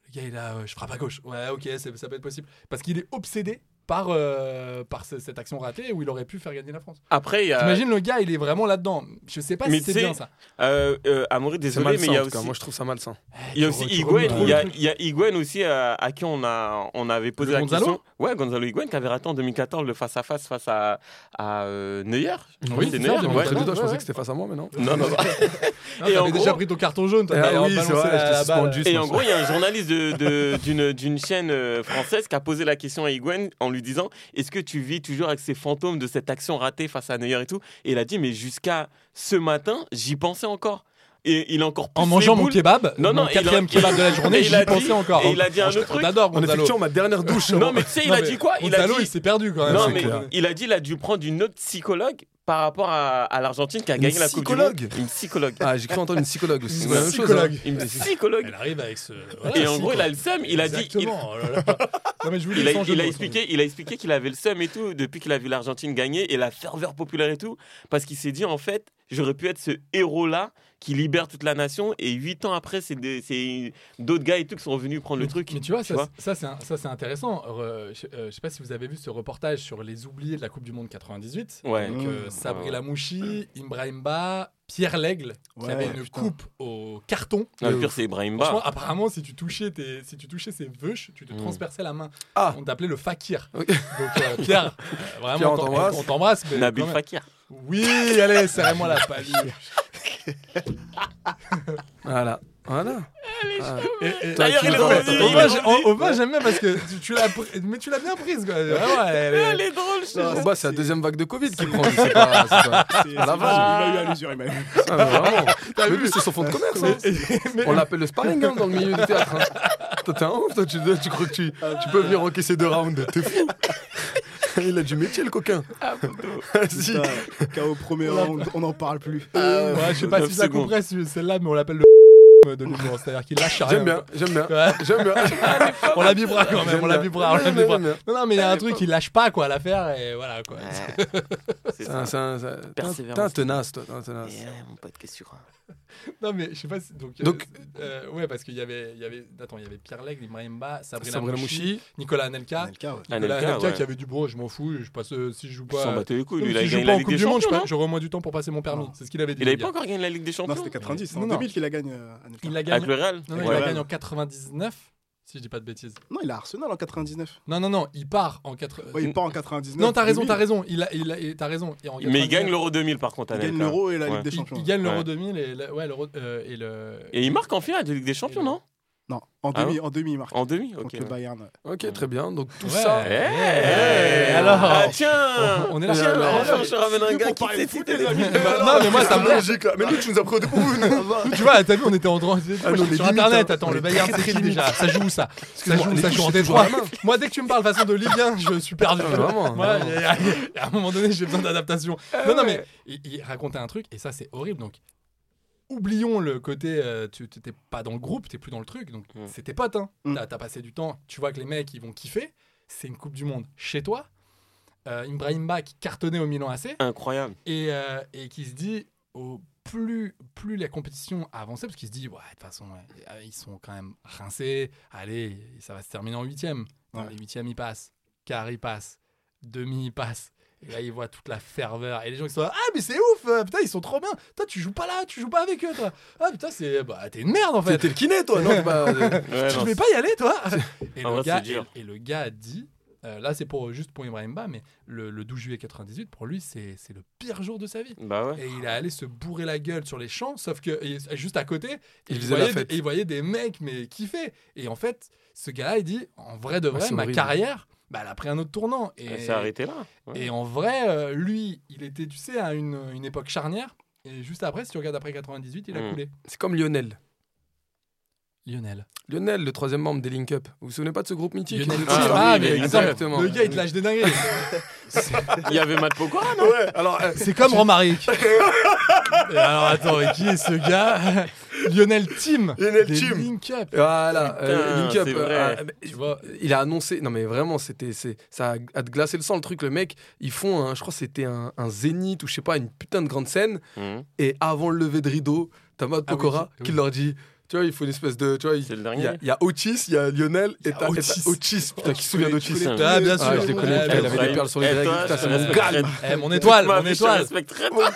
G: le gars, il a, euh, je frappe à gauche. Ouais, ok, c'est- ça peut être possible. Parce qu'il est obsédé par, euh, par ce- cette action ratée où il aurait pu faire gagner la France.
C: Après, il y a.
G: T'imagines, le gars, il est vraiment là-dedans. Je sais pas
C: Euh. Mais
G: si c'est
C: tu sais,
G: bien ça.
C: Euh, euh, Amaury,
H: C'est
C: désolé, mais
H: malsain,
C: il y a
H: en tout cas.
C: aussi.
H: Moi je trouve ça malsain.
C: Il y
G: Tu
C: a aussi
G: re- tu
C: Higuain,
G: remontes
C: il y a,
G: le truc.
C: il y a Higuain aussi euh, à qui on a on avait posé
G: Le
C: la
G: Gonzalo
C: question. Ouais, Gonzalo Higuain qui avait raté en 2014 le face à face face à à euh, Neuer. Je crois
G: Oui,
C: que c'est
G: c'est
C: Neuer.
G: ça,
H: J'ai
C: ouais.
G: ouais,
H: montré le doigt, je
G: ouais,
H: pensais
G: ouais.
H: que c'était face à moi, mais non.
C: Non, non, non.
G: Non,
C: Et en
G: T'avais déjà
C: gros-
G: pris ton carton jaune. Toi,
H: Ah
G: t'avais
H: oui,
G: balancé
H: c'est vrai,
G: la-
H: j'étais
G: la balle.
H: suspendu.
C: Et en gros, il y a un journaliste de- de- d'une d'une chaîne euh, française qui a posé la question à Higuain en lui disant Est-ce que tu vis toujours avec ces fantômes de cette action ratée face à Neuer et tout Et il a dit Mais jusqu'à ce matin, j'y pensais encore. Et il a encore plus
G: En
C: les
G: mangeant mon
C: boules.
G: kebab,
C: Non, non,
G: mon
C: il a-
G: quatrième kebab de la
C: Et
G: journée,
C: il
G: j'y
C: a dit-
G: pensais encore. Oh,
C: Et il a dit un
G: Je
C: autre truc.
G: t'adore,
H: On
G: Gonzalo.
H: effectue ma dernière douche.
C: Non, mais tu sais, il
G: Non,
C: a
G: mais
C: dit quoi Il a
G: Gonzalo, il
C: dit
G: s'est perdu quand même.
C: Non,
H: c'est
C: mais
H: clair.
C: il a dit il a dû prendre une autre psychologue par rapport à, à l'Argentine qui a
H: Une
C: gagné la Coupe du Monde.
H: psychologue
C: Une psychologue.
H: Ah, j'ai cru entendre une psychologue aussi. C'est
C: Une
H: la même chose,
G: psychologue.
H: hein.
C: Une psychologue.
G: Elle arrive avec ce.
C: Et en gros, il a le seum. Il a dit. il-
G: Exactement. oh là là. Non, mais je voulais
C: Il a,
G: sans jeu
C: il
G: de
C: a
G: mots, sans
C: expliqué, il a expliqué qu'il avait le seum et tout depuis qu'il a vu l'Argentine gagner et la ferveur populaire et tout parce qu'il s'est dit en fait j'aurais pu être ce héros là qui libère toute la nation et huit ans après c'est des- c'est d'autres gars et tout qui sont venus prendre le
G: Mais-
C: truc.
G: Mais tu vois,
C: tu
G: ça,
C: vois.
G: ça, c'est un- ça, c'est intéressant. Re- je, euh, je sais pas si vous avez vu ce reportage sur les oubliés de la Coupe du Monde 98.
C: Ouais. Ah
G: Avec euh,
D: Mmh.
G: Sabri
C: Ouais.
G: Lamouchi, Imbrahimba, Pierre Lègle, qui
D: Ouais,
G: avait une
D: putain.
G: coupe au carton.
C: Non, Ah, le pire c'est Ibrahim
G: Franchement, apparemment, si tu touchais tes, si tu touchais ses veuches, tu te
C: Mmh.
G: transperçais la main.
H: Ah.
G: On t'appelait le fakir.
H: Ok.
G: Donc euh, Pierre, euh, vraiment,
H: Pierre, on
G: t'en-
H: t'embrasse.
G: ah, on t'embrasse. mais
C: Nabil
G: quand même.
C: Fakir.
G: Oui, allez, serrez-moi la palie.
H: Voilà. Voilà. Ah.
G: Et- et-
H: Toi,
G: D'ailleurs,
H: tu
G: il
H: me
G: est
H: vois,
G: revenu,
H: toi,
G: il
H: toi,
G: est
H: j'ai-
G: revenu. Oh, bah, j'aime bien parce que tu, tu l'as pr- mais tu l'as bien prise quoi. Vraiment, elle est-
C: Elle est drôle, je te
H: Non,
C: jure.
H: bah, c'est la deuxième vague de Covid qui prend. C'est pas, c'est pas-
D: C'est-
H: la
D: c'est-
H: vanne.
D: Il m'a eu à l'usure, il m'a eu.
H: Ah, mais vraiment.
G: T'as
H: Mais
G: vu
H: lui, c'est son fond de commerce. hein. On l'appelle le sparring hein, dans le milieu du théâtre. hein. Toi, t'es un ouf, toi, tu, tu crois que tu,
G: Ah,
H: tu peux venir encaisser deux rounds. T'es fou. Il a du métier, le coquin.
G: Ah,
H: si.
D: Putain, KO premier round, on n'en parle plus.
G: Ouais, je sais pas
C: Neuf
G: si ça
C: secondes.
G: compresse celle-là, mais on l'appelle le de l'humour, c'est-à-dire qu'il lâche rien.
H: J'aime bien,
G: quoi.
H: j'aime bien.
G: Ouais.
H: J'aime bien.
G: On la vibra quand même,
H: J'aime
G: on la
H: bien.
G: vibra, on la
H: J'aime
G: vibra.
H: bien.
G: Non, non, mais il y a un truc, il lâche pas quoi à l'affaire et voilà quoi.
C: C'est
H: C'est
C: ça.
H: un- c'est un- c'est un-
C: Persévérance.
H: T'es un tenace, toi. t'es un tenace.
C: Et, euh, mon pote, qu'est-ce que tu crois
G: Non, mais je sais pas si. Donc, euh,
H: Donc-
G: euh, ouais, parce qu'il y avait, il y avait. Attends, il y avait Pierre Lègle, Ibrahimba, Sabrina,
H: Sabrina
G: Mouchi,
H: Mouchi.
G: Nicolas Anelka.
D: Anelka, ouais.
G: Nicolas
C: Anelka,
G: Anelka,
C: Ah, ouais.
G: qui avait du bon, je m'en fous, je passe euh, si je joue
C: Il
G: pas.
C: s'en battait les couilles,
G: Même
C: lui,
G: si
C: il a
G: je
C: gagné
G: joue pas
C: la
G: en
C: Ligue
G: Coupe
C: des
G: du Monde, je
C: Champions,
G: pa-
C: non
G: j'aurais moins du temps pour passer mon permis.
D: Non.
G: C'est ce qu'il avait dit.
C: Il avait
G: le
C: pas
G: gars.
C: encore gagné la Ligue des
D: Non,
C: Champions
D: c'était 90. c'est
G: Non,
D: En
G: non.
D: 2000 qu'il a gagné. euh, Anelka.
G: Il l'a
C: Avec
G: gagné.
C: le Real
G: Non, non,
C: Ouais.
G: il l'a gagné en 99, si je dis pas de bêtises.
D: Non, il a Arsenal en 99.
G: Non, non, non, il part en 99.
D: Ouais, il part en 99.
G: Non, t'as raison,
D: 2000.
G: t'as raison. Il a, il a- il- t'as raison. Et en
C: Mais il
G: 99,
C: gagne l'Euro 2000 par contre.
D: Il gagne
C: Anelka.
D: l'Euro et la
C: Ouais.
D: Ligue des
G: Il,
D: Champions.
G: il gagne l'Euro
C: Ouais.
G: 2000 et, la- ouais, l'Euro, euh, et le.
C: Et il marque en finale de Ligue des Champions, non
D: Non, en
C: Ah
D: demi, en demi, il marque.
C: En demi Ok.
D: Contre le Bayern.
H: Ok, très bien. Donc, tout
G: Ouais.
H: ça.
C: Eh,
G: Eh alors
C: Ah, Tiens
G: On- on est là.
C: Tiens,
G: Alors,
C: enfin, je ramène un gars qui
D: parler
C: sait
D: foot,
C: citer les
G: Bah, Non, mais moi, ça me plaît.
H: logique là. Mais nous, tu nous as pris au dépourvu. nous.
G: Nous, tu vois, t'as vu, on était en droit. Moi,
H: non,
G: j'étais
H: mais
G: sur
H: limite,
G: internet,
H: hein.
G: attends,
H: On
G: le
H: est
G: Bayern,
H: très,
G: c'est
H: très
G: qui
H: limite.
G: déjà Ça joue où ça Ça
H: Excuse-moi,
G: joue,
H: les
G: ça
H: touches,
G: joue en
H: c'est toujours
G: Détroit.
H: la main.
G: Moi, dès que tu me parles façon de Libyen, je suis perdu.
H: Ah, vraiment,
G: Moi,
H: vraiment. Ah
G: il y a- il y a un moment donné, j'ai besoin d'adaptation. Non, non, mais il, il racontait un truc, et ça, c'est horrible. Donc, oublions le côté, euh, tu t'étais pas dans le groupe, t'es plus dans le truc. Donc,
C: Mm.
G: c'est tes potes. Hein.
D: Mm.
G: T'as t'as passé du temps, tu vois que les mecs, ils vont kiffer. C'est une Coupe du Monde chez toi. Euh, Ibrahimba qui cartonnait au Milan AC
C: Incroyable.
G: et, euh, et qui se dit au plus plus la compétition avançait parce qu'il se dit ouais de toute façon ouais, euh, ils sont quand même rincés allez ça va se terminer en huitième Dans
D: Ouais.
G: les huitièmes ils passent quart ils passent demi ils passent et là ils voient toute la ferveur et les gens qui sont là, ah mais c'est ouf euh, putain ils sont trop bien toi tu joues pas là tu joues pas avec eux toi ah putain c'est bah t'es une merde en fait
H: T'es le kiné, toi, non bah, euh,
C: Ouais,
G: tu
C: non,
G: voulais pas y aller, toi et,
C: En
G: le
C: vrai,
G: gars,
C: c'est dur.
G: et, et le gars a dit, euh, là c'est pour, juste pour Ibrahimba, mais le, le 12 juillet 98, pour lui, c'est c'est le pire jour de sa vie.
C: Bah ouais.
G: Et il
H: Ah.
G: est allé se bourrer la gueule sur les champs, sauf que et- juste à côté, et
H: Il faisait la
G: voyait,
H: fête.
G: et il voyait des mecs, mais kiffer. Et en fait, ce gars-là, il dit, en vrai de
H: Ah,
G: vrai,
H: c'est
G: ma
H: horrible.
G: carrière, bah, elle a pris un autre tournant. Et,
C: Elle s'est arrêtée là. Ouais.
G: et en vrai, euh, lui, il était, tu sais, à une, une époque charnière. Et juste après, si tu regardes après 98, il a
C: Mm.
G: coulé.
H: C'est comme Lionel.
G: Lionel.
H: Lionel, le troisième membre des Link Up. Vous vous souvenez pas de ce groupe mythique
G: Lionel
C: Ah,
G: Messi.
C: oui,
G: Ah,
C: mais
G: mais
C: exactement.
G: exactement. Le gars, il te lâche des dingueries.
C: Il y avait Matt Pokora, non
H: Ouais, alors, euh,
G: C'est comme Romaric. Et alors attends, et qui est ce gars Lionel Tim.
H: Lionel
G: des
H: Tim.
G: Link Up.
H: Voilà, euh,
C: Putain,
H: Link Up.
C: c'est
H: euh,
C: vrai.
H: euh,
G: Tu vois,
H: il a annoncé, non mais vraiment, c'était, c'est, ça a- a glacé le sang le truc. Le mec, ils font, un, je crois, que c'était un, un zénith ou je sais pas, une putain de grande scène.
C: Mhm.
H: Et avant le lever de rideau, t'as Matt
G: Ah oui,
H: Pokora
G: oui.
H: qui leur dit, tu vois, il faut une espèce de, tu vois, il,
C: C'est le
H: il y, a-
C: dernier.
H: il y a Otis, il y a Lionel et
G: y a
H: t'as et t'as
G: Otis.
H: Otis. putain, qui se souvient d'Otis
C: connais
G: Ah bien sûr,
H: Ah, je les connais,
G: Ouais,
H: putain, il
G: bien
H: avait
G: sûr.
H: des perles sur les
C: Eh,
H: règles.
C: toi,
H: Putain,
C: je
H: c'est
C: te
H: mon gars.
C: respecterais-
G: Eh, mon étoile,
C: Ma
G: mon
C: vie, je te
G: étoile,
C: respecterais pas.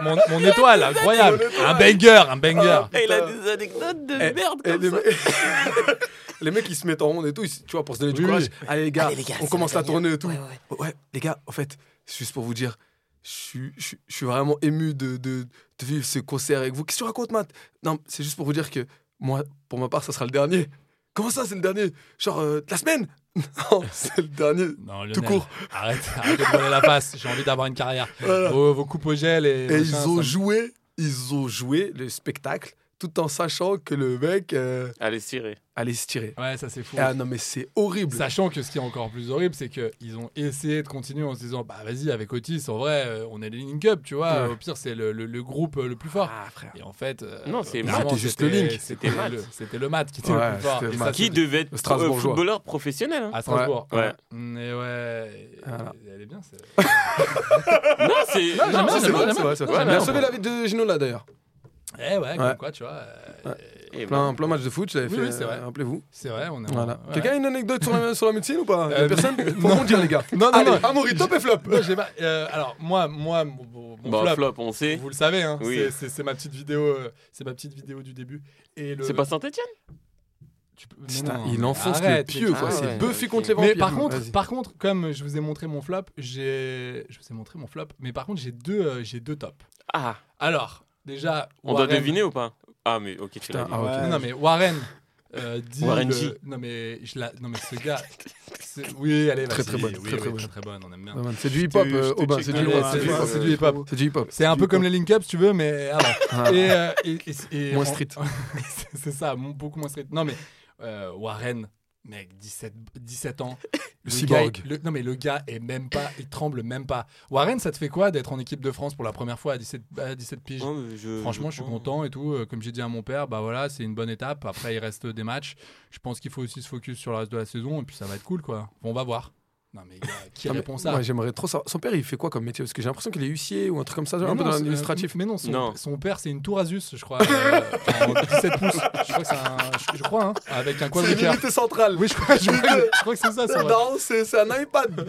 G: mon, mon- mon étoile, incroyable, un banger, un banger.
H: Ah.
C: Et Il a des anecdotes de
H: Eh,
C: merde
H: eh,
C: comme
H: les,
C: ça.
H: me- les mecs ils se mettent en ronde et tout, ils- tu vois, pour se donner du
G: Oui,
H: courage.
G: oui.
H: Allez les gars,
J: Allez, les gars,
H: on
J: ça
H: commence
J: va
H: la tournée et tout.
J: gagner.
H: Ouais, les gars, en fait, c'est juste pour vous dire, je suis- je suis- je suis vraiment ému de, de, de vivre ce concert avec vous. Qu'est-ce que tu racontes, Matt Non, c'est juste pour vous dire que moi, pour ma part, ça sera le dernier. Comment ça, c'est le dernier Genre euh, la semaine Non, c'est le dernier.
G: Non, Lionel,
H: Tout court.
G: Arrête, arrête de me donner la passe. J'ai envie d'avoir une carrière.
H: Voilà.
G: Vos, vos coupes au gel et.
H: Et
G: machin,
H: ils
G: ça
H: ont
G: me-
H: joué, ils ont joué le spectacle tout en sachant que le mec euh,
C: Allez, cirer.
H: allait se tirer.
G: Ouais, ça c'est fou.
H: Ah non, mais c'est horrible.
G: Sachant que ce qui est encore plus horrible, c'est qu'ils ont essayé de continuer en se disant Bah vas-y, avec Otis, en vrai, euh, on est les Link Up, tu vois.
H: Ouais.
G: Au pire, c'est le, le- le groupe euh, le plus fort.
H: Ah, frère.
G: Et en fait. euh,
C: Non, c'est
G: clairement,
H: Matt. C'était juste le Link.
G: C'était
C: C'était
G: le,
C: Matt.
G: c'était le mat qui était
H: Ouais,
G: le plus fort.
H: c'était
G: Et
H: le
G: ça,
H: Matt.
C: Qui
G: c'était
C: devait être euh,
H: Strasbourgeois.
C: footballeur professionnel. hein.
G: À Strasbourg.
C: Ouais.
G: Mm, Et ouais. et-
H: Voilà.
G: Elle est bien, c'est.
C: Non, c'est.
G: Ah, Non, j'aime
H: Non,
G: bien,
H: c'est
G: j'aime
H: vrai,
G: bien,
H: c'est vrai, c'est vrai.
G: j'aime
H: Il a
G: bien.
H: sauvé la vie de Gino là d'ailleurs.
G: Eh ouais,
H: Ouais.
G: comme quoi, tu vois. euh,
C: Eh ben,
H: Plein, plein match de foot, j'avais
G: Oui,
H: fait.
G: oui, c'est
H: euh,
G: vrai.
H: Rappelez-vous.
G: C'est vrai, on est. en-
H: Voilà.
G: ouais.
H: Quelqu'un a une anecdote sur la, sur la médecine ou pas
G: Euh,
H: Personne
G: non.
H: Faut rebondir, les gars.
G: Non, non,
H: Allez,
G: non.
H: Amaury, top et flop.
G: Non, j'ai pas- euh, alors, moi, moi mon, mon- mon
C: Bah,
G: flop,
C: flop, on sait.
G: Vous le savez, hein,
C: Oui.
G: c'est- c'est c'est ma petite vidéo, euh, c'est ma petite vidéo du début. Et le,
C: C'est pas Saint-Etienne
G: tu peux- mais
H: Putain,
G: non,
H: il
G: mais
H: enfonce le
G: arrête,
H: pieu,
G: mais-
H: quoi.
C: Ah
H: C'est
C: ouais,
H: Buffy
C: ok.
H: contre les
G: Mais
H: vampires.
G: par contre,
H: Vas-y.
G: par contre, comme je vous ai montré mon flop, j'ai, je vous ai montré mon flop, mais par contre j'ai deux, euh, j'ai deux tops.
C: Ah,
G: Alors, déjà,
C: on doit
G: Warren-
C: deviner ou pas Ah, mais ok, tu l'as dit.
G: Putain, ah, ok. Non, mais Warren. euh, dit
C: Warren
G: le-
C: G.
G: Non, mais, je la... non, mais ce gars. c'est- Oui, allez,
H: Très,
G: vas-y,
H: très bonne,
G: oui,
H: très,
G: oui,
H: très bonne.
G: très bonne, on aime bien.
H: Ouais, man, c'est du hip-hop,
G: Je te-
H: euh,
G: je te
H: Aubin,
G: check
H: c'est
G: dans
H: du-
G: le-
H: ouais,
G: c'est
H: c'est
G: du
H: du
G: hip-hop,
H: hip-hop.
G: c'est du hip-hop.
H: C'est du hip-hop.
G: C'est un peu comme les link ups, si tu veux, mais ah
H: Ah.
G: bon. et, euh, et- et- et-
H: Moins
G: on-
H: street.
G: C'est- c'est ça, mon- beaucoup moins street. Non mais euh, Warren, mec, 17, 17 ans.
H: Le
G: gars,
H: cyborg.
G: il- le- non mais le gars est même pas, il tremble même pas. Warren, ça te fait quoi d'être en équipe de France pour la première fois à 17, à 17 piges
C: Non, mais je-
G: Franchement, je suis content et tout. Euh, Comme j'ai dit à mon père, bah voilà, c'est une bonne étape. Après, il reste des matchs. Je pense qu'il faut aussi se focus sur le reste de la saison et puis ça va être cool quoi. Bon, on va voir. Non mais gars, qui
H: Non, mais
G: répond ça
H: Moi, j'aimerais trop savoir. Son père, il fait quoi comme métier Parce que j'ai l'impression qu'il est huissier ou un truc comme ça, genre
G: Mais
H: un peu
G: non,
H: dans
G: c'est- euh,
H: l'administratif.
G: Mais non, son,
C: Non.
G: son père, c'est une tour Asus, je crois. euh, en 17 pouces. Je crois que c'est un. Je, je crois, hein, avec un quadricœur.
H: centrale.
G: Oui, je crois, je crois que- je crois que c'est ça. son-
H: c'est c'est un iPad.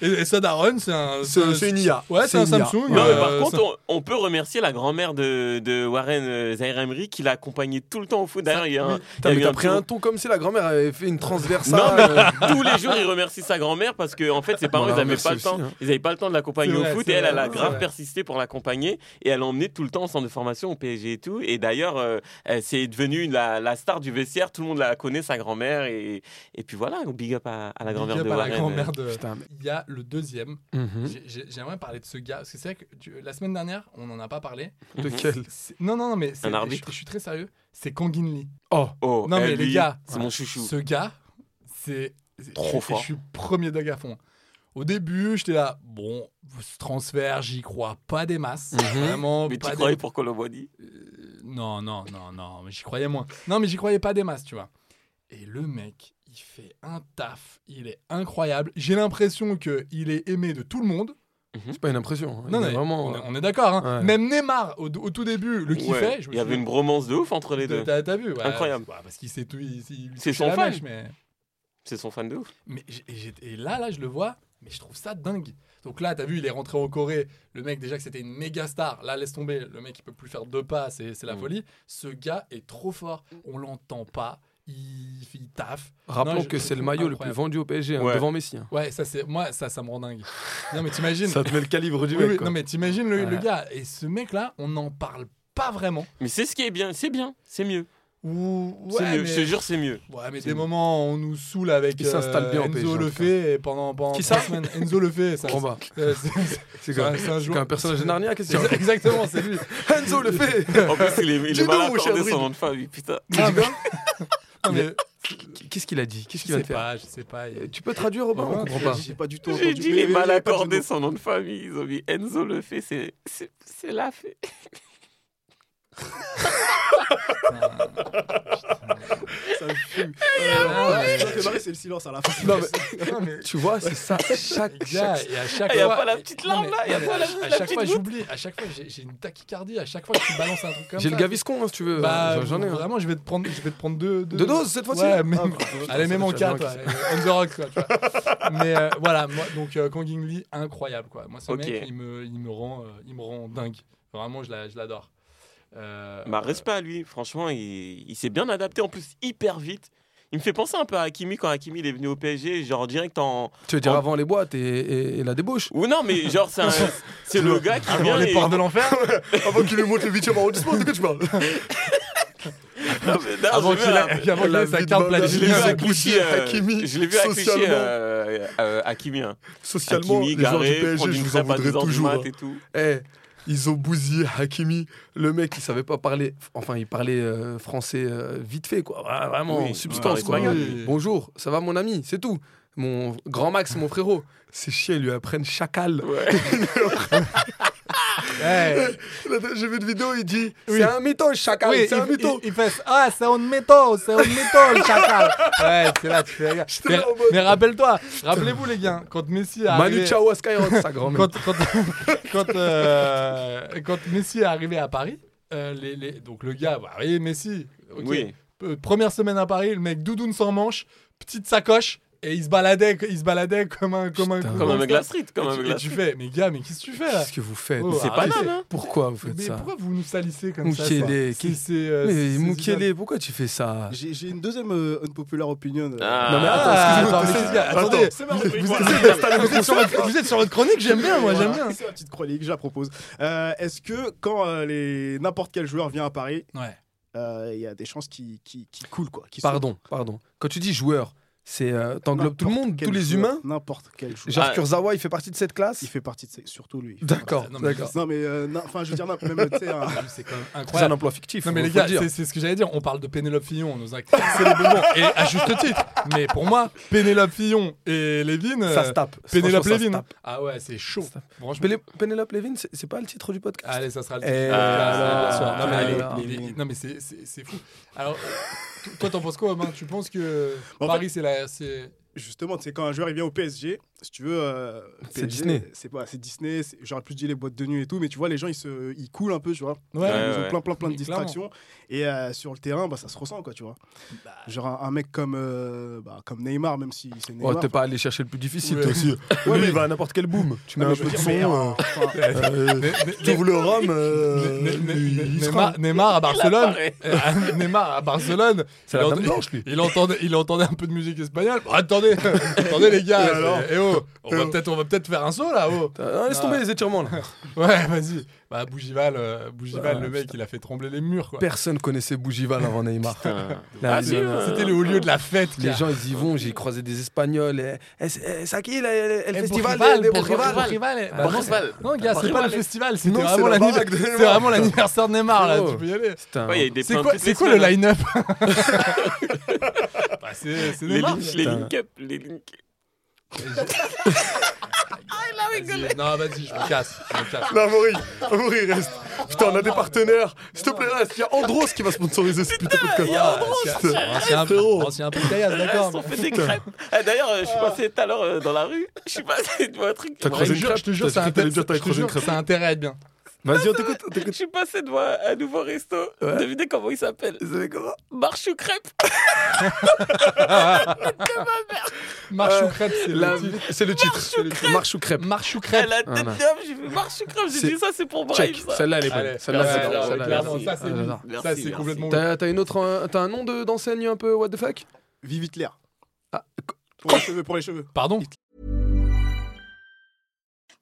G: Et, et ça, Daron, c'est un.
H: C'est c'est une IA.
G: Ouais, c'est un
H: une IA.
G: Samsung.
C: Non, mais par
G: euh,
C: contre, on, on peut remercier la grand-mère de, de Warren euh, Zaire Emery qui l'a accompagné tout le temps au foot. D'ailleurs, il y a un. il y
H: Putain,
C: a
H: mais
C: eu
H: T'as
C: un
H: pris
C: petit-
H: un ton comme si la grand-mère avait fait une transversale.
C: Non,
H: euh,
C: mais tous les jours, il remercie sa grand-mère parce que, en fait, ses parents,
H: Bon,
C: ils
H: la
C: n'avaient pas, le
H: remercie
C: temps-
H: aussi, hein.
C: ils avaient pas le temps de l'accompagner
G: C'est
C: au
G: vrai,
C: foot.
G: c'est
C: Et elle, elle
G: vrai,
C: a
G: c'est
C: grave
G: vrai.
C: persisté pour l'accompagner. Et elle l'a emmené tout le temps en centre de formation au PSG et tout. Et d'ailleurs, euh, elle- c'est devenu la, la star du vestiaire. Tout le monde la connaît, sa grand-mère. Et, et puis voilà, big up à, à la
G: big
C: grand-mère
G: up
C: de
G: à la
C: Warren. euh.
G: grand-mère de-
H: Putain, mais-
G: Il y a le deuxième.
H: Mhm.
G: J'ai- j'ai- J'aimerais parler de ce gars. Parce que c'est vrai que tu- la semaine dernière, on n'en a pas parlé.
H: De quel
G: C'est- Non, non, non, mais. c'est-
C: Un
G: je,
C: arbitre.
G: je suis très sérieux. C'est Kangin Lee.
H: Oh,
C: Oh,
G: Non, mais
C: eh,
G: les
C: lui,
G: gars,
C: c'est mon chouchou.
G: Ce gars, c'est c'est-
C: Trop
G: je suis-
C: fort.
G: Je suis premier dog à fond. Au début, j'étais là, bon, ce transfert, j'y crois pas des masses. Vraiment,
C: Mhm. Mais
G: pas
C: tu
G: des-
C: croyais pour Colomboigny
G: Non, non, non, non, mais j'y croyais moins. Non, mais j'y croyais pas des masses, tu vois. Et le mec, il fait un taf, il est incroyable. J'ai l'impression que il est aimé de tout le monde.
H: c'est pas une impression. hein.
G: Non,
H: Il
G: non,
H: est vraiment. euh,
G: on est, on est d'accord. hein.
H: Ouais.
G: Même Neymar, au, au tout début, le kiffait.
C: euh, Ouais,
G: je me
C: Il y avait
G: souviens.
C: une bromance de ouf entre les deux.
G: T'as t'as vu ouais,
C: Incroyable.
G: ouais, Parce qu'il s'est tout. il- il- il
C: C'est
G: touchait
C: son
G: la
C: fan.
G: mèche, mais...
C: C'est son fan de ouf.
G: Mais j- et, j'ai- et là, là, je le vois, mais je trouve ça dingue. Donc là, t'as vu, il est rentré en Corée. Le mec, déjà que c'était une méga star. Là, laisse tomber. Le mec, il peut plus faire deux pas. C'est c'est la
C: Mm.
G: folie. Ce gars est trop fort. On l'entend pas. Il, il taffe.
H: Rappelons
G: Non, je-
H: que
G: je
H: c'est le
G: trouve
H: maillot le
G: incroyable.
H: plus vendu au PSG hein,
C: Ouais.
H: devant Messi. hein.
G: Ouais, ça, c'est moi, ça, ça me rend dingue. Non, mais t'imagines.
H: te met le calibre
G: Oui,
H: du
G: oui, non, mais t'imagines le, le
H: Ouais.
G: gars. Et ce mec-là, on n'en parle pas vraiment.
C: Mais c'est ce qui est bien, c'est bien, c'est mieux.
G: Ou,
C: c'est
G: ouais,
C: mieux, je te
G: mais-
C: jure, c'est mieux.
G: Ouais, mais
C: C'est
G: des
C: bon.
G: moments, on nous saoule avec euh,
H: Il s'installe bien au PSG, en
G: Enzo
H: tout
G: Lefebvre et pendant, pendant
H: Qui
G: trois
H: ça
G: semaines. Enzo Lefebvre, ça.
H: Combat.
G: euh, c'est- c'est-
H: C'est
G: c'est un-
H: comme
G: c'est un
H: c'est comme
G: joueur.
H: un personnage de Narnia, qu'est-ce que
G: Exa- Exactement, c'est lui.
H: Enzo le fait
C: En plus, il est, il est
H: Dis-nous,
C: mal
H: cher
C: accordé
H: druide.
C: son nom de famille, putain.
H: Ah,
G: Non, mais- Non, mais
H: Qu'est-ce qu'il a dit Qu'est-ce
G: je
H: qu'il va
G: sais
H: te faire
G: pas, je sais pas.
H: Euh, Tu peux traduire, Robin
G: Ouais,
H: On comprend pas.
D: J'ai pas du tout
C: J'ai
D: entendu.
C: dit,
D: Mais-
C: il est
D: mais-
C: mal
D: mais pas de
C: accordé
D: nom.
C: son nom de famille. Ils ont mis Enzo le fait, c'est c'est- c'est la fée.
D: Ça me fume. Euh, ça fait marrer, C'est le silence à la fin.
H: Non, mais- Tu vois, c'est ça. Chaque,
G: Gars,
H: chaque-
G: et à chaque
C: Ah, y a
G: fois,
C: pas la petite
G: Non,
C: larme,
G: mais-
C: là, y a
G: non,
C: pas
G: mais
C: la-
G: à-
C: la
G: À chaque
C: petite
G: fois,
C: goutte.
G: j'oublie. À chaque fois, j'ai j'ai une tachycardie. À chaque fois que tu balances un truc comme ça.
H: J'ai le gaviscon, hein, si tu veux.
G: Bah,
H: J'en- J'en ai. hein.
G: vraiment, je vais te prendre, je vais te prendre deux, deux...
H: Deux doses, cette fois-ci
G: Ouais, même-
H: Ah, putain,
G: Allez,
H: ça
G: même
H: fait
G: en
H: plaisir,
G: 4,
H: hein.
G: on the rock, quoi, tu vois. Mais euh, voilà, moi, donc euh, Kang In Lee, incroyable, quoi. Moi, ce
C: Ok.
G: mec, il me, il, me rend, euh, il me rend dingue. Vraiment, je la- je l'adore. Euh,
C: Bah, respect à lui, franchement, il, il s'est bien adapté, en plus, hyper vite. Il me fait penser un peu à Hakimi quand Hakimi il est venu au PSG, genre direct en.
H: Tu veux dire
C: En-
H: avant les boîtes et, et- et la débauche
C: Ou non, mais genre, c'est un- c'est le gars qui vient. et-
H: l'enfer Avant qu'il lui montre le 8 arrondissement, de quoi tu parles
C: Non, mais non,
G: Avant
C: je
G: qu'il
C: veux
G: ait-
C: un-
G: avant qu'il
H: la
G: ait sa
H: vie de
G: carte
H: bonheur.
C: Je l'ai vu
G: platine.
H: Il a
C: à Clichy,
H: poussé
C: euh,
H: Hakimi
C: je l'ai vu à Clichy,
H: socialement.
C: euh, euh, Hakimi, hein.
H: Socialement,
C: Hakimi,
H: les gens du
C: garé,
H: PSG,
C: prendre
H: je
C: une
H: vous en
C: crêpe à
H: voudrais
C: 10 heures du
H: toujours.
C: mat
H: hein.
C: et tout.
H: Eh, ils ont bousillé Hakimi. Le mec, il savait pas parler. Enfin, il parlait euh, français euh, vite fait, quoi. Vra- Vraiment,
C: Oui,
H: substance,
C: il
H: quoi.
C: parlait
G: espagnol, lui.
H: Bonjour, ça va, mon ami C'est tout. Mon grand Max, mon frérot. Ces chiens, ils lui apprennent chacal.
G: Ouais.
H: Là, J'ai vu une vidéo, il dit
G: Oui.
H: C'est un mytho, chacal,
G: Oui,
H: c'est un
G: il,
H: mytho.
G: il- il fait Ah, c'est un mytho, c'est un mytho, le chacal. Ouais, c'est là, tu fais rien.
H: J'étais
G: Mais,
H: là en mode-
G: mais rappelle-toi, rappelez-vous, les gars, quand Messi a.
H: Manu Chao à Skyrock, sa grand-mère.
G: quand, quand, quand, euh, quand Messi est arrivé à Paris, euh, les, les- donc le gars, bah oui, Messi, ok.
C: Oui.
G: Euh, première semaine à Paris, le mec doudoune sans manche, petite sacoche, Et il se baladait, il se baladait comme un, comme un,
C: Comme un
G: gangster.
C: Douglas Street, comme
G: Et
C: un
G: tu- et
C: Douglas
G: tu
C: Street.
G: fais, mais gars, mais qu'est-ce que tu fais là
H: Qu'est-ce que vous faites
G: Oh,
H: C'est pas
G: arrêtez.
H: normal. hein Pourquoi vous faites
G: Mais
H: ça
G: pourquoi vous nous salissez comme ça
H: Mukele,
G: quoi C'est-
H: qui-
G: c'est, euh, c'est-
H: mais
G: c'est
H: Mukele, pourquoi tu fais ça
D: J'ai j'ai une deuxième euh, unpopular opinion. euh.
C: Ah.
H: Non mais attends,
G: Ah,
H: excusez-moi,
G: attends,
H: qu'est-ce
G: mais les
H: que-
G: gars, attendez,
D: c'est ma
G: vous,
D: rubrique,
G: vous-
D: voilà.
G: vous êtes, vous êtes sur votre, vous êtes sur votre chronique, j'aime bien, moi, j'aime
D: Voilà,
G: bien.
D: C'est ma petite chronique, je la propose. Euh, Est-ce que quand euh, les n'importe quel joueur vient à Paris,
G: Ouais.
D: euh, il y a des chances qui, qui, qui coulent quoi qui
H: Pardon, pardon. Quand tu dis joueur, c'est euh, t'englobes tout le
D: N'importe
H: monde,
D: quel
H: tous les
D: joueur,
H: humains
D: N'importe quel joueur.
H: Genre
C: Ah.
H: Kurzawa, il fait partie de cette classe
D: Il fait partie de ces- surtout lui.
H: D'accord,
G: Non, mais-
H: d'accord.
D: Non mais euh, non, enfin je veux dire non, même tu sais un-
G: C'est quand même
H: C'est un
G: incroyable.
H: emploi fictif.
G: Non mais
H: faut-
G: les
H: faut le
G: gars,
H: dire.
G: c'est c'est ce que j'allais dire. On parle de Pénélope Fillon, on nous a c'est les bonbons. Et à juste titre. Mais pour moi, Pénélope Fillon et Lévin,
H: ça
G: euh,
H: se tape.
G: Pénélope
H: Franchement, ça se
G: Lévin.
H: tape.
G: Ah ouais, c'est chaud. Franchement.
H: Péné- Pénélope Lévin, c'est c'est pas le titre du podcast.
G: Allez, ça sera le
H: Eh
G: titre.
H: là
G: Ah,
H: là,
G: non, mais
H: allez,
G: les-
H: là.
G: les- les- non, mais c'est- c'est c'est fou. Alors, t- toi, t'en penses quoi, Romain Tu penses que
D: En fait-
G: Paris, c'est la. c'est-
D: justement c'est quand un joueur il vient au PSG, si tu veux euh,
H: C'est
D: PSG,
H: Disney.
D: C'est voilà, c'est Disney, c'est- j'aurais plus dit les boîtes de nuit et tout mais tu vois les gens ils se ils coulent un peu, tu vois.
G: Ouais,
D: ils ont
C: ouais.
D: plein plein plein de
G: Mais clairement.
D: distractions et euh, sur le terrain bah ça se ressent quoi, tu vois.
G: Bah.
D: Genre un, un mec comme euh, bah, comme Neymar même si c'est
H: Oh,
D: Neymar.
H: t'es pas allé chercher le plus difficile,
G: Ouais.
H: toi aussi.
D: Ouais,
H: Lui,
D: mais-
H: il va à n'importe quel boom. Tu mets
D: mais
H: un
D: je
H: peu
D: veux
H: de
D: dire,
H: son.
D: mais,
H: euh,
D: enfin,
H: euh, T'ouvres le rhum. euh,
G: Ne- ne-
H: il- il
G: ne-
H: sera-
G: Neymar- Neymar à Barcelone.
C: apparaît.
G: Euh, Neymar à Barcelone.
H: C'est la
G: il
H: dame
G: ent-
H: blanche, lui.
G: Il entendait, il entendait un peu de musique espagnole. Bon, attendez, attendez les gars. c'est- eh oh, on va peut-être, on va peut-être faire un saut là. Oh.
H: Ah, Laisse
G: Ah.
H: tomber les étirements, là.
G: Ouais, vas-y. Bah Bougival, euh, Bougival,
H: Ah,
G: le mec, il a fait trembler les murs. quoi.
H: Personne connaissait Bougival avant Neymar.
C: Putain.
H: Là,
C: Ah,
H: il-
C: si,
H: il-
C: ouais.
G: C'était le haut lieu de la fête.
H: Les
G: gars.
H: gens, ils y vont. J'ai croisé des Espagnols. eh, eh, c'est eh, c'est à qui là, le, le
G: Eh,
H: festival
G: Bourg-Rival,
H: des- des
G: Bourg-Rival.
H: Bourg-Rival
G: Bourg-Rival,
C: Ah,
G: bah,
C: bon,
G: non,
C: c'est pas-
G: Non, gars, c'est pas le
C: Bourg-Rival.
G: festival, c'était
H: Non, c'est
G: vraiment
H: la
G: l'anniversaire-
H: baraque de Neymar. Oh.
G: c'était vraiment l'anniversaire de Neymar, là,
H: Frérot.
G: tu peux y aller.
H: Putain.
C: Ouais, il y a eu des
G: C'est
C: plaintes
G: quoi,
C: toutes
G: c'est
C: les
G: quoi le
C: semaines, hein.
G: line-up Bah, C'est c'est
C: Les
G: Neymar.
C: links, les
H: Putain.
C: link up, les link.
G: Vas-y, Non, vas-y, je me casse. Je me casse.
H: Non, Amaury, Amaury, reste. Putain, on a des partenaires. S'il te plaît, reste. Il y a Andros qui va sponsoriser ce putain de podcast.
G: Ancien-
H: Ah,
G: Ancien
H: frérot.
G: ancien Picayas,
C: Ils
G: d'accord.
C: sont fait des crêpes. Ah, D'ailleurs, euh, je suis passé tout à l'heure euh, dans la rue. Je suis passé devant un truc.
H: T'as
G: Ouais,
H: croisé
G: Je
H: une
G: jure,
H: crêpe
G: je te jure,
H: T'as
G: ça
H: cru que t'allais
G: intéresse-
H: dire t'avais
G: je te
H: croisé une
G: jure,
H: crêpe.
G: ça intéresse à être bien.
H: Vas-y, on t'écoute. on
C: Je
H: t'écoute.
C: suis passé devant un un nouveau resto. Devinez comment il s'appelle.
H: Vous savez comment
C: Marche ou crêpe
G: Marche ou crêpe, c'est
H: La-
G: le titre.
H: C'est le titre. C'est le titre. Marche ou crêpe.
G: Marche ou
C: Elle
G: crêpe.
C: la tête
H: Voilà.
C: d'homme, j'ai fait marche ou crêpe.
H: C'est-
C: J'ai dit ça, c'est pour Brave.
H: Check.
C: ça.
H: Celle-là, elle est bonne.
G: Allez,
H: Celle-là,
G: ouais,
H: c'est
G: alors,
H: celle-là,
G: clairement,
H: elle est
G: ça, c'est
H: bonne.
G: lui.
H: Ah,
G: Ça,
C: Merci,
G: c'est
C: merci.
G: complètement.
H: T'as t'as une autre, euh, t'as un nom de- d'enseigne un peu what the fuck
D: Vive Hitler.
H: Ah,
D: pour les cheveux, pour les cheveux.
G: Pardon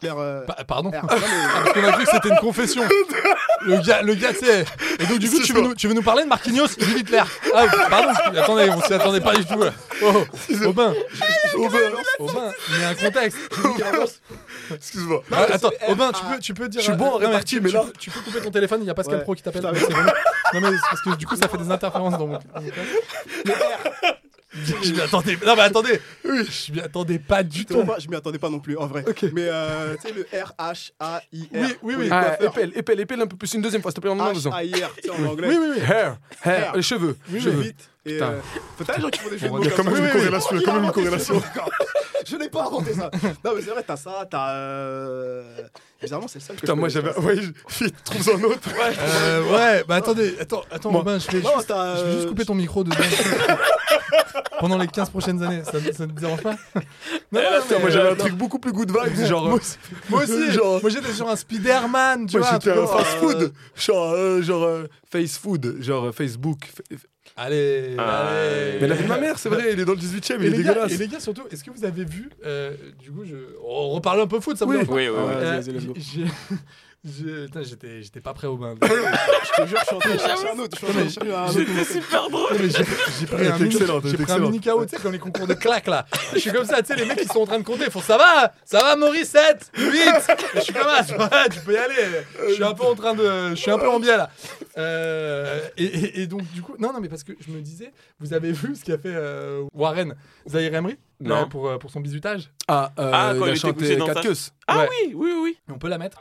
D: Hitler, euh,
H: Bah,
G: Pa- Pardon
D: R. Non,
G: Ah,
D: mais-
G: Parce qu'on a cru que c'était une confession. Le gars, le gars, tu sais. Et donc, du coup,
H: Ce
G: tu veux,
H: soir.
G: nous, tu veux nous parler de Marquinhos et de Hitler Ah, pardon, attendez, on s'y attendait pas du tout. là. Oh, Aubin,
H: Aubin,
G: Aubin, mais un contexte.
H: excuse-moi.
G: Ah, attends, Aubin, tu peux, tu peux dire.
H: Je suis bon en
G: non, mais
H: répartie,
G: tu-
H: mais
G: tu-
H: là-
G: Tu, peux couper ton téléphone, il y a Pascal
D: Ouais.
G: Pro qui t'appelle.
D: Putain,
G: donc c'est bon. Non, mais c'est parce que du coup, ça fait des interférences dans mon. dans mon casque. Je m'y attendais. Non, mais attendez. Je m'y attendais pas du
D: Justement,
G: tout.
D: moi, bah, je m'y attendais pas non plus, en vrai. Mais euh, tu sais, le R-H-A-I-R.
G: Oui, oui, oui.
H: Ah, épelle, épelle, épelle un peu plus une deuxième fois, s'il te plaît, en
D: h
H: faisant.
D: a i r en anglais.
H: Oui, oui, oui. Hair, hair,
D: Hair.
H: les cheveux,
D: Oui, mais
H: cheveux.
D: vite. Et
H: Putain.
D: euh, faut t'as les gens qui font des jeux de
G: Bon,
D: mots
G: il y a
D: comme
H: quand
D: ça.
H: même une
D: Oui, oui, oui.
H: corrélation, il y a
D: Il
H: quand même une
D: inventé ce
H: corrélation.
D: jeu, d'accord. Je n'ai pas inventé ça. Non, mais c'est vrai, t'as ça, t'as. euh, Bizarrement, c'est le seul que.
H: Putain,
D: je
H: moi
D: connais,
H: j'avais.
D: ça.
H: Ouais, je- vite, trouve un autre.
G: Euh, ouais, bah attendez, attends, attends,
H: Moi.
G: Robin, je vais,
D: Non,
G: juste,
D: t'as,
G: je vais
D: euh,
G: juste couper ton micro dedans. Pendant les 15 prochaines années, ça, ça ne te dérange pas Non, non,
H: Eh, Putain,
G: mais,
H: moi j'avais
G: euh,
H: un truc beaucoup plus good vibes, genre.
G: Moi
H: euh,
G: aussi, moi aussi,
H: genre-
G: moi j'étais sur un Spider-Man, tu
H: Moi
G: vois. un
H: j'étais
G: truc
H: un
G: comme ça.
H: fast food, genre, euh, genre euh, face food, genre euh, Facebook.
G: Allez, allez.
H: Ah, Mais la vie de ma mère, c'est vrai, il est dans le 18
G: Et
H: e il
G: les,
H: est
G: gars,
H: dégueulasse.
G: et les gars, surtout, est-ce que vous avez vu euh, Du coup, je... on reparle un peu foot, ça me
H: Oui.
G: dérange pas
C: Oui, oui, oui.
G: Euh,
D: vas-y, let's go.
G: j'ai- Je- putain, J'étais j'étais pas prêt au bain.
D: Je te jure, je suis en train de chercher un autre. Je suis en train de chercher un autre.
G: J'étais
C: super drôle.
G: Ah, J'ai j'ai pris,
D: Elle
G: un
D: était
G: mini,
D: excellente, elle
G: j'ai
D: était
G: pris un mini KO, tu sais, comme les concours de claques là. Je suis comme ça, tu sais, les mecs ils sont en train de compter, ils font ça va, ça va, Maurice, 7, 8. Je suis comme ça, ouais, tu peux y aller. Je suis un peu en train de. Je suis un peu en biais là. Euh, et, et- et donc, du coup, non, non, mais parce que je me disais, vous avez vu ce qu'a fait euh, Warren Zahir Emery
H: Non.
G: euh, pour, euh, pour son bisutage
H: Ah, euh, Ah, quand il il a était chanté couché dans Quatre sa- Queues.
C: Ah oui, oui, oui.
G: On peut la mettre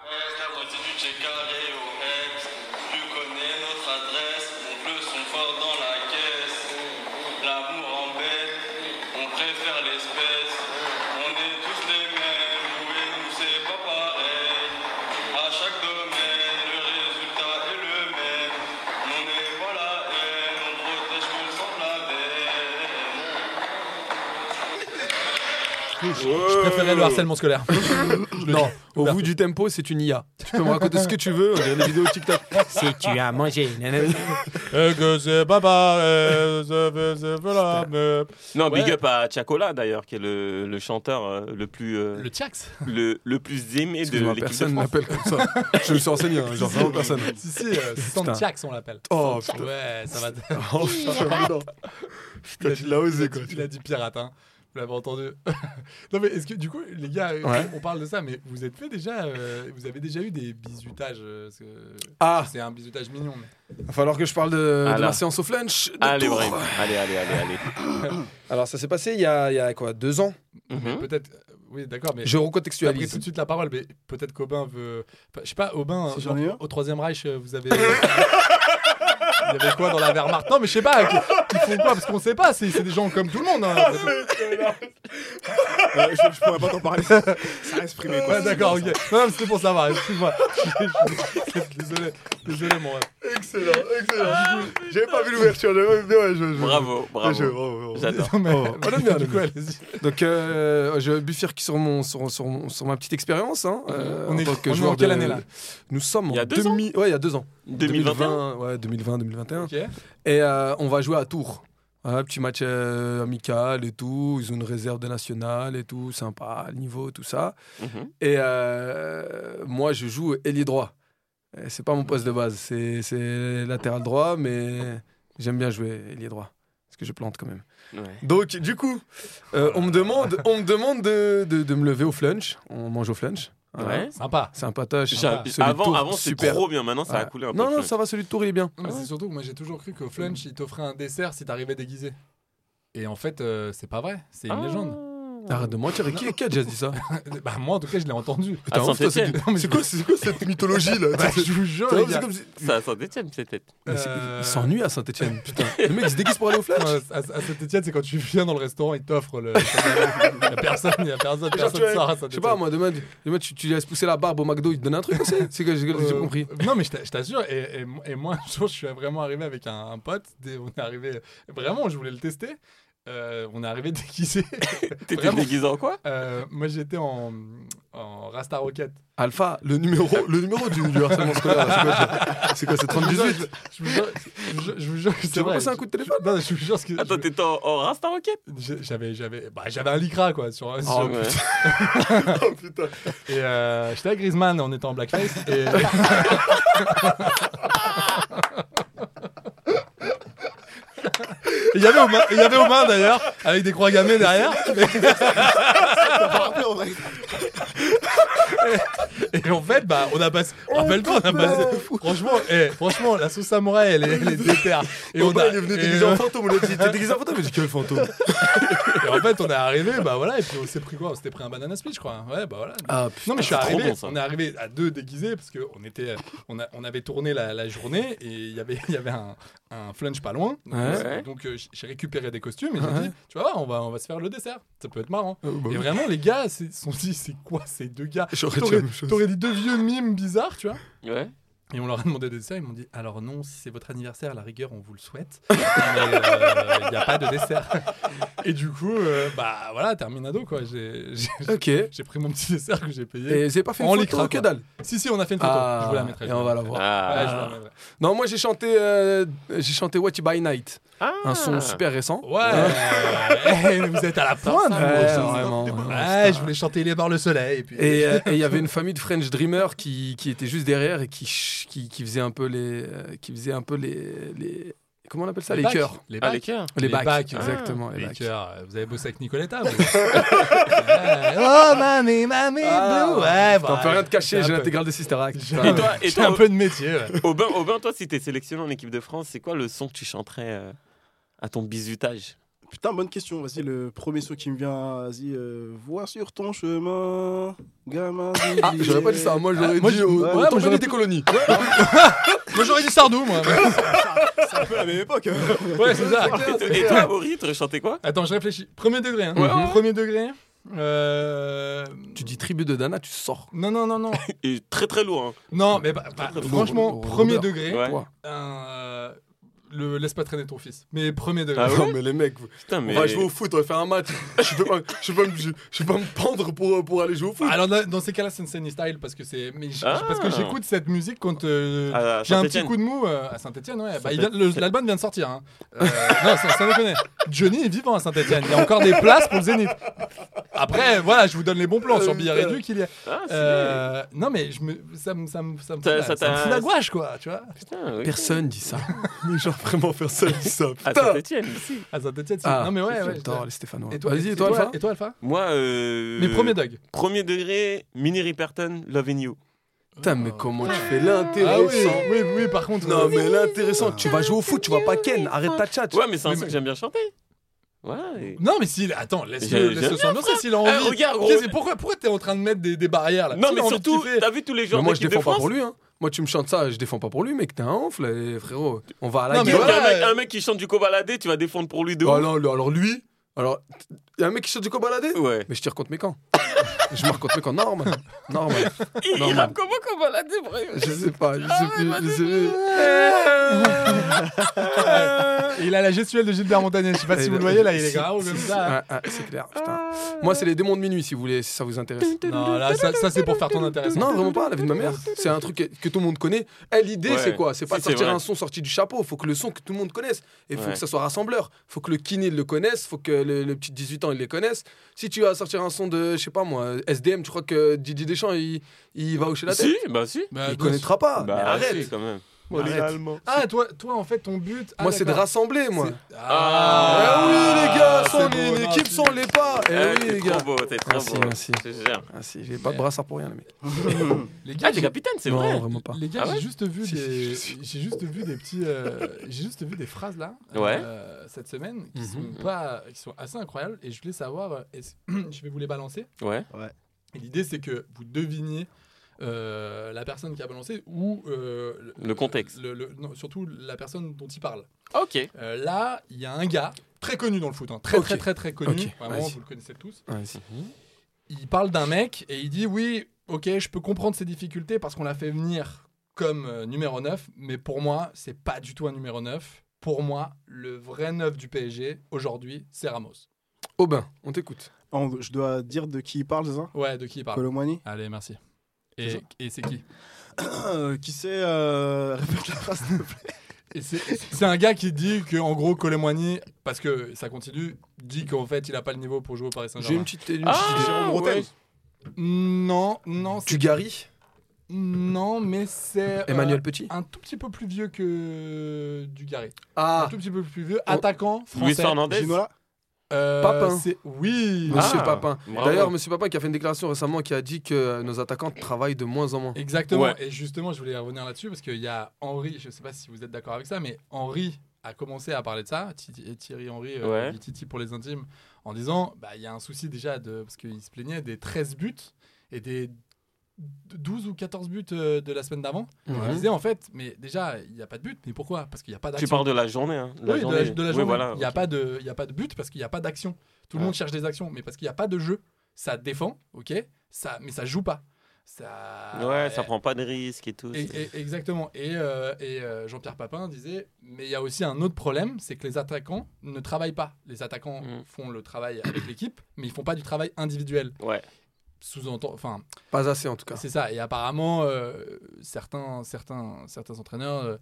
G: Je préférais le harcèlement scolaire.
H: non, Oh au bout du tempo, c'est une IA. Bah. Tu peux me raconter ce que tu veux, on dirait des vidéos TikTok. Si tu as mangé,
G: que c'est papa, voilà.
C: Non, big up à Chacola d'ailleurs, qui est le, le chanteur euh, le plus. euh,
G: Le Tiax
C: le, le plus aimé de
H: Excuse-moi,
C: l'équipe de
H: personne
C: France.
H: m'appelle comme ça. Je me suis renseigné, hein, genre vraiment personne.
G: Si, si, euh,
H: Putain.
G: Santiax, on l'appelle.
H: Oh,
G: Santiax.
H: putain.
G: Ouais, ça va.
H: Oh, putain, non.
G: Il a
H: Putain,
G: dit-
H: tu l'as osé,
G: il a
H: quoi,
G: dit-
H: tu
G: Il a dit pirate, hein. Vous l'avez entendu. non, mais est-ce que, du coup, les gars, euh,
H: Ouais.
G: on parle de ça, mais vous êtes fait déjà. euh, vous avez déjà eu des bisutages euh, parce que
H: Ah.
G: C'est un bisutage mignon, mais.
H: Il va falloir que je parle de, de
C: Ah là.
H: ma séance au flunch. de
C: Allez,
H: Tours.
C: Brahim. Allez, allez, allez, allez.
H: Alors, ça s'est passé il y a, il y a quoi, deux ans
G: Mais
C: Mhm.
G: Peut-être. euh, Oui, d'accord, mais.
H: Je
G: T'as pris
H: recontextualise.
G: tout de suite la parole, mais peut-être qu'Aubin veut. Je sais pas, Aubin,
D: Si j'en ai
G: au-
D: un.
G: au Troisième Reich, euh, vous avez. Vous avez quoi dans la Wehrmacht Non, mais je sais pas, qu- ils font quoi Parce qu'on sait pas, c'est c'est des gens comme tout le monde. hein.
D: Euh, je, je pourrais pas t'en parler. Ça reste primé, quoi.
H: Ah,
G: Ouais, d'accord, ok. Non, non, mais c'était pour savoir, excuse-moi. Je- je- désolé, désolé, mon ref.
H: Excellent, excellent. J'avais pas vu l'ouverture. Ouais, je,
C: Bravo, bravo. J'adore.
G: Non, mais-
H: Oh, on aime bien,
G: du
H: le
G: coup, allez-y.
H: Donc, euh, je bifurque sur, mon, sur, sur, mon- sur ma petite expérience. hein, euh,
G: On
H: en
G: est-
H: tant que
G: on est en
H: joueur
G: quelle
H: de-
G: année, là
H: Nous sommes
C: Il y a
H: en
C: deux
H: demi- ouais, il y a deux ans.
C: 2021?
H: ouais, 2020, 2021.
G: Ok.
H: Et euh, on va jouer à Tours. Voilà, petit match euh, amical et tout. Ils ont une réserve de nationale et tout. Sympa, le niveau, tout ça.
C: Mhm.
H: Et euh, moi, je joue ailier droit. Euh, C'est pas mon poste de base. C'est c'est latéral droit, mais j'aime bien jouer ailier droit. Parce que je plante quand même.
C: Mhm. Ouais.
H: Donc, du coup, euh, on me demande, on me demande de, de- de me lever au flunch. On mange au flunch. Voilà.
C: Ouais.
G: Sympa.
H: Sympatoche.
C: J'ai-
H: Celui de
C: Avant,
H: Tours,
C: avant c'était
H: Ah, super.
C: trop bien. Maintenant, ça a
H: Ouais.
C: coulé un peu.
H: Non, non,
C: le
H: ça va, celui de Tours, il est bien.
G: Non, mais C'est surtout que moi j'ai toujours cru qu'au flunch ils t'offraient un dessert si t'arrivais déguisé. Et en fait, euh, c'est pas vrai, c'est une
C: Ah.
G: légende.
H: Arrête de mentir. Et qui, qui a déjà dit ça
G: Bah, moi en tout cas, je l'ai entendu.
H: Putain,
C: À
H: ouf, toi, c'est
C: Ah, Saint-Étienne.
H: du- C'est quoi, c'est quoi cette mythologie là
G: Bah, je vous jure,
H: Putain,
G: les
H: c'est
G: gars.
H: comme si-
C: Ça s'en détient, peut-être.
H: Mais c'est-
G: Euh,
H: Il s'ennuie à Saint-Etienne, putain. Le mec il se déguise pour aller au flash.
G: Ouais, à, à Saint-Etienne, c'est quand tu viens dans le restaurant, ils t'offrent le. Il y a personne, il y a personne,
H: Genre,
G: personne
H: tu vas-
G: sort à
H: je sais pas,
G: Saint-Etienne.
H: moi, demain, tu- demain, tu, tu laisses pousser la barbe au McDo, il te donne un truc aussi. C'est que j'ai j'ai compris.
G: Euh, Non, mais je t'a- je t'assure, et, et, et moi, un jour, je suis vraiment arrivé avec un, un pote. dès- on est arrivé, vraiment, je voulais le tester. Euh, on est arrivé déguisé.
C: T'étais
G: Vraiment.
C: déguisé en quoi
G: Euh, moi, j'étais en, en Rasta Rocket.
H: Alpha, le numéro, le numéro du, du harcèlement scolaire, là, c'est quoi, ça c'est quoi C'est 38
G: Je vous jure, je vous jure- je vous jure que c'est
H: Tu veux
G: vrai.
H: passer un coup de téléphone
G: Non, je vous jure ce que.
C: Attends, t'étais en, en Rasta Rocket
G: je- J'avais, j'avais, bah, j'avais un lycra quoi sur. sur-
H: Ah,
C: Ouais.
G: Et euh, j'étais à Griezmann, on était en blackface. Et... Il y avait Omain, il y avait Omain, d'ailleurs, avec des croix gammées derrière.
D: Après, en vrai,
G: Et en fait, bah, on a passé.
H: Oh,
G: Rappelle-toi, on a passé. Franchement, eh, franchement, la sauce samouraï, elle est, elle est déterre. Et on a.
H: il est venu
G: et,
H: déguisé en
G: euh,
H: fantôme, on l'a dit. T'es déguisé en fantôme Il dit quel fantôme
G: et en fait, on est arrivé, bah voilà, et puis on s'est pris quoi On s'était pris un banana split, je crois. Ouais, bah voilà.
H: Ah putain.
G: Non mais je suis
C: c'est trop
G: arrivé,
C: bon, ça.
G: on est arrivé à deux déguisés parce que on était, on, a- on avait tourné la, la journée et il y avait, il y avait un, un flunch pas loin. Donc,
H: Ouais.
G: donc, euh, j- j'ai récupéré des costumes et j'ai dit, tu vois, on va, on va se faire le dessert, ça peut être marrant.
H: Euh, bah
G: et
H: oui.
G: vraiment les gars, se sont dit, c'est quoi ces deux gars
H: J'aurais dit la
G: T'aurais
H: même chose.
G: t'aurais dit deux vieux mimes bizarres, tu vois
C: Ouais.
G: Et on leur a demandé des desserts, ils m'ont dit alors non, si c'est votre anniversaire, à la rigueur, on vous le souhaite, mais euh, il n'y a pas de dessert. Et du coup, euh, bah voilà, terminado quoi. J'ai j'ai- j'ai- j'ai pris mon petit dessert que j'ai payé.
H: Et vous avez pas fait une
G: en
H: photo,
G: lycra,
H: que
G: quoi.
H: dalle
G: Si si, on a fait une photo.
H: Ah,
G: je vous la mettrai. je
H: Et
G: vous
H: on
G: la
H: va la
G: mettrai.
H: voir.
G: Ouais, je vous la mettrai.
H: Non, moi j'ai chanté, euh, j'ai chanté What You By Night,
C: Ah.
H: un
G: Ah.
H: son super récent.
G: Ouais, mais vous êtes à la pointe.
H: Ouais,
G: vous,
H: ouais,
G: aussi.
H: Ah. vraiment.
G: Ouais, je voulais chanter les bars le soleil. Et puis.
H: Et euh, et il y avait une famille de French Dreamers qui, qui était juste derrière et qui, ch- qui, qui faisait un peu les, euh, qui faisait un peu les, les- comment on appelle ça, les,
G: bacs.
H: chœurs.
G: Les
C: Ah,
G: bacs.
C: les chœurs.
H: Les bacs,
G: ouais.
H: exactement, les
G: Les,
H: bacs.
G: chœurs. Vous avez bossé avec Nicoletta vous Ouais. Oh, mamie, mamie,
H: Ah.
G: blue. Ouais,
H: T'en
G: bah,
H: peux rien te
G: j'ai
H: cacher,
G: un
H: j'ai
G: peu-
H: l'intégrale de Sister Act.
G: Et toi- et J'ai toi- un peu de métier, ouais.
C: Aubin, Aubin, toi, si t'es sélectionné en équipe de France, c'est quoi le son que tu chanterais euh, à ton bisutage
D: Putain, bonne question. Vas-y, le premier son qui me vient, vas-y, euh, vois sur ton chemin, gamin.
H: Ah,
D: oublié.
H: j'aurais pas dit ça, moi j'aurais
D: Ah,
H: dit
D: je-
H: au-
D: ouais,
H: au
D: moi,
H: tomber
D: j'aurais-
H: des colonies.
G: Moi j'aurais dit Sardou, moi.
D: C'est un peu la même époque.
G: Ouais, c'est ça.
C: Et toi- Et toi, Maury, tu chantais quoi
G: Attends, je réfléchis. Premier degré. Hein.
C: Ouais, ouais, ouais.
G: Premier degré. Euh...
H: Tu dis tribu de Dana, tu sors.
G: Non, non, non, non.
C: Et très très lourd. hein.
G: Non, mais bah, bah,
C: Très, très
G: franchement,
H: lourd, lourd,
G: premier
H: lourdeur.
G: degré.
C: Ouais.
H: Toi.
G: euh, le laisse pas traîner ton fils. Mais premier degré.
C: Ah ouais
H: Non mais les mecs, vous-
C: Putain, mais.
H: on va jouer au foot, on va faire un match. Je peux pas, je peux pas, me- je, je peux pas me pendre pour, pour aller jouer au foot.
G: Alors là, dans ces cas-là, c'est Sunny Style parce que c'est mais j-
C: Ah.
G: parce que j'écoute cette musique quand euh,
C: À
G: j'ai un petit
C: Saint-Étienne.
G: coup de mou euh, à Saint-Étienne. Ouais, Bah, il
C: Saint-Étienne.
G: vient- le- l'album vient de sortir. hein. Euh, non, ça, ça me connaît. Johnny est vivant à Saint-Étienne. Il y a encore des places pour le Zénith. Après, voilà, je vous donne les bons plans sur billets réduits qu'il y a.
C: Ah, c'est
G: Euh, non mais je me ça me ça me ça me
C: Ça-
G: fout
C: ça
G: la- ça me
C: t'a-
G: fout la gouache quoi, tu vois.
C: Putain, oui.
H: Personne dit ça. Mais genre vraiment personne dit ça.
C: À
H: Putain.
C: Saint-Etienne, ici.
G: À Saint-Étienne. c'est-
H: Ah,
G: non mais ouais, ouais.
H: J'adore les Stéphanois.
G: Et toi,
H: Vas-y, et toi, Alpha
G: Et toi, Alpha
C: Moi, euh,
G: Mais premier Doug.
C: Premier degré, Mini Riperton, Loving You.
H: Putain, mais comment tu fais
G: Ah oui,
H: l'intéressant
G: oui, oui, par contre.
H: Non,
G: euh,
H: mais l'intéressant,
D: Ah.
H: tu vas jouer au foot, tu vas pas Ken, arrête ta chat.
C: Ouais, mais c'est un
G: Oui,
C: son
G: mais-
C: que j'aime bien chanter. Ouais.
G: Non, mais s'il. Attends,
C: J'ai-
G: laisse-le
C: j'ai-
G: laisse s'ambiancer s'il a
C: Eh,
G: envie.
C: regarde, gros.
G: Qu'est-ce que- Pourquoi, pourquoi t'es en train de mettre des, des barrières là
C: Non,
G: S'il
C: mais
G: a envie de
C: surtout,
G: kiffer.
C: t'as vu tous les
H: Mais
C: joueurs
H: moi, je
C: d'équipe de
H: défends pas
C: France
H: pour lui. Hein. Moi, tu me chantes ça, je défends pas pour lui, mec. T'es un enfle, eh, frérot. On va à la
G: Non, mais
H: guerre.
C: Donc,
G: voilà.
C: un, mec, un mec qui chante du cobaladé, tu vas défendre pour lui de
H: Oh,
C: ouf.
H: non, alors, lui, alors, y a un mec qui chante du cobaladé
C: Ouais.
H: Mais je tire contre mes camps. je marque contre mes camps. Normal. Normal.
C: Il, il
H: Normal.
C: rappe Ah, comment cobaladé, bref
H: Je sais pas, je sais plus, je sais plus.
G: Et Il a la gestuelle de Gilbert Montagné. Je sais pas si vous le voyez là, il est
H: Si,
G: grave
H: si,
G: comme
H: si.
G: ça.
H: Ah, ah, c'est clair, putain. Moi, c'est les démons de minuit, si vous voulez, si ça vous intéresse.
G: Non, là, ça, ça, c'est pour faire ton intéressant.
H: Non, vraiment pas, la vie de ma mère. C'est un truc que, que tout le monde connaît. Eh, L'idée,
C: Ouais.
H: c'est quoi C'est pas
C: Si,
H: de
C: c'est
H: sortir
C: vrai.
H: un son sorti du chapeau. Faut que le son que tout le monde connaisse. Et faut
C: Ouais.
H: que ça soit rassembleur. Faut que le kiné le connaisse. Faut que le, le petit 18 ans il les connaisse. Si tu vas sortir un son de, je sais pas moi, SDM, tu crois que Didier Deschamps il, il va hocher la tête
C: Si, bah si.
G: Bah,
H: Il
G: bien sûr.
H: connaîtra pas.
C: bah,
H: Mais
C: arrête
H: arrête.
C: quand même.
H: Moi, les
C: Arrête.
H: Allemands.
G: Ah, toi, toi, en fait, ton but. ah,
H: Moi, c'est de
G: d'accord. Ah,
H: rassembler, moi.
C: Ah,
H: Eh oui, les gars,
G: c'est
H: sans
G: beau,
H: les-
G: non,
H: l'équipe,
G: c'est-
H: sans les pas. Eh
C: Ah,
H: oui,
C: t'es
H: les
C: trop
H: gars.
C: beau, t'es trop
H: Merci,
C: beau.
H: merci.
C: Je te jure.
H: Ah si, j'ai pas de brassard pour rien, les mecs.
G: Les gars,
C: Ah, t'es
G: j'ai-
C: capitaine, c'est
H: non,
C: vrai.
H: vraiment pas.
G: Les gars,
C: Ah ouais
G: j'ai juste vu
H: Si,
G: des,
H: si,
G: j'ai juste vu des petits, euh, j'ai juste vu des phrases là
C: Ouais.
G: euh, cette semaine qui
H: Mhm.
G: sont pas, qui sont assez incroyables et je voulais savoir, euh, est-ce- je vais vous les balancer.
C: Ouais.
G: Et l'idée c'est que vous deviniez euh, la personne qui a balancé ou euh,
C: Le contexte.
G: le- le- non, surtout la personne dont il parle.
C: Ok.
G: Euh, là, il y a un gars très connu dans le foot, hein, très,
H: Ok.
G: très très très connu.
H: Ok,
G: Vraiment,
H: vas-y.
G: vous le connaissez tous
C: Ah,
H: Vas-y.
G: il parle d'un mec et il dit oui, ok, je peux comprendre ses difficultés parce qu'on l'a fait venir comme euh, numéro 9, mais pour moi, c'est pas du tout un numéro 9. Pour moi, le vrai 9 du PSG aujourd'hui, c'est Ramos.
H: Aubin, on t'écoute.
D: Ah, on- je dois dire de qui il parle, c'est ça
G: Ouais, de qui
H: Ah.
G: il parle
D: Colomani
G: Allez, merci.
D: C'est
G: Et,
D: ça.
G: et c'est qui
D: Euh, Qui c'est euh, Répète la phrase, s'il te plaît.
G: Et C'est c'est un gars qui dit que en gros Colomani, parce que ça continue, dit qu'en fait il a pas le niveau pour jouer au Paris
H: J'ai une
G: Saint-Germain.
H: petite, une
C: Ah,
H: petite idée.
C: ouais.
H: Roten.
G: Non, non, c'est-
H: Tu garis
G: non, mais c'est euh,
H: Emmanuel Petit
G: un tout petit peu plus vieux que Dugarry. un
H: Ah,
G: tout petit peu plus vieux,
H: Oh.
G: attaquant
C: Luis
G: français.
C: Fernandez.
D: Ginola
G: Euh,
H: Papin.
G: c'est- Oui.
H: Monsieur
C: Ah,
H: Papin.
C: bravo.
H: D'ailleurs, Monsieur Papin qui a fait une déclaration récemment qui a dit que nos attaquants travaillent de moins en moins.
G: Exactement.
C: Ouais.
G: Et justement, je voulais revenir là-dessus parce qu'il y a Henri, je ne sais pas si vous êtes d'accord avec ça, mais Henri a commencé à parler de ça, Titi- et Thierry Henry, euh,
C: Ouais.
G: dit Titi pour les intimes, en disant bah, il y a un souci déjà, de, parce qu'il se plaignait des 13 buts et des 12 ou 14 buts euh, de la semaine d'avant. Il
H: Mhm.
G: disait en fait, mais déjà, il n'y a pas de but, mais pourquoi Parce qu'il n'y a pas
C: Tu
G: d'action.
C: parles de la journée. Hein.
G: Oui, de la, de la
C: Oui,
G: journée.
C: voilà,
G: il n'y a,
C: ok.
G: pas de- il y a pas de but parce qu'il n'y a pas d'action. Tout le
C: Ouais.
G: monde cherche des actions, mais parce qu'il n'y a pas de jeu. Ça défend, ok ça, Mais ça joue pas. ça.
C: Ouais, ça prend pas de risques et tout.
G: Et-
C: c'est-
G: et- exactement. Et, euh, et, euh, Jean-Pierre Papin disait, mais il y a aussi un autre problème, c'est que les attaquants ne travaillent pas. Les attaquants font le travail avec l'équipe, mais ils font pas du travail individuel.
C: Ouais.
G: Sous-entendu, enfin,
H: Pas assez en tout cas.
G: c'est ça. Et apparemment, euh, certains, certains, certains entraîneurs euh,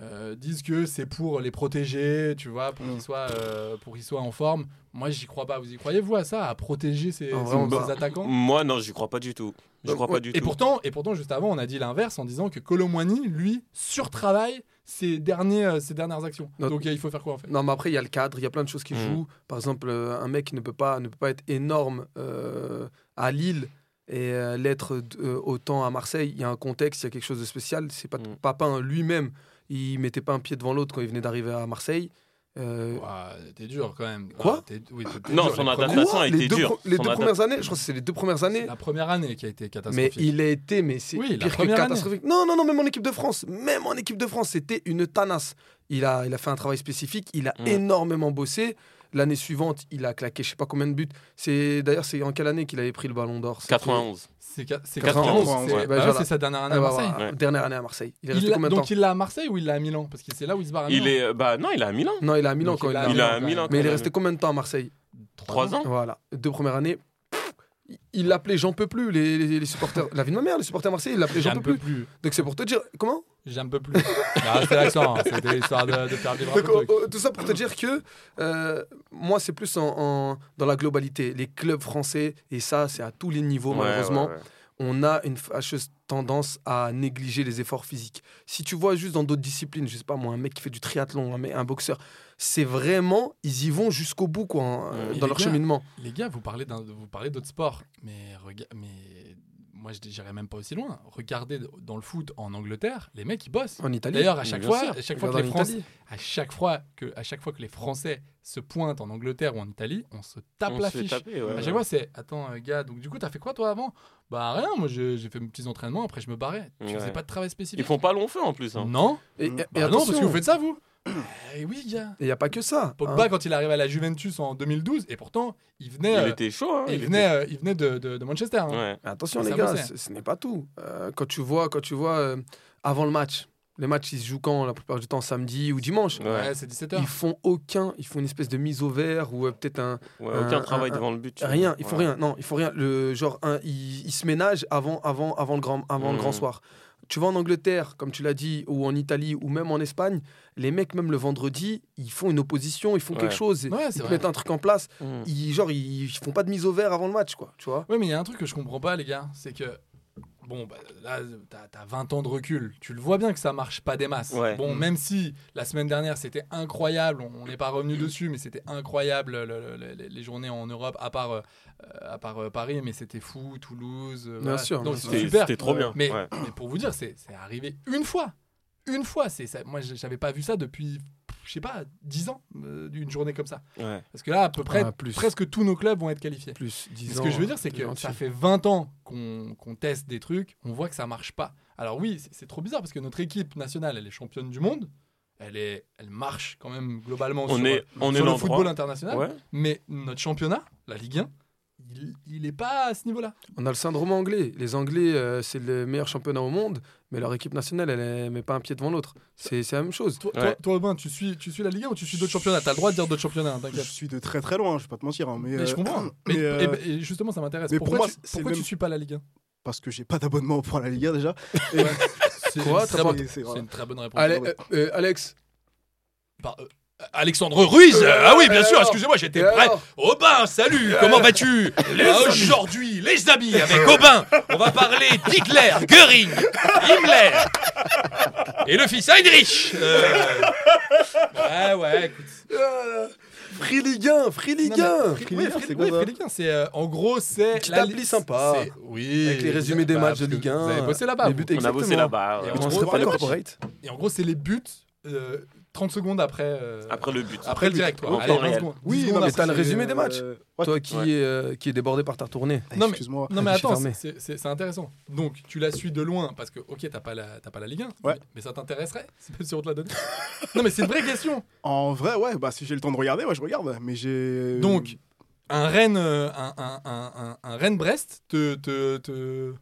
G: euh, disent que c'est pour les protéger, tu vois, pour qu'ils soient, euh, pour qu'ils soient en forme. Moi, j'y crois pas. Vous y croyez vous à ça, à protéger ces,
C: Ah,
G: ces-
C: vraiment,
G: ces
C: bah,
G: attaquants
C: Moi, non, j'y crois pas du tout. Je crois pas du
G: et
C: tout.
G: Pourtant, et pourtant, juste avant, on a dit l'inverse en disant que Colomwani, lui, surtravaille ses, derniers, euh, ses dernières actions.
H: Notre-
G: Donc euh, il faut faire quoi en fait
H: Non, mais après, il y a le cadre, il y a plein de choses qui
G: Mm.
H: jouent. Par exemple, euh, un mec ne peut pas, ne peut pas être énorme euh, à Lille et euh, l'être d- euh, autant à Marseille. Il y a un contexte, il y a quelque chose de spécial. C'est pas
C: Mm.
H: Papin lui-même, il mettait pas un pied devant l'autre quand il venait d'arriver à Marseille. Euh,
G: Ouah, Ah, T'es dur quand même.
H: Quoi
G: Ah, t'es- oui, t'es- t'es
C: Non,
G: dur.
C: son
G: Les premiers-
C: adaptation a
H: les
C: été
H: deux
C: dure.
H: pro- les
C: Son
H: deux
C: adap-
H: premières années, je crois que c'est les deux premières années.
G: La première année qui a été
H: Mais
G: catastrophique.
H: il a été, mais c'est
G: Oui, la
H: pire que
G: première année.
H: catastrophique. Non, non, non, même en équipe de France, même en équipe de France, c'était une tanasse. Il a, il a fait un travail spécifique, il a
C: Mm.
H: énormément bossé. L'année suivante, il a claqué je sais pas combien de buts. C'est D'ailleurs, c'est en quelle année qu'il avait pris le ballon d'or C'était-
C: 91.
G: C'est ca- c'est
C: 91,
G: 91. c'est-
H: ouais.
G: bah,
H: Voilà.
G: C'est sa dernière année à
H: Ah, bah,
G: Marseille.
H: voilà. Dernière année à Marseille. Il est
G: Il
H: resté
G: l'a-
H: combien de temps
G: donc il l'a à Marseille ou il l'a à Milan Parce que c'est là où il se barre à Milan.
C: Il est. euh, Bah non, il est à Milan.
H: Non, il est à Milan
G: Donc,
H: quand
G: bah. il
H: il
G: est
H: est
G: à
C: Il
H: arrivé.
C: est à Milan.
H: Mais il est
C: quand
H: resté
C: même.
H: combien de temps à Marseille
C: Trois ans.
H: Voilà, deux premières années. pff, Il l'appelait J'en peux plus, les, les- les supporters. La vie de ma mère, les supporters marseillais, il l'appelait J'en
G: J'en
H: peux
G: peux
H: plus.
G: plus.
H: Donc c'est pour te dire. Comment
G: J'en peux plus. Non, C'était l'accent. hein. C'était l'histoire de, de faire vivre un peu
H: Donc,
G: le truc.
H: oh, oh, tout ça pour te dire que euh, moi, c'est plus en, en- dans la globalité. Les clubs français, et ça, c'est à tous les niveaux,
C: Ouais,
H: malheureusement,
C: ouais, ouais.
H: on a une fâcheuse tendance à négliger les efforts physiques. Si tu vois juste dans d'autres disciplines, je sais pas moi, un mec qui fait du triathlon, un, mec- un boxeur, c'est vraiment, ils y vont jusqu'au bout quoi, hein,
C: Ouais.
H: dans
G: Et les
H: leur
G: gars,
H: cheminement.
G: Les gars, vous parlez d'un- vous parlez d'autres sports, mais rega- mais moi je dirais même pas aussi loin. Regardez dans le foot en Angleterre, les mecs ils bossent.
H: En Italie.
G: D'ailleurs, à chaque
H: Bien
G: fois,
H: sûr.
G: à chaque fois que
H: Regarde
G: les
H: en
G: Français,
H: Italie.
G: à chaque fois que à chaque fois que les Français se pointent en Angleterre ou en Italie, on se tape
C: On
G: la
C: se fait
G: fiche.
C: taper, ouais,
G: à chaque
C: ouais.
G: fois, c'est attends euh, gars, donc du coup, t'as fait quoi toi avant Bah rien, moi je- j'ai fait mes petits entraînements, après je me barrais. Tu
C: Ouais.
G: faisais pas de travail
C: Ils
G: spécifique.
C: font pas long feu en plus. hein.
G: Non,
H: Et, et- et
G: Bah non, parce que
H: attention,
G: vous faites ça vous. Eh oui, gars.
H: il n'y a pas que ça.
G: Pogba
H: hein.
G: quand il arrive à la Juventus en 2012 et pourtant il venait
C: Il
G: euh,
C: était chaud.
H: Oh,
C: hein,
G: et il,
C: était-
G: venait, euh, il venait de, de- de Manchester. hein.
C: Ouais.
H: Mais Attention
G: Ça
H: les gars,
G: bossait.
H: ce, ce n'est pas tout. Euh, quand tu vois, quand tu vois euh, avant le match, les matchs ils se jouent quand la plupart du temps samedi ou dimanche.
C: Ouais.
G: Ouais, c'est 17h.
H: Ils font aucun, ils font une espèce de mise au vert ou euh, peut-être un
C: Ouais,
H: Un-
C: aucun
H: un-
C: travail
H: un-
C: devant le but. tu
H: rien,
C: vois.
H: ils font
C: Ouais.
H: rien. Non, ils font rien. Le genre un, ils, ils se ménagent avant avant avant le grand avant le
C: Mm.
H: grand
G: Hmm.
H: soir. Tu vas en Angleterre, comme tu l'as dit, ou en Italie, ou même en Espagne, les mecs, même le vendredi, ils font une opposition, ils font
C: Ouais.
H: quelque chose,
G: Ouais, c'est
H: ils te
G: vrai. Hmm.
H: mettent un truc en place.
C: Mm.
H: Ils, genre, ils, ils font pas de mise au vert avant le match, quoi. Tu vois
G: Ouais, mais il y a un truc que je comprends pas, les gars. C'est que, bon, bah, là, t'as t'as 20 ans de recul. Tu le vois bien que ça marche pas des masses.
C: Ouais.
H: Mm.
G: Bon, même si la semaine dernière, c'était incroyable. On on n'est pas revenu dessus, mais c'était incroyable le- le- le- les, les journées en Europe, à part, euh, à part euh, Paris, mais c'était fou, Toulouse. euh,
H: Bien
G: voilà.
H: sûr,
G: Donc,
H: bien
G: c'est
C: C'était
G: super.
C: c'était trop bien.
G: Mais,
C: ouais.
G: mais pour vous dire, c'est c'est arrivé une fois. Une fois. c'est ça- Moi, j'avais pas vu ça depuis, je sais pas, 10 ans, euh, d'une journée comme ça.
C: Ouais.
G: Parce que là, à peu près,
H: Ah, plus.
G: presque tous nos clubs vont être qualifiés.
H: Plus. euh,
G: Mais
H: 10
G: ce que je veux dire, c'est
H: t'es
G: que
H: gentil.
G: ça fait 20 ans qu'on qu'on teste des trucs, on voit que ça marche pas. Alors oui, c'est- c'est trop bizarre parce que notre équipe nationale, elle est championne du monde, elle, est, elle marche quand même globalement
C: On
G: sur,
C: est- on
G: sur
C: est
G: le
C: l'endroit.
G: football international,
C: Ouais.
G: mais notre championnat, la Ligue 1, il, il est pas à ce niveau-là.
H: On a le syndrome anglais. Les Anglais, euh, c'est le meilleur championnat au monde, mais leur équipe nationale, elle, elle met pas un pied devant l'autre. C'est c'est la même chose.
G: Toi,
C: Ouais.
G: toi- toi, Aubin, tu suis, tu suis la Ligue 1 ou tu suis d'autres championnats T'as le droit de dire d'autres championnats, hein,
D: Je
G: t'inquiète.
D: suis de très très loin, je vais pas te mentir. hein, mais,
G: Mais je
D: euh,
G: comprends. Mais,
D: mais, euh,
G: et ben- et justement, ça m'intéresse.
D: mais pour
G: Pourquoi,
D: moi,
G: tu,
D: c'est
G: pourquoi
D: le
G: tu
D: même-
G: suis pas la Ligue 1
D: parce que j'ai pas d'abonnement pour la Liga déjà. Et-
G: C'est
H: Quoi,
G: une
H: très
G: très
H: bonne-
G: bonne-
D: c'est-
G: c'est une très bonne
D: Ah,
G: réponse.
H: Allez, euh, euh, Alex.
G: Par- euh, Alexandre Ruiz
H: Euh,
G: Ah oui, bien
H: et
G: sûr,
H: alors
G: excusez-moi, j'étais
H: Et
G: prêt.
H: alors Euh,
G: Aubin, salut, comment vas-tu Ah, Aujourd'hui, les amis, avec Aubin, on va parler d'Hitler, Göring, Himmler et le fils Heinrich. Euh, Ouais, ouais, écoute.
H: Ah, Free Ligue 1, Free Ligue 1.
G: Free-
D: Free
G: ouais,
D: Ligue un,
G: Free-
D: c'est quoi
G: ouais,
D: ça
G: Free Ligue un, c'est euh, en gros, c'est.
H: Petit
G: la
H: appli
G: li-
H: sympa.
G: c'est- Oui.
H: Avec les résumés des
G: Bah,
H: matchs de
G: parce que
H: Ligue 1.
G: Vous avez bossé là-bas.
H: les
G: vous.
H: buts,
C: On a bossé
H: exactement.
C: là-bas.
G: Et
C: ouais.
H: On
G: on
H: serait pas
G: voit-
H: d'accord, correct.
G: Et en gros, c'est les buts euh, 30 secondes après. euh,
C: Après le but.
G: Après le direct,
C: Au
G: quoi.
C: temps
G: Allez, 20
C: réel.
G: secondes. 10
H: Oui,
G: secondes
H: non, mais
G: après.
H: t'as le résumé des matchs.
D: Euh, ouais, Eh,
H: Toi qui
C: Ouais.
H: est euh, qui est débordé par ta tournée.
G: Non, mais-
D: Excuse-moi.
G: Non mais
H: Je suis
G: attends,
H: fermé.
G: c'est- c'est c'est intéressant. Donc tu la suis de loin parce que ok t'as pas la t'as pas la Ligue 1,
D: Ouais.
G: mais, mais ça t'intéresserait C'est pas sûr on te la donne. non mais c'est une vraie question.
D: En vrai, ouais, bah si j'ai le temps de regarder, ouais, je regarde. Mais j'ai.
G: Donc euh, un Rennes euh, un, un, un, un, un Rennes Brest te te, te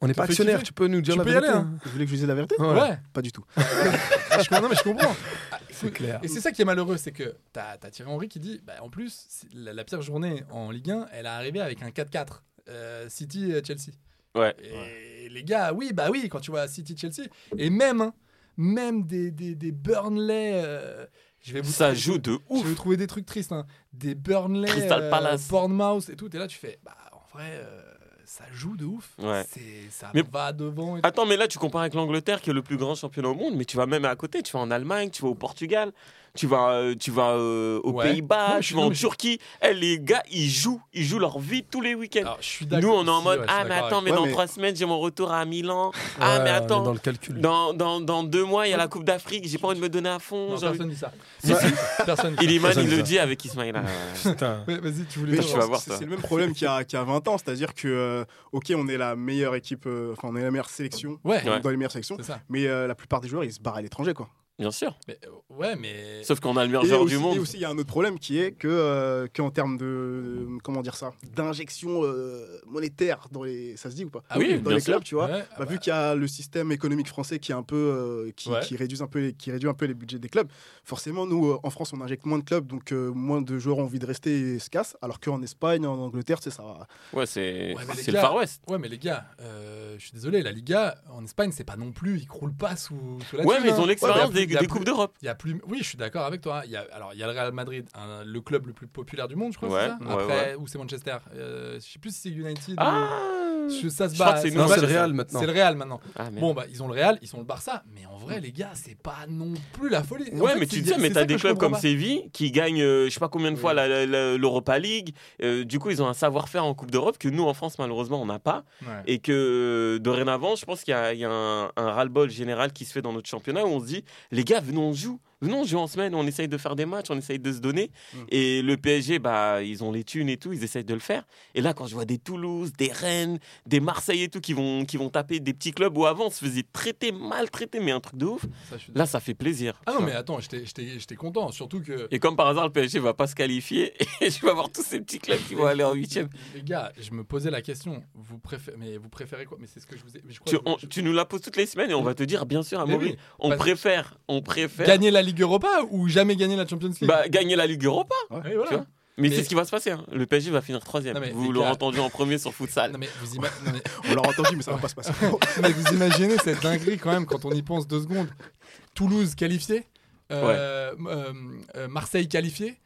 H: On n'est
D: T'as
H: pas
D: fait
H: actionnaire,
D: kiffer
H: tu peux nous dire
D: Tu
H: la
D: peux y
H: vérité.
D: aller, hein. Vous voulez que je vous dise la vérité
H: Ouais. Ouais.
D: Pas du tout.
G: je comprends, non, mais je comprends. Ah,
H: C'est
G: écoute,
H: clair.
G: Et c'est ça qui est malheureux, c'est que t'as as Thierry Henry qui dit, bah, en plus, c'est- la, la pire journée en Ligue 1, elle est arrivée avec un 4-4. euh, City euh, Chelsea.
C: Ouais.
G: Et les gars, oui, bah oui, quand tu vois City Chelsea, et même, hein, même des, des, des Burnley. euh, je vais vous
C: Ça joue de
G: ouf. Je vais vous trouver des trucs tristes, hein. des Burnley,
C: Crystal
G: euh,
C: Palace.
G: Bournemouth et tout. Et là, tu fais, bah en vrai, euh, ça joue de ouf.
C: Ouais.
G: C'est- Ça
C: Mais- Ah,
G: va devant. et tout.
C: Attends, mais là, tu compares avec l'Angleterre, qui est le plus grand championnat au monde, mais tu vas même à côté, tu vas en Allemagne, tu vas au Portugal, tu vas, euh, tu vas euh, aux
G: Ouais. Non,
C: Pays-Bas,
G: mais je-
C: tu vas
G: non,
C: en
G: mais je-
C: Turquie. Eh, les gars, ils jouent, ils jouent leur vie tous les week-ends.
G: Alors, je suis
C: Nous,
G: Ah, d'accord
C: on est en
G: aussi,
C: mode,
G: ouais, je suis
C: ah, mais
G: d'accord
C: attends,
G: avec
C: mais
G: toi.
C: dans
G: Ouais,
C: trois semaines, j'ai mon retour à Milan. ah, mais
H: Ouais, on est
C: attends,
H: hein. Euh, dans le calcul.
C: dans, dans- dans deux mois, il y a la Coupe d'Afrique, j'ai pas envie de me donner à fond.
G: Non,
C: j'ai envie-
G: personne dit ça.
C: Si, si.
G: Personne dit ça.
C: Iliman,
G: Personne
C: il
G: dit
C: le
G: ça.
C: dit avec Ismaïla.
H: Putain.
G: Ouais, Vas-y, tu voulais
D: Mais
G: dire-
D: je
C: tu vas
D: pense
C: voir,
D: que
C: toi.
D: c'est le même problème qu'il y, a- qu'il y a 20 ans, c'est-à-dire que, euh, ok, on est la meilleure équipe, euh, enfin, on est la meilleure sélection,
G: Ouais.
D: on est
C: Ouais.
D: dans les meilleures sélections,
G: C'est ça.
D: mais euh, la plupart des joueurs, ils se barrent à l'étranger, quoi.
C: Bien sûr.
G: Mais, euh, ouais, mais.
C: Sauf qu'on a le meilleur
D: Et
C: joueur
D: aussi,
C: du
D: et
C: monde.
D: aussi, il y a un autre problème qui est que, euh, qu'en termes de, euh, comment dire ça, d'injection euh, monétaire dans les, ça se dit ou pas
G: Ah oui,
D: Dans
C: bien
D: les clubs,
C: sûr.
D: tu vois.
G: Ouais,
D: Bah,
G: ah bah,
D: Vu qu'il y a le système économique français qui est un peu, euh, qui,
G: Ouais.
D: qui réduit un peu, les, qui réduit un peu les budgets des clubs, forcément, nous, euh, en France, on injecte moins de clubs, donc euh, moins de joueurs ont envie de rester et se cassent, alors qu'en Espagne, en Angleterre, tu sais, ça.
C: Ouais, c'est
G: Ouais, mais les
C: c'est le
G: gars-
C: Far West.
G: Ouais, mais les gars, euh, je suis désolé, la Liga en Espagne, c'est pas non plus, ils croulent pas sous, sous la
C: Ouais,
G: thune,
C: mais ils
G: hein.
C: ont l'expérience
G: Ouais, mais il
C: des,
G: y a
C: des
G: plus-
C: Coupes d'Europe.
G: Il y a plus, oui, je suis d'accord avec toi. hein. Il y a, alors, il y a le Real Madrid, un- le club le plus populaire du monde, je crois.
C: Ouais,
G: c'est ça
C: ouais,
G: Après, ou c'est Manchester. Euh, je sais plus si c'est United.
C: Ah
G: ou- je- ça se
C: Je crois
G: bat.
C: que c'est
G: ça
C: nous,
G: se
H: Non,
G: bat.
H: c'est le Real maintenant.
G: C'est le Real maintenant.
C: Ah, merde.
G: Bon, bah, ils ont le Real, ils ont le Barça. Mais en vrai, les gars, c'est pas non plus la folie. En
C: Ouais,
G: fait,
C: mais
G: c'est-
C: tu te dis,
G: c'est
C: mais
G: ça
C: t'as
G: que
C: des
G: je
C: clubs
G: comprends
C: comme
G: pas.
C: Séville qui gagnent, euh, je sais pas combien de fois,
G: Oui.
C: la- la- la- l'Europa League. Euh, du coup, ils ont un savoir-faire en Coupe d'Europe que nous, en France, malheureusement, on n'a pas.
G: Ouais.
C: Et que euh, dorénavant, je pense qu'il y a, il y a un, un ras-le-bol général qui se fait dans notre championnat où on se dit, les gars, venons, on joue. Venons, on joue en semaine, on essaye de faire des matchs, on essaye de se donner.
G: Mm.
C: Et le PSG, bah, ils ont les thunes et tout, ils essayent de le faire. Et là, quand je vois des Toulouse, des Rennes, des Marseille et tout qui vont, qui vont taper des petits clubs où avant, on se faisait traiter, maltraiter, mais un truc de ouf,
G: Ça, je suis-
C: là, ça fait plaisir.
G: Ah non,
C: Tu vois.
G: mais attends, j'étais- j'étais j'étais content. Surtout que.
C: Et comme par hasard, le PSG va pas se qualifier. Et je vais avoir tous ces petits clubs qui vont aller en huitième.
G: Les gars, je me posais la question. Vous préférez, mais vous préférez quoi Mais c'est ce que je vous ai. mais je crois
C: Tu,
G: que je-
C: on-
G: je-
C: tu nous la poses toutes les semaines et on va te dire, bien sûr, à
G: Mais
C: Maurice,
G: oui,
C: on
G: parce-
C: préfère, on préfère
G: Gagner la Ligue Europa ou jamais gagner la Champions League
C: bah, gagner la Ligue Europa.
G: Oui, voilà.
C: tu vois. Mais,
G: Mais-
C: c'est ce qui va se passer. hein. Le PSG va finir troisième.
G: Non, mais les
C: Vous l'aurez
G: gars-
C: entendu en premier sur Futsal.
G: Non mais, vous ima- non, mais-
D: On l'a entendu, mais ça va pas se passer.
G: mais vous imaginez cette dinguerie quand même quand on y pense deux secondes. Toulouse qualifiée, euh, euh, euh, Marseille qualifiée,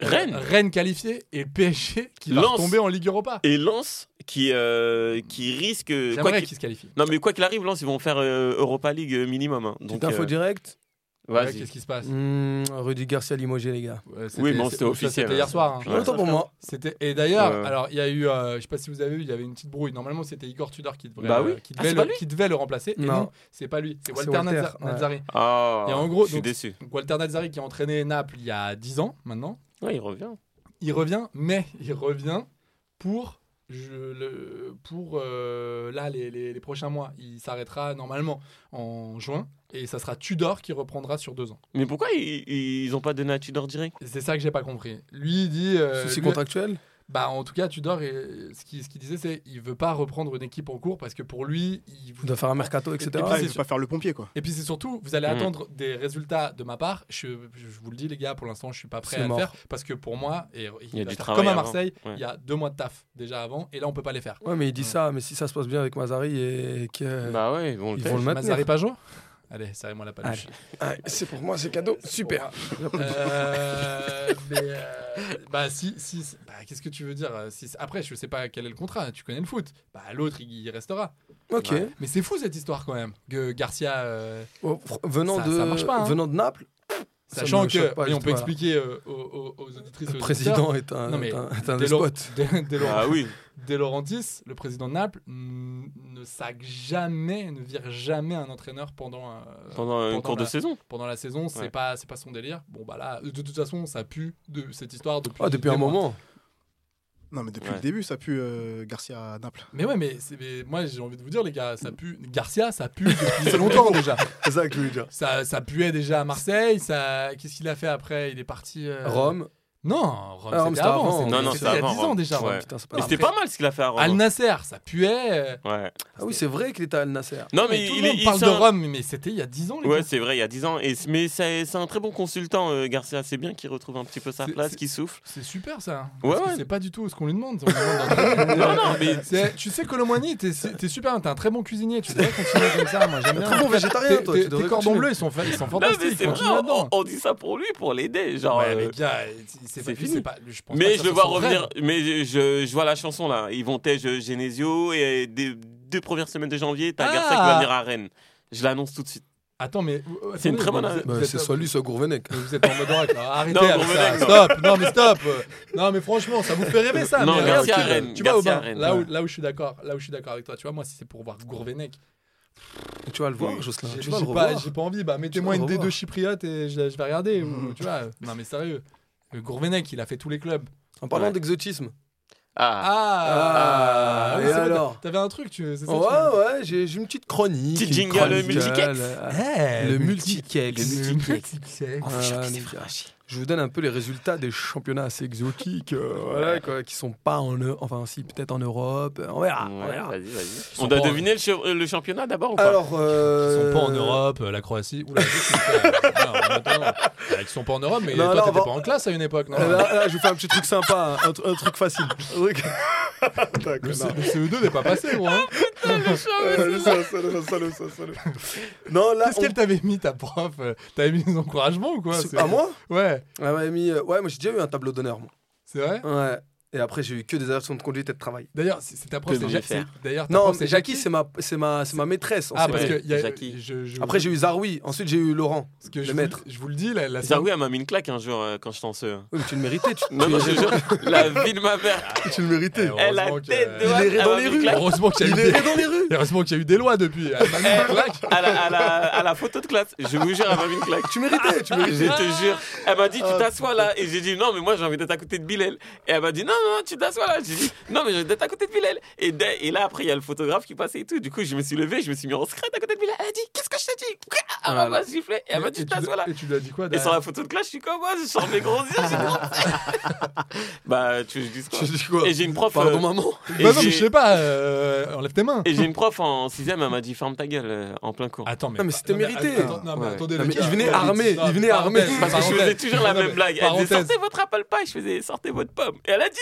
C: Rennes.
G: Rennes qualifiée et PSG qui va
C: Lens.
G: tomber en Ligue Europa.
C: Et Lens qui, euh, qui risque. Quoi
G: J'aimerais
C: qu'il-
G: qu'ils se qualifient.
C: Non, mais quoi qu'il arrive, Lens, ils vont faire euh, Europa League euh, minimum. hein. Donc,
H: Petite info
C: euh,
H: directe.
G: Ouais,
C: vas-y.
G: Qu'est-ce qui se passe
H: Mmh, Rudy Garcia limogé, les gars.
G: Ouais,
C: Oui, bon, c'était
G: ça,
C: officiel,
G: C'était hier
C: hein.
G: soir. hein.
C: Ouais.
H: Autant pour moi.
G: C'était et d'ailleurs,
C: Ouais.
G: alors il y a eu, euh, je sais pas si vous avez vu, il y avait une petite brouille. Normalement, c'était Igor Tudor qui devrait,
C: Bah oui.
G: euh, qui
C: Ah,
G: devait
C: c'est pas
G: le,
C: lui
G: qui devait le remplacer. Et
H: Non.
G: non, c'est pas lui, c'est
H: C'est
G: Walter,
H: Walter,
G: Nazar-
H: ouais.
G: Nazari.
C: Ah,
G: Et en gros,
C: je suis
G: donc-
C: déçu.
G: Donc, Walter Nazari qui a entraîné Naples il y a 10 ans maintenant.
C: Ouais, il revient.
G: Il revient, mais il revient pour je, le, pour euh, là les, les- les prochains mois. Il s'arrêtera normalement en juin et ça sera Tudor qui reprendra sur deux ans.
C: Mais pourquoi ils, ils ont pas donné à Tudor direct
G: Et C'est ça que j'ai pas compris. Lui il dit euh,
H: Souci
G: lui-
H: contractuel
G: Bah en tout cas Tudor et ce qui ce qu'il disait c'est il veut pas reprendre une équipe en cours parce que pour lui il
H: On doit faire un mercato,
G: Et
H: etc.
G: puis,
D: Ah,
G: c'est
D: il faut pas faire le pompier, quoi.
G: Et puis c'est surtout, vous allez
C: Mhm.
G: attendre des résultats de ma part. Je, je vous le dis, les gars, pour l'instant, je suis pas prêt
H: C'est
G: à
H: mort.
G: le faire parce que pour moi, et,
C: Il y a
G: va
C: du
G: faire
C: travail
G: comme à
C: avant.
G: Marseille, il
C: Ouais.
G: y a deux mois de taf déjà avant, et là, on peut pas les faire.
H: Ouais, mais il dit ça, mais si ça se passe bien avec Mazari et
G: Euh,
H: que.
C: Bah ouais, bon, le
H: ils
C: fait.
H: vont le maintenir.
G: Mazari Pajot Allez, serrez-moi la paluche.
H: Ah, c'est pour moi, c'est cadeau. Super.
G: Euh, mais euh, bah si, si si- bah, qu'est-ce que tu veux dire euh, si, Après, je sais pas quel est le contrat. Tu connais le foot. Bah l'autre, il, il restera.
H: Ok.
C: Ouais.
G: Mais c'est fou cette histoire quand même. Que Garcia. euh,
H: Oh, fr- venant,
G: Ça-
H: de,
G: ça marche pas, hein.
H: venant de Naples, ça me
G: Sachant que,
H: choque pas,
G: et on
H: juste,
G: peut
H: voilà.
G: expliquer euh, aux, aux- aux auditrices et
H: le
G: aux
H: président est un,
G: Non, mais
H: est un, est un
G: De Lo-
H: despote.
G: De, De Lo-
C: Ah oui,
G: De Laurentiis, le président de Naples, n- ne sac jamais, ne vire jamais un entraîneur pendant, euh,
C: pendant une cours
G: la,
C: de saison.
G: pendant la saison. C'est
C: Ouais.
G: pas, c'est pas son délire. Bon bah là, de toute façon, ça pue de cette histoire depuis.
H: Ah, depuis
G: des
H: un
G: mois.
H: moment.
D: Non, mais depuis
C: Ouais.
D: le début, ça pue euh, Garcia à Naples.
G: Mais ouais, mais, c'est- mais moi j'ai envie de vous dire les gars, ça pue. Garcia, ça pue depuis longtemps déjà.
H: C'est ça que je voulais dire.
G: Ça, ça puait déjà à Marseille. Ça, qu'est-ce qu'il a fait après Il est parti. euh,
H: Rome,
G: Non, Rome,
H: Ah, Rome,
G: c'était
H: c'était
G: avant.
H: avant.
G: c'était-
C: Non, non,
G: c'était
C: c'était
G: il y a
C: avant,
G: 10 ans
C: Rome.
G: déjà. Rome,
H: Oh,
C: Ouais.
G: putain, c'est
C: Mais c'était
G: grave.
C: pas mal ce qu'il a fait à Rome.
G: Al Nasser, ça puait.
C: Ouais.
H: Ah oui, c'est vrai qu'il était à Al Nasser.
C: Non, mais,
G: tout
C: il
G: le
C: est-
G: monde
C: il
G: parle
C: s'est
G: de
C: un-
G: Rome, mais c'était il y a 10 ans, les
C: Ouais,
G: gars.
C: c'est vrai, il y a 10 ans. Et, mais c'est c'est un très bon consultant, euh, Garcia. C'est bien qu'il retrouve un petit peu sa
G: C'est-
C: place,
G: c'est-
C: qu'il souffle.
G: C'est super ça.
C: Ouais,
G: Parce que
C: ouais.
G: C'est pas du tout ce qu'on lui demande. On lui demande d'en-
C: Non, non, mais-
G: C'est- Tu sais, Colomboigny, t'es t'es super, t'es un très bon cuisinier. Tu devrais continuer comme ça. Moi, j'aime bien.
H: très bon végétarien,
G: Tes-
H: toi,
G: tes-
H: tu devrais
G: Tes cordons
H: continuer.
G: bleus, ils sont, fa- ils sont
C: Non, mais
G: fantastiques.
C: c'est vrai,
G: Continue
C: on,
G: là-dedans.
C: on dit ça pour lui, pour l'aider. Genre,
G: Ouais, mais
C: euh,
G: gars, c'est pas-
C: c'est
G: lui,
C: fini.
G: c'est pas- je pense pas que
C: mais je
G: ça
C: le
G: soit
C: vois
G: son
C: revenir.
G: rêve.
C: Mais je, je vois la chanson là. Ils vont tège Genesio et des deux premières semaines de janvier, t'as
G: Ah
C: Garcia qui va venir à Rennes. Je l'annonce tout de suite.
G: Attends, mais. euh,
C: C'est une
G: attendez,
C: très bonne-
G: mais vous êtes-
H: Bah,
G: vous êtes-
H: c'est soit lui, soit Gourvenec.
G: Mais Vous êtes en mode oracle. là. Arrêtez
C: Non,
G: avec ça.
C: Gourvenec, non.
G: Stop. Non, mais stop. Non, mais franchement, ça vous fait rêver ça.
C: Non,
G: mais
C: Garcia
G: regarde,
C: Rennes,
G: Tu vois,
C: Garcia
G: Aubin,
C: Rennes,
G: là où
C: ouais.
G: là où je suis d'accord, là où je suis d'accord avec toi. Tu vois, moi, si c'est pour voir Gourvenec,
H: Et Tu vas le voir, Jocelyn.
G: j'ai
H: Tu vas le
G: j'ai pas,
H: revoir.
G: j'ai pas envie. Bah, mettez-moi
H: vas le
G: une des deux
H: revoir. Mm.
G: chypriotes et je, je vais regarder. ou- tu vois. Non, mais sérieux. Le Gourvenec, il a fait tous les clubs.
H: En parlant
C: Ouais.
H: d'exotisme.
C: Ah,
H: Ah,
G: Ah, oui,
H: et
G: c'est vrai,
H: alors
G: T'avais un truc, tu. c'est ça,
H: Ouais,
G: tu-
H: ouais, j'ai j'ai une petite chronique.
C: Petit
H: une
C: jingle
H: chronique. euh,
C: multikex.
G: Eh,
H: Le
G: multi-
H: multikex.
G: Le multi-
H: Voilà, les gars. Euh, Je vous donne un peu les résultats des championnats assez exotiques, euh, voilà, quoi, qui sont pas en Eu- enfin si peut-être en Europe, euh, on
G: Ah.
H: verra. on
C: Ouais,
H: verra.
C: vas-y,
G: sont
C: vas-y.
G: hein.
C: On doit
G: pas en-
C: deviner le, che- euh, le championnat d'abord ou pas
H: Alors, euh,
G: Ils sont pas en Europe, euh, la Croatie. Oula, qu'est-ce que tu fais Ah, en attendant. Bah, Ils sont pas en Europe, mais
H: Non,
G: toi,
H: là, on
G: t'étais
H: va-
G: pas en classe à une époque, non
H: euh, Là, là, je vais faire un petit truc sympa, hein, un, tr- un truc facile. Un truc- Putain,
G: Le C-
H: connard.
G: le CE2 n'est pas passé, gros. hein.
H: Euh, le salaud, salaud, salaud, salaud, salaud. Non, là,
G: Qu'est-ce
H: on-
G: qu'elle t'avait mis, ta prof euh, T'avais mis des encouragements ou quoi
H: à moi,
G: Ouais,
H: elle m'a mis, euh, ouais, moi j'ai déjà eu un tableau d'honneur. moi.
G: c'est vrai
H: Ouais. Et après j'ai eu que des aversions de conduite et de travail.
G: D'ailleurs, c'est c'est ta prof,
C: Que
G: c'est
C: vais-je
G: Jackie.
C: faire
G: D'ailleurs, ta
H: Non,
G: prof,
H: c'est Jackie, c'est ma, c'est ma, c'est ma maîtresse. on
G: Ah,
H: s'est
G: parce
H: pas-
G: que.
C: Ouais,
G: il Y a...
C: Jackie.
G: je- je-
H: Après j'ai eu Zaroui, ensuite j'ai eu Laurent,
G: parce que
H: le
G: je vous-
H: maître.
G: Je vous le dis, la, la
C: Zaroui, elle m'a mis une claque un jour euh, quand j'étais en CE.
H: Oui, mais tu le méritais. Tu,
C: Non, non, je jure, la vie de ma mère.
H: tu le
G: Ah,
H: méritais.
G: Eh, Heureusement
C: Elle a
G: que-
C: tête de
H: Il est dans
C: Elle m'a
H: les
C: mis
H: rues.
C: claque.
G: Heureusement qu'il y a eu
H: Il est
G: des...
H: dans les rues.
G: Heureusement qu'il y a eu des lois depuis. Ah, bah Elle m'a mis une claque.
C: Eh, à la, à, la, à la photo de classe. Je vous jure, elle m'a mis une claque.
H: Tu méritais, Eh, tu
C: Je
H: méritais.
C: te jure. Elle m'a dit,
G: Ah,
C: tu t'assois là. Et j'ai dit, non, mais moi, j'ai envie d'être à côté de Bilal. Et elle m'a dit, non, non, non, tu t'assois là. J'ai dit, non, mais j'ai envie d'être à côté de Bilal. Et, dès- et là, après, il y a le photographe qui passait et tout. Du coup, je me suis levé, je me suis mis en secret à côté de Bilal. Elle a dit, qu'est-ce que je t'ai dit Elle m'a pas sifflé. Et elle m'a
G: Ah, Et
C: dit,
G: tu lui-
C: t'assois là.
G: Et tu lui as dit quoi
C: Et sur
G: derrière
C: la photo de classe, je suis comme moi, je sors mes gros yeux. j'ai dit, bah, tu veux que je dise quoi
H: Je dis quoi
C: Et j'ai une prof.
H: Pardon,
C: euh,
H: maman.
C: et
G: Bah non,
C: j'ai-
G: mais je sais pas, euh, enlève tes mains.
C: Et j'ai une prof en 6 elle m'a dit, ferme ta gueule euh, en plein cours.
G: Attends, mais.
H: Non, mais c'était mérité.
G: attends, non, mais
C: Ouais.
G: attendez,
H: Non,
G: le
H: mais
G: gars-
H: il venait armé,
G: Non,
H: il venait
G: parenthèse,
H: armé.
C: Parce que je faisais
G: parenthèse.
C: toujours la
G: Non,
C: même
G: mais
C: blague. Elle disait
G: parenthèse.
C: sortez votre apple pie. Je faisais sortez votre pomme. Et elle a dit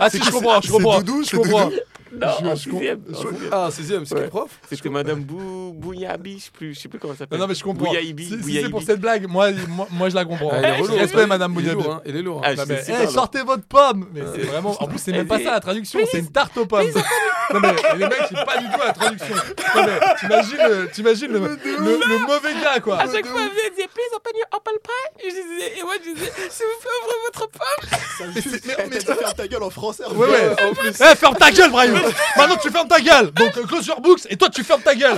G: Ah, si, je comprends, je
H: c'est
G: comprends.
H: Doudou,
G: je
H: c'est
G: comprends.
C: non.
G: Je-
C: en
G: je
C: sixième, en
G: comprends-
C: sixième.
H: Ah, 16ème, c'est quel prof
C: C'était Madame Bou Bouyabi, je sais plus, je sais plus comment ça s'appelle.
G: Non, non, mais je comprends.
C: Bouyaïbi,
G: Si- si c'est
C: Bouyaïbi.
G: pour cette blague, moi, moi, moi, je la comprends.
H: Ah, il est
G: Je
H: relou,
G: respecte
H: hein.
G: Madame
H: Il est
G: Bouyabi.
H: lourd, hein, il est lourd. hein.
C: Ah,
G: Non,
C: je
G: mais,
C: sais, c'est
G: eh,
C: pas, Ah,
G: sortez votre pomme Mais c'est vraiment. En plus, c'est même pas
C: Mais-
G: ça la traduction, c'est une tarte aux pommes. Non, mais les mecs, c'est pas du tout la traduction. Non, mais t'imagines le- T'imagines le, le, le mauvais gars, quoi.
C: à chaque fois, elle disait please open your apple pie. Et je disais et moi je disais s'il vous plaît ouvrez votre pomme.
G: Mais c'est- mais- mais-
D: ferme ta gueule en français.
G: Ouais, ouais, en plus. Eh, ferme ta gueule, Brian Maintenant, tu fermes ta gueule Donc, euh, close your books et toi, tu fermes ta gueule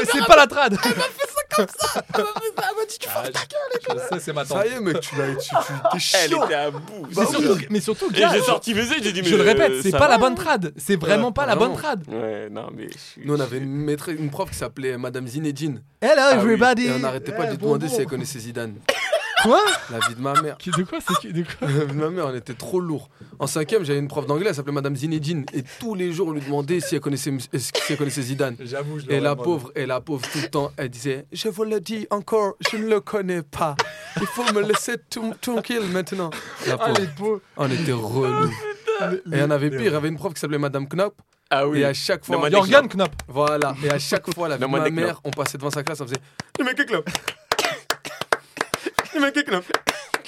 G: Et c'est pas la trad
C: Elle m'a fait ça, elle m'a dit tu fermes.
G: Ça, c'est ma tante.
H: Ça y est, mec, tu l'as tu, tu, t'es
C: Elle
H: chiant.
C: était à bout.
G: C'est surtout- Mais surtout,
C: bah Et
G: gars,
C: j'ai sorti mes yeux, j'ai dit
G: Bah
C: mais
G: je le répète,
C: euh,
G: c'est
C: ça
G: pas
C: va
G: la bonne trad C'est vraiment pas la bonne
C: non.
G: trad
C: Ouais, non mais je suis-
H: Nous, on avait une, maîtresse, une prof qui s'appelait Madame Zinedine.
G: Hello,
C: oui.
G: everybody
H: Et on n'arrêtait pas de lui demander si elle connaissait Zidane.
G: Quoi
H: La vie de ma mère.
G: Qui- De quoi c'est qui- de quoi
H: La vie de ma mère, on était trop lourd. En cinquième, j'avais une prof d'anglais, elle s'appelait Madame Zinedine. Et tous les jours, on lui demandait si elle connaissait, si elle connaissait Zidane.
G: J'avoue, je
H: Et la pauvre, et la pauvre, tout le temps, elle disait Je vous le dis encore, je ne le connais pas. Il faut me laisser tout- tranquille maintenant. La
G: Ah,
H: pauvre.
G: les pauvres
H: On était relou. Et il y en avait pire, il y avait une prof qui s'appelait Madame Knopp.
C: Ah oui.
H: Et à chaque fois,
C: Non, moi, dès que
G: Jorgen Knopp
H: voilà, et à chaque fois, la vie de
C: Non, moi,
H: ma
C: dès que
H: mère, on passait devant sa classe, on faisait Le mec est Knopp. Le mec est Knopp.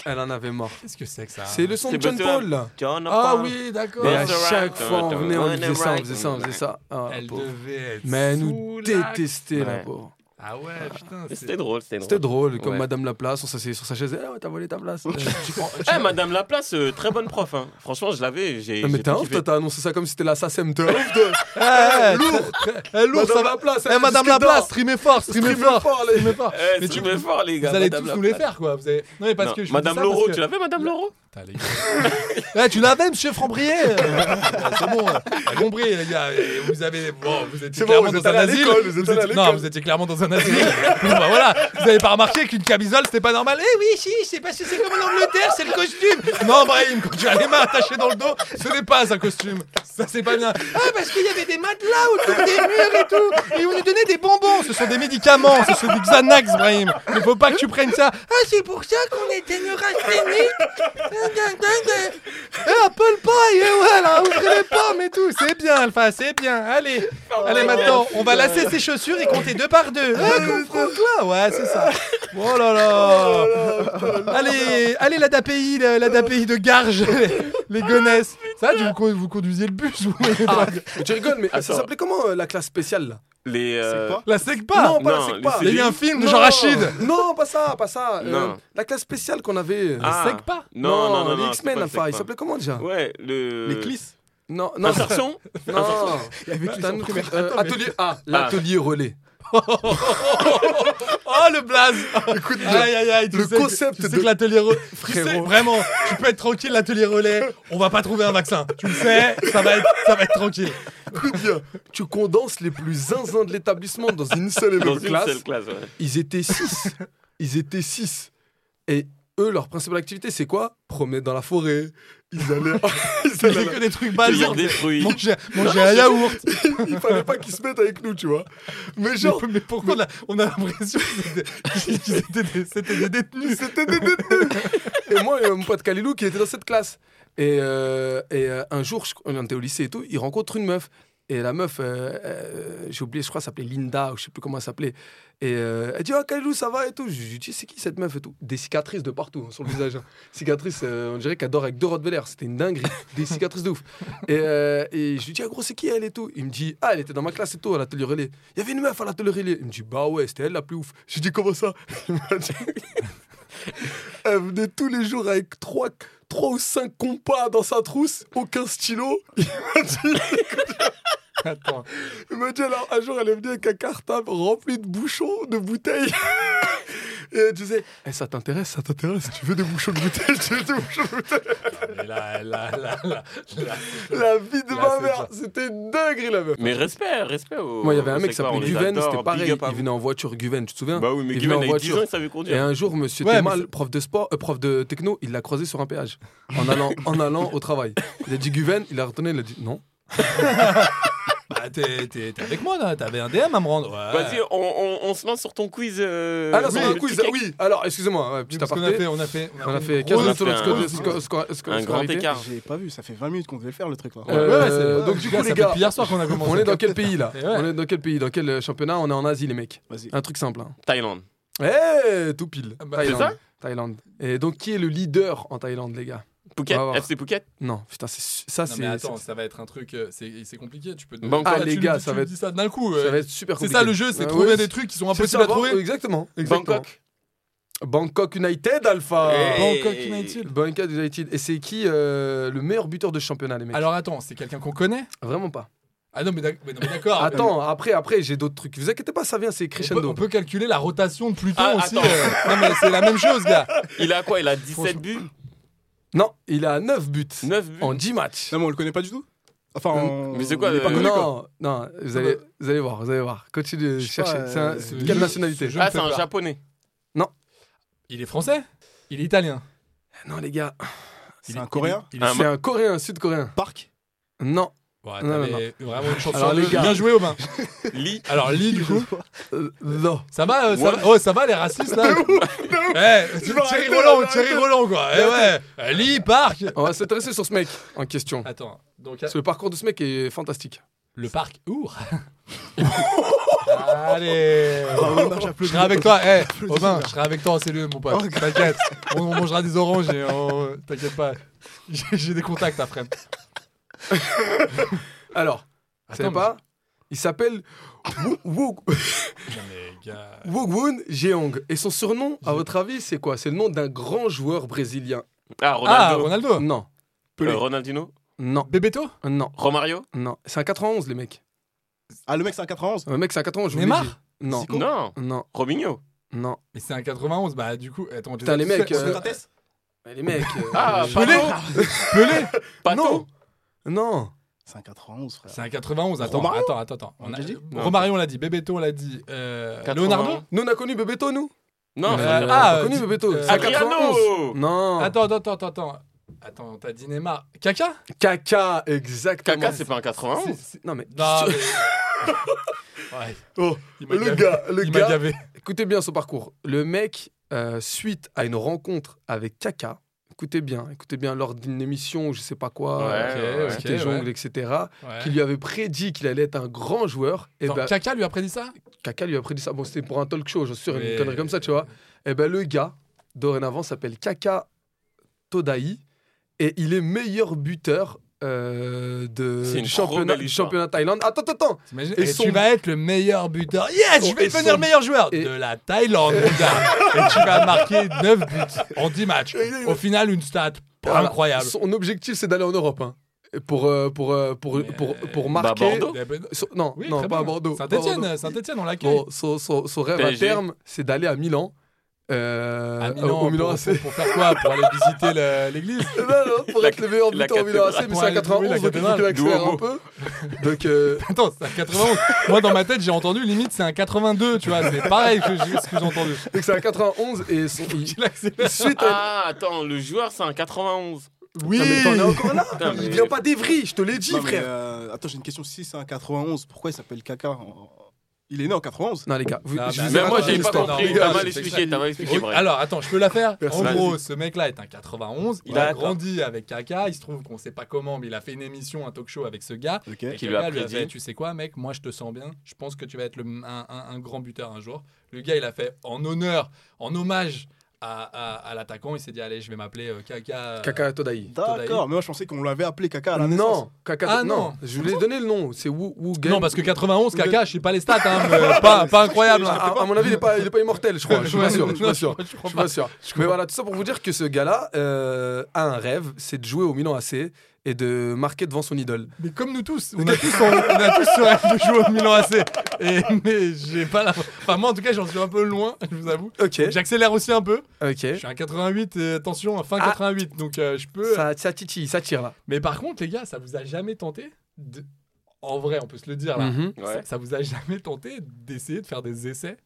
H: Elle en avait marre.
G: Qu'est-ce que c'est que ça hein?
H: C'est le son de John
C: Sébastien.
H: Paul. là.
C: John
G: Ah
C: Paul.
G: oui, d'accord
H: Et
C: Ouais,
H: à
C: c'est vrai.
H: chaque fois, on venait, on faisait ça, on faisait ça, on faisait ça. Ah,
G: Elle
H: pauvre.
G: devait être
H: Mais elle nous
G: sous la-
H: détestait, la
C: Ouais.
H: pauvre.
G: Ah ouais, putain
C: Mais C'était drôle, c'était drôle.
H: C'était drôle, comme
C: Ouais.
H: Madame Laplace, on s'asseyait sur sa chaise, eh, ouais, t'as volé ta place. Euh, tu prends-
C: Eh, Madame Laplace, euh, très bonne prof. Hein. Franchement, je l'avais. J'ai,
G: Ah,
H: Non, mais
C: j'ai
H: t'es
C: tout
H: ouf,
C: kiffé.
H: toi, t'as annoncé ça comme si t'es l'assassin, t'es ouf de.
G: Eh,
H: Lourd
G: Eh, lourd,
H: Madame
G: ça va.
H: Laplace,
G: Eh, Madame Laplace, streamez fort, streamez
H: Streamez
G: fort,
H: fort, les-
G: streamez fort.
C: Eh,
G: Mais
C: c'est
G: tu-
C: très fort, les
G: Vous
C: gars.
G: allez tous
C: Madame
G: nous les
C: Laplace.
G: faire, quoi. Vous allez... Non, mais parce
C: Non,
G: que je vous dis
C: Madame
G: ça parce
C: Laureau,
G: que-
C: tu l'avais, Madame Laureau
G: Putain, les gars. Eh, tu l'avais, monsieur Frambrier Euh, C'est bon, euh, t'as compris, les gars. Et Vous avez. Bon, vous étiez
H: C'est bon,
G: clairement
H: vous êtes
G: dans un
H: allés à
G: asile.
H: l'école, vous êtes allés à
G: étiez- non,
H: l'école.
G: vous étiez clairement dans un asile. bon, bah voilà. Vous avez pas remarqué qu'une camisole, c'était pas normal. Eh oui, si, c'est parce que c'est comme en Angleterre, c'est le costume. Non, Brahim, quand tu as les mains attachées dans le dos, ce n'est pas un costume. Ça, c'est pas bien. Ah, parce qu'il y avait des matelas autour des murs et tout. Et on nous donnait des bonbons. Ce sont des médicaments. Ce sont du Xanax, Brahim. Il faut pas que tu prennes ça. Ah, c'est pour ça qu'on était neurasthénique. Eh, Apple Pie, eh, voilà, ouvrez les pommes et tout. C'est bien, Alpha, c'est bien. Allez, allez maintenant, on va lasser ses chaussures et compter deux par deux. Ah, comprends-toi, ouais, c'est ça. Oh là là. Allez, allez, la d'API, la, la d'API de Garges, les, les gonesses. Ça, tu vous, con- vous conduisiez le bus, vous
H: Ah, mais tu rigoles, mais ça
C: Attends.
H: s'appelait comment euh, la classe spéciale là
C: Les. euh,
G: La SECPA
H: Non, pas
C: Non,
H: la SECPA.
C: les Il y a eu
G: un film de Jean Rachid.
H: Non, pas ça, pas ça. Euh,
C: Non.
H: la classe spéciale qu'on avait.
C: Ah.
G: sec pas
C: Non, non, non, non,
H: Les
C: c'est
H: X-Men,
C: pas le
H: Alpha.
C: sec
H: Il
C: pas.
H: s'appelait comment déjà
C: Ouais, le.
D: Les clisses
H: Non, non.
C: Insertion
H: Non.
D: Il y avait
H: T'as un autre, euh, atelier A, l'atelier relais.
G: Oh le blaze Aïe aïe aïe tu
H: le
G: sais que-
H: concept
G: tu sais
H: de-
G: que l'atelier relais
H: Frérot.
G: vraiment tu peux être tranquille l'atelier relais on va pas trouver un vaccin tu le sais ça va être ça va être tranquille
H: Écoute ah, bien, tu condenses les plus zinzins de l'établissement dans une seule et même
C: Dans une
H: classe.
C: seule classe, ouais.
H: Ils étaient 6. Ils étaient 6. Et eux, leur principale activité, c'est quoi Promener dans la forêt. Ils allaient. Ils
G: c'est
H: allaient
G: que des trucs
C: Cueillir
G: bazar
C: des fruits.
G: manger manger un yaourt
H: Il fallait pas qu'ils se mettent avec nous, tu vois. Mais genre,
G: mais pourquoi on a- on a, l'impression que c'était- qu'ils étaient des- c'était des détenus
H: c'était des détenus. Et moi, il y a mon pote Kalilou qui était dans cette classe. Et, euh, et euh, un jour, je- on était au lycée et tout, il rencontre une meuf. Et la meuf, euh, euh, j'ai oublié, je crois, elle s'appelait Linda, ou je sais plus comment elle s'appelait. Et euh, elle dit Oh, Kalilou, ça va et tout. Je lui dis C'est qui cette meuf et tout Des cicatrices de partout hein, sur le visage. hein. Cicatrices, euh, on dirait qu'elle dort avec deux Rottweilers. C'était une dinguerie. Des cicatrices de ouf. Et, euh, et je lui dis Ah, gros, c'est qui elle et tout Il me dit Ah, elle était dans ma classe et tout, à l'atelier relais. Il y avait une meuf à l'atelier relais. Il me dit Bah ouais, c'était elle la plus ouf. Je lui dis Comment ça Il m'a dit elle venait tous les jours avec 3, trois ou 5 compas dans sa trousse, aucun stylo. Il m'a dit,
G: attends
H: il m'a dit, alors, un jour, elle est venue avec un cartable rempli de bouchons, de bouteilles. Et elle disait, Eh, ça t'intéresse, ça t'intéresse, tu veux des bouchons de bouteilles, tu veux des bouchons de bouteilles.
G: Et là, là, là, là, là.
H: La vie de
G: Là,
H: ma
G: c'est
H: mère,
G: ça.
H: c'était dingue, la meuf.
C: Mais respect, respect au.
H: Moi, il y avait un mec qui
C: Oh, c'est quoi,
H: s'appelait
C: on les
H: Guven,
C: adore,
H: c'était
C: big
H: pareil.
C: up à
H: Il
C: vous.
H: venait en voiture, Guven, tu te souviens
C: Bah oui, mais
H: il venait
C: Guven,
H: en
C: avait 10 ans,
H: voiture.
C: il savait
H: Et
C: conduire.
H: un jour, monsieur
G: Ouais, mais
H: Temal, prof de sport, euh, prof de techno, il l'a croisé sur un péage en allant, en allant au travail. Il a dit Guven, il a retourné, il a dit non.
G: bah t'es t'es- t'es avec moi là t'avais un DM à me rendre ouais.
C: Vas-y, on, on- on se lance sur ton quiz. euh,
H: Ah non, c'est
C: oui,
H: un
C: petit
H: quiz.
C: cake.
H: Oui, alors excusez-moi, ouais, petit
G: Parce qu'on a
H: aparté.
G: fait on a fait
H: On a fait
G: une
H: 15
G: grosse-
H: minutes sur le
C: On a
H: score
C: fait
H: de sco- sco- sco-
C: Un grand
H: scolarité.
C: écart.
D: J'ai pas vu, ça fait 20 minutes qu'on devait le faire le truc là.
H: Euh,
G: Ouais, ouais, c'est-
H: donc du
G: gars,
H: coup les
G: ça fait
H: gars,
G: depuis hier soir qu'on a commencé.
H: on est dans quel pays là
G: Et ouais.
H: On est dans quel pays Dans quel euh, championnat On est en Asie les mecs.
D: Vas-y.
H: Un truc simple. hein.
C: Thaïlande.
H: Eh, tout pile.
G: Ah bah,
H: Thaïlande.
C: c'est ça
H: Thaïlande. Et donc qui est le leader en Thaïlande les gars
C: Phuket,
H: On va voir.
C: FC Phuket.
H: Non, putain, c'est su- ça
G: Non, mais
H: c'est
G: attends, ça va être un truc, euh, c'est c'est compliqué. Tu peux.
C: Bangkok.
H: Ah, les
G: tu-
H: gars,
G: tu
H: ça
G: me
H: va
G: dis
H: être-
G: ça d'un coup. euh,
H: ça va être super
G: C'est
H: compliqué.
G: ça le jeu, c'est
H: Ah,
G: trouver
H: ouais,
G: des trucs qui sont
H: c'est bah,
G: impossibles à
H: savoir-
G: trouver.
H: Exactement. exactement.
C: Bangkok.
H: Bangkok United Alpha.
C: Eh.
H: Ban-
G: Bangkok United.
H: Bangkok United. Et c'est qui euh, le meilleur buteur de ce championnat les mecs
G: Alors attends, c'est quelqu'un qu'on connaît
H: Vraiment pas.
G: Ah non, mais d'ac- mais non, mais d'accord.
H: Attends, après après j'ai d'autres trucs. Vous inquiétez pas, ça vient, c'est
G: On peut,
H: crescendo.
G: on peut calculer la rotation de Pluton
C: Ah,
G: aussi.
C: attends.
G: euh. Non mais c'est la même chose, gars.
C: Il a quoi Il a 17 buts
H: Non, il a 9 buts
C: 9 buts
H: en 10 matchs.
D: Non, mais on le connaît pas du tout. Enfin, on-
C: Mais c'est quoi,
D: on est pas
C: euh,
D: connu,
H: non,
D: quoi.
H: non, vous allez, vous allez voir, vous allez voir. Continuez de
D: Je sais pas,
H: chercher. C'est un-
D: euh,
H: c'est
G: ce
H: quelle
G: jeu-
H: nationalité
G: ce jeu-
C: Ah,
G: me
C: c'est
G: fais
C: un
G: peur.
C: japonais.
G: Il est français Il est italien
H: Non, les gars,
D: C'est un coréen
G: Il est-
C: Ah,
H: c'est un coréen, un sud-coréen.
D: Park
H: Non,
G: Ouais,
H: Non, non,
G: t'avais vraiment une chance
H: Alors,
G: sur
H: les
G: deux.
H: gars.
G: Bien joué, Aubin.
C: Lee.
G: Alors Lee, du coup.
H: euh, non.
G: Ça va, euh, ça
C: Ouais.
G: va, oh, ça va les racistes là Eh, Thierry Roland, Thierry Roland quoi Eh ouais Euh, Lee, Parc
H: On va s'intéresser sur ce mec en question.
G: Attends, donc
H: Parce que le parcours de ce mec est fantastique.
G: le parc. Ouh Allez Je serai avec toi, eh Aubin, je serai avec toi en cellule mon pote, t'inquiète, on, on mangera des oranges et on... t'inquiète pas, j'ai j'ai des contacts après.
H: Alors, vous savez
G: mais-
H: pas Il s'appelle Wo- Wo-
G: Non mais gars...
H: Wogwon Jeong. Et son surnom, à votre avis, c'est quoi C'est le nom d'un grand joueur brésilien.
C: Ah,
G: Ah,
C: Ronaldo.
G: Ronaldo
H: Non,
C: Euh, Ronaldinho.
H: non,
G: Bebeto
H: non,
C: Romario.
H: non. C'est un 91, les mecs.
D: Ah, le mec, c'est un 91.
H: Le mec, c'est un 91. je vous l'ai
G: Neymar
H: dit. Non,
D: Zico.
C: Non.
H: non,
C: Robinho.
H: non.
G: Mais c'est un 91, bah du coup... Attends,
H: Putain, les mecs, euh,
D: Socrates
H: Mais les mecs. euh,
G: Ah,
H: je-
G: Pelé Pelé
H: Non Non
D: C'est un 91, frère.
G: C'est un 91, attends,
H: Romario
G: attends, attends, attends.
D: On l'a déjà dit
G: Non. Romario, on l'a dit, Bebeto, on l'a dit. Euh, Leonardo
H: Nous, on a connu Bebeto, nous
C: Non,
G: Euh,
H: euh,
G: Ah,
H: on a connu
G: dis-
H: Bebeto.
G: euh,
H: c'est un 91. Non
G: Attends, attends, attends, attends. Attends, t'as dit Neymar. Kaka
H: Kaka, exactement.
C: Kaka, c'est pas un 91
H: euh, C'est- c'est- Non, mais.
G: Non, mais- Ouais.
H: Oh,
G: Il m'a
H: le
G: gavé.
H: gars, le
G: Il m'a
H: gars.
G: gavé.
H: Écoutez bien son parcours. Le mec, euh, suite à une rencontre avec Kaka, écoutez bien, écoutez bien, lors d'une émission, ou je sais pas quoi,
C: Ouais,
H: euh,
C: ok,
H: c'était
G: ouais.
H: jongle, etc.,
G: Ouais.
H: qui lui avait prédit qu'il allait être un grand joueur, et
G: Attends,
H: ben
G: Kaka lui a prédit ça
H: Kaka lui a prédit ça. Bon, c'était pour un talk show, j'en suis sûr,
G: Mais-
H: une connerie comme ça, tu vois. Et ben le gars, dorénavant, s'appelle Kaka Todai, et il est meilleur buteur. euh, de
C: C'est une hein.
H: du
C: trop
H: championnat,
C: belle
H: du
C: histoire.
H: championnat Thaïlande. Attends, attends, attends.
G: T'imagines
H: Et
G: Et
H: son-
G: tu vas être le meilleur buteur. Yes,
H: Oh,
G: je vais
H: et
G: devenir
H: son-
G: meilleur joueur
H: et-
G: de la Thaïlande, mon gars. Et tu vas marquer 9 buts en 10 matchs. Au final, une stat
H: Ah, Voilà.
G: incroyable.
H: Son objectif, c'est d'aller en Europe. hein. Et Pour, euh, pour, euh, pour, pour, pour,
C: bah,
H: marquer.
C: Bordeaux.
H: Son- non,
G: Oui,
H: non
G: très
H: pas
G: bien.
H: à Bordeaux. pas à Bordeaux.
G: Saint-Etienne, Saint-Etienne, on l'accueille.
H: Bon, son, son- son rêve
C: PSG.
H: à terme, c'est d'aller à Milan. Euh,
G: À
H: au-
G: Milan,
H: au Milan
G: Ah, pour,
H: AC.
G: pour- pour faire quoi Pour aller visiter le- l'église
H: Non, non, pour
C: La-
H: être le meilleur
C: la
H: buteur au Milan AC,
C: cathédrale.
H: mais c'est à
G: Ouais, oui,
H: 91,
G: la
H: donc il faut qu'il
G: cathédrale.
H: accélère un
C: Duomo.
H: peu. Donc, euh,
G: Attends, c'est un 91. Moi, dans ma tête, j'ai entendu limite, c'est un 82, tu vois. C'est pareil que j'ai- ce que j'ai entendu.
H: donc c'est à 91 et son- il-
G: Il accélère.
H: suite à-
C: Ah, attends, le joueur, c'est un 91.
H: Non, mais t'en es encore là
C: Putain, mais- Bah,
H: Il vient pas d'Evry, je te l'ai dit,
D: Non, mais,
H: frère.
D: euh, attends, j'ai une question. Si c'est un 91, pourquoi il s'appelle Kaka en- Il est né en 91
H: Non, les gars, vous-
G: Non,
H: je
G: mais
C: Même
H: vous ai
C: bah, moi,
H: raconté
C: j'ai pas
H: l'histoire.
C: compris.
G: Non,
C: T'as
G: mais
C: mal
G: c'est
C: expliqué, t'as mal expliqué,
G: Ok,
C: bref.
G: alors attends, je peux la faire. En
H: Personne.
G: gros, ce mec-là est un 91. Il a
C: D'accord.
G: grandi avec Kaka. Il se trouve qu'on sait pas comment, mais il a fait une émission, un talk-show avec ce gars.
D: Ok.
G: Et Kaka
C: Qui lui a
G: lui a
C: prédit.
G: fait, tu sais quoi, mec, moi je te sens bien. Je pense que tu vas être le- un, un- un grand buteur un jour. Le gars, il a fait en honneur, en hommage à, à- à l'attaquant. Il s'est dit, allez, je vais m'appeler euh, Kaka.
H: Kaka Todai.
D: D'accord, mais moi je pensais qu'on l'avait appelé Kaka à la naissance.
H: Non, Kaka.
G: Ah,
H: non.
G: non.
H: je voulais donner le nom. C'est Wu Wu Gang.
G: Non, parce que 91, Kaka, je sais pas les stats, hein, mais pas, pas incroyable. hein.
H: À, à mon avis, il est pas, il est pas immortel, je crois. Je suis pas sûr. Je suis pas sûr.
G: Je
H: Je
G: crois
H: suis pas sûr. Mais voilà, tout ça pour vous dire que ce gars-là euh, a un rêve, c'est de jouer au Milan AC et de marquer devant son idole.
G: Mais comme nous tous, on a tous, on, a tous ce rêve de jouer au Milan AC. Et, mais j'ai pas la. Enfin, moi en tout cas, j'en suis un peu loin, je vous avoue.
H: Ok.
G: J'accélère aussi un peu.
H: Ok.
G: Je suis un 88, et attention, un fin
H: Ah.
G: 88. Donc euh, je peux.
H: Ça, ça titille, ça tire là.
G: Mais par contre, les gars, ça vous a jamais tenté de. En vrai, on peut se le dire là.
H: Mhm.
G: Ça- Ça vous a jamais tenté d'essayer de faire des essais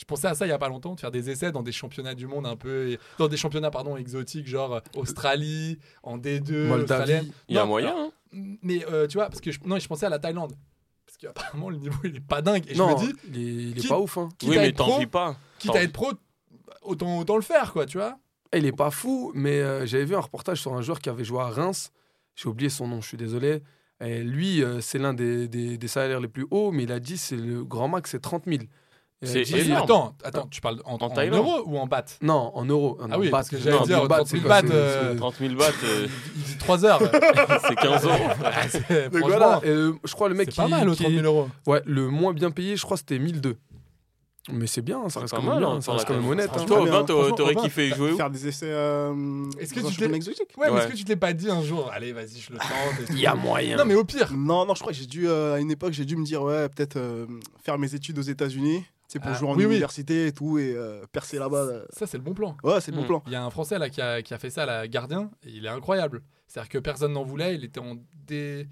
G: je pensais à ça il y a pas longtemps, de faire des essais dans des championnats du monde un peu, dans des championnats pardon exotiques genre euh, Australie, en D2,
H: Moldavie.
G: Australienne.
C: Il y a
G: Non,
C: moyen,
G: alors,
C: hein.
G: mais euh, tu vois, parce que je, non, je pensais à la Thaïlande. Parce qu'apparemment, le niveau, il est pas dingue. Et
H: non,
G: je me dis,
H: il est, il est
G: qui-
H: pas ouf. Hein.
G: quitte
C: Oui,
G: à
C: mais
G: être pro,
C: t'en vis pas.
G: quitte
C: T'en-
G: à être pro, autant, autant le faire, quoi, tu vois.
H: Eh, Il est pas fou, mais euh, j'avais vu un reportage sur un joueur qui avait joué à Reims. J'ai oublié son nom, je suis désolé. Et lui, euh, c'est l'un des, des- des salaires les plus hauts, mais il a dit c'est le grand max, c'est 30 000. Et il a
C: C'est
H: dit-
G: Mais
C: énorme.
G: Attends, attends, tu parles en, en,
C: Thaïlande.
G: euros ou en bahts
H: Non, en euros. Ah
G: oui, parce que j'allais
C: dire,
G: 30 000 bahts, euh,
C: 30 000 bahts, euh,
G: Il il dit 3 heures.
C: c'est 15 euros.
G: C'est-
H: Donc
G: franchement,
H: voilà, et, euh, je crois le mec
G: c'est
H: qui,
G: pas mal, aux
H: qui-
G: 30 000 euros.
H: ouais, le moins bien payé, je crois c'était 1002. Mais c'est bien, ça reste
C: pas
H: quand
C: mal,
H: même bien,
C: hein,
H: ça
C: pour
H: reste
C: la
H: quand même honnête. hein.
D: Franchement,
C: Toi,
D: mais,
C: Aubin,
D: hein,
C: t'aurais t'aurais
D: franchement,
C: kiffé jouer où
D: Faire des essais. euh,
G: Est-ce que
D: dans un
G: tu te
D: championnat
G: l'es-
D: exotique
G: Ouais, mais
C: Ouais.
G: est-ce que tu te l'es pas dit un jour Allez, vas-y, je le tente. et tout.
H: Il y a moyen.
G: Non, mais au pire.
D: Non, non, je crois que j'ai dû, euh, à une époque, j'ai dû me dire, ouais, peut-être euh, faire mes études aux États-Unis, c'est pour
G: Ah,
D: jouer en
G: oui, oui.
D: université et tout, et euh, percer là-bas. là.
G: Ça, c'est le bon plan.
D: Ouais, c'est le bon
C: Hmm.
D: plan.
G: Il y a un Français là qui a, qui a fait ça, là, gardien, et il est incroyable. C'est-à-dire que personne n'en voulait, il était en D.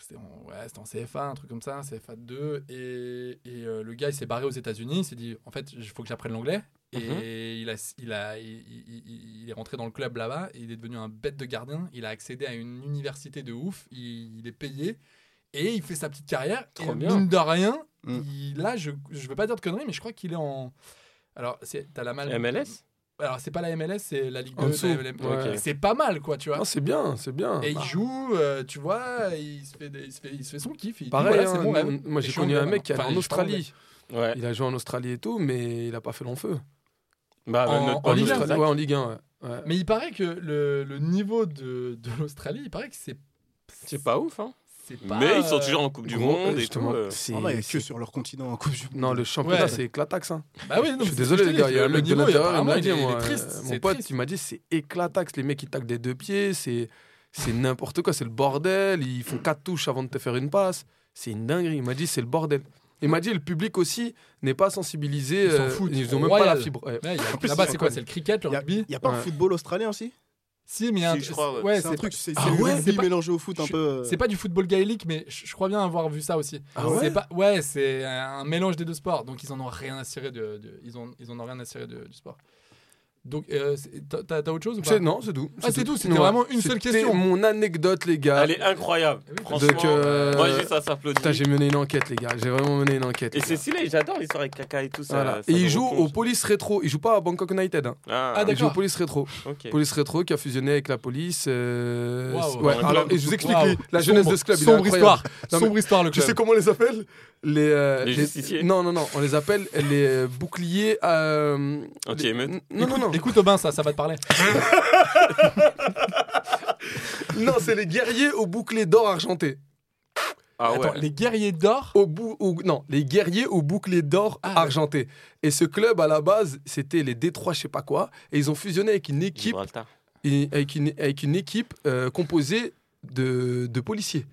G: C'était en, ouais, c'était en CFA, un truc comme ça, CFA 2. Et, et, euh, le gars, il s'est barré aux États-Unis, il s'est dit en fait, il faut que j'apprenne l'anglais. Et
C: Mhm.
G: il, a, il, a, il, il- il est rentré dans le club là-bas, et il est devenu un bête de gardien, il a accédé à une université de ouf, il, il est payé. Et il fait sa petite carrière.
C: Trop
G: et
C: bien.
G: Mine de rien,
D: Mm.
G: il- là, je ne veux pas dire de conneries, mais je crois qu'il est en. Alors, c'est- t'as la mal.
C: MLS
G: Alors, c'est pas la MLS, c'est la Ligue
H: En
G: 2.
H: dessous,
G: la LM.
H: ouais.
G: Et C'est pas mal, quoi, tu vois.
H: hein. Non, c'est bien, c'est bien.
G: Et il
H: Bah,
G: joue, euh, tu vois, il se fait, des- il se fait, il se fait son kiff. Il dit,
H: Pareil,
G: voilà, c'est
H: hein,
G: mon rêve.
H: m- moi
G: Et
H: j'ai
G: je suis
H: connu
G: anglais,
H: un mec qui est
G: maintenant.
H: allé en
G: Enfin, je parle
H: Australie.
C: Ouais.
H: Il a joué en Australie et tout, mais il a pas fait long feu.
C: Bah,
G: En-
C: notre
G: en
C: pote
G: Ligue un,
C: Isaac.
H: Australie- ouais, en hein, Ligue 1. Ouais. Ouais.
G: anglais. Mais il paraît que le, le niveau de, de l'australie, il paraît que c'est.
C: C'est pas ouf, hein.
G: c'est pas,
C: Mais
G: euh,
C: ils sont toujours en Coupe du
H: Gros,
C: Monde et
H: justement,
C: tout. euh.
H: c'est-
D: Ah, bah, il y a que
H: c'est-
D: sur leur continent en Coupe du Monde.
H: Non, le championnat,
G: Ouais.
H: c'est éclataxe. Hein.
G: Bah oui, non, mais
H: je suis
G: c'est ce que
H: désolé,
G: je
H: les
G: te
H: gars.
G: dis,
H: il y a Le mec de
G: niveau,
H: l'intérieur, il me l'a
G: apparemment,
H: dit.
G: est- il est
H: moi,
G: triste,
H: euh,
G: c'est
H: Mon pote,
G: triste.
H: il m'a dit c'est éclataxe. Les mecs, ils tacent des deux pieds. C'est c'est n'importe quoi. C'est le bordel. Ils font quatre touches avant de te faire une passe. C'est une dinguerie. Il m'a dit c'est le bordel. Il m'a dit le public aussi n'est pas sensibilisé.
G: Ils s'en
H: euh,
G: foutent,
H: ils
G: sont
H: ont même pas la
G: royales.
H: fibre. ouais.
G: Ouais, il y a-
H: En plus,
G: là-bas,
H: ils
G: c'est
H: sont
G: quoi
H: cons.
G: C'est le cricket, le rugby
D: Il n'y a pas un
H: Ouais.
D: football australien aussi
G: Si, mais il y a un,
C: Si, je crois, ouais.
D: Eh, C'est un truc, c'est
G: Ah
D: c'est le
G: ouais
D: rugby
G: C'est pas-
D: mélangé au foot un
G: je-
D: peu. euh,
G: C'est pas du football gaélique, mais je je crois bien avoir vu ça aussi.
H: Ah ouais
G: c'est pas, ouais, c'est un mélange des deux sports, donc ils en ont rien à cirer de, de- ils ont, ils en ont rien à cirer de- du sport. Donc, euh, c'est- t'as- t'as t'as autre chose ou pas
H: C'est- Non, c'est tout.
G: Ah, c'est tout, c'était
H: Ouais.
G: vraiment une seule
H: C'était
G: question.
H: mon anecdote, les gars.
C: Elle est incroyable.
G: Oui, parce
C: Franchement,
H: Donc, euh,
C: moi juste ça s'applaudit.
H: Putain, j'ai mené une enquête, les gars. J'ai vraiment mené une enquête.
C: Et
H: les gars.
C: c'est stylé, j'adore l'histoire avec Kaka et tout ça.
H: Voilà.
C: ça
H: Et il
C: me
H: joue
C: replonge.
H: au Police Rétro. Il joue pas à Bangkok United. hein.
C: Ah,
G: Ah,
H: Il joue au
G: d'accord.
H: Police Rétro.
C: ok.
H: Police Rétro qui a fusionné avec la police. euh,
G: Waouh.
H: ouais,
C: Un
H: alors,
C: club.
H: et je vous explique
G: Waouh.
H: les- la jeunesse
G: Sombre-
H: de ce club. il est
G: Sombre
H: incroyable.
G: histoire.
H: Non, mais
G: Sombre histoire, le
H: Tu
G: club.
H: sais comment on les appelle les, euh,
C: Les justiciers
H: Non, non, non. On les appelle les euh, boucliers. euh, les-
C: Anti-émeute.
H: N- Non, non, non.
G: Écoute, Aubin, ça, ça va te parler.
H: non, c'est les guerriers aux boucliers d'or argenté.
C: Ah ouais.
G: Attends, les guerriers d'or.
H: Au bou- au- non, les guerriers aux boucliers d'or
G: Ah,
H: argenté. Et ce club, à la base, c'était les Détroits, je sais pas quoi. Et ils ont fusionné avec une équipe,
C: Gibraltar.
H: et- avec une, avec une équipe euh, composée de, de policiers.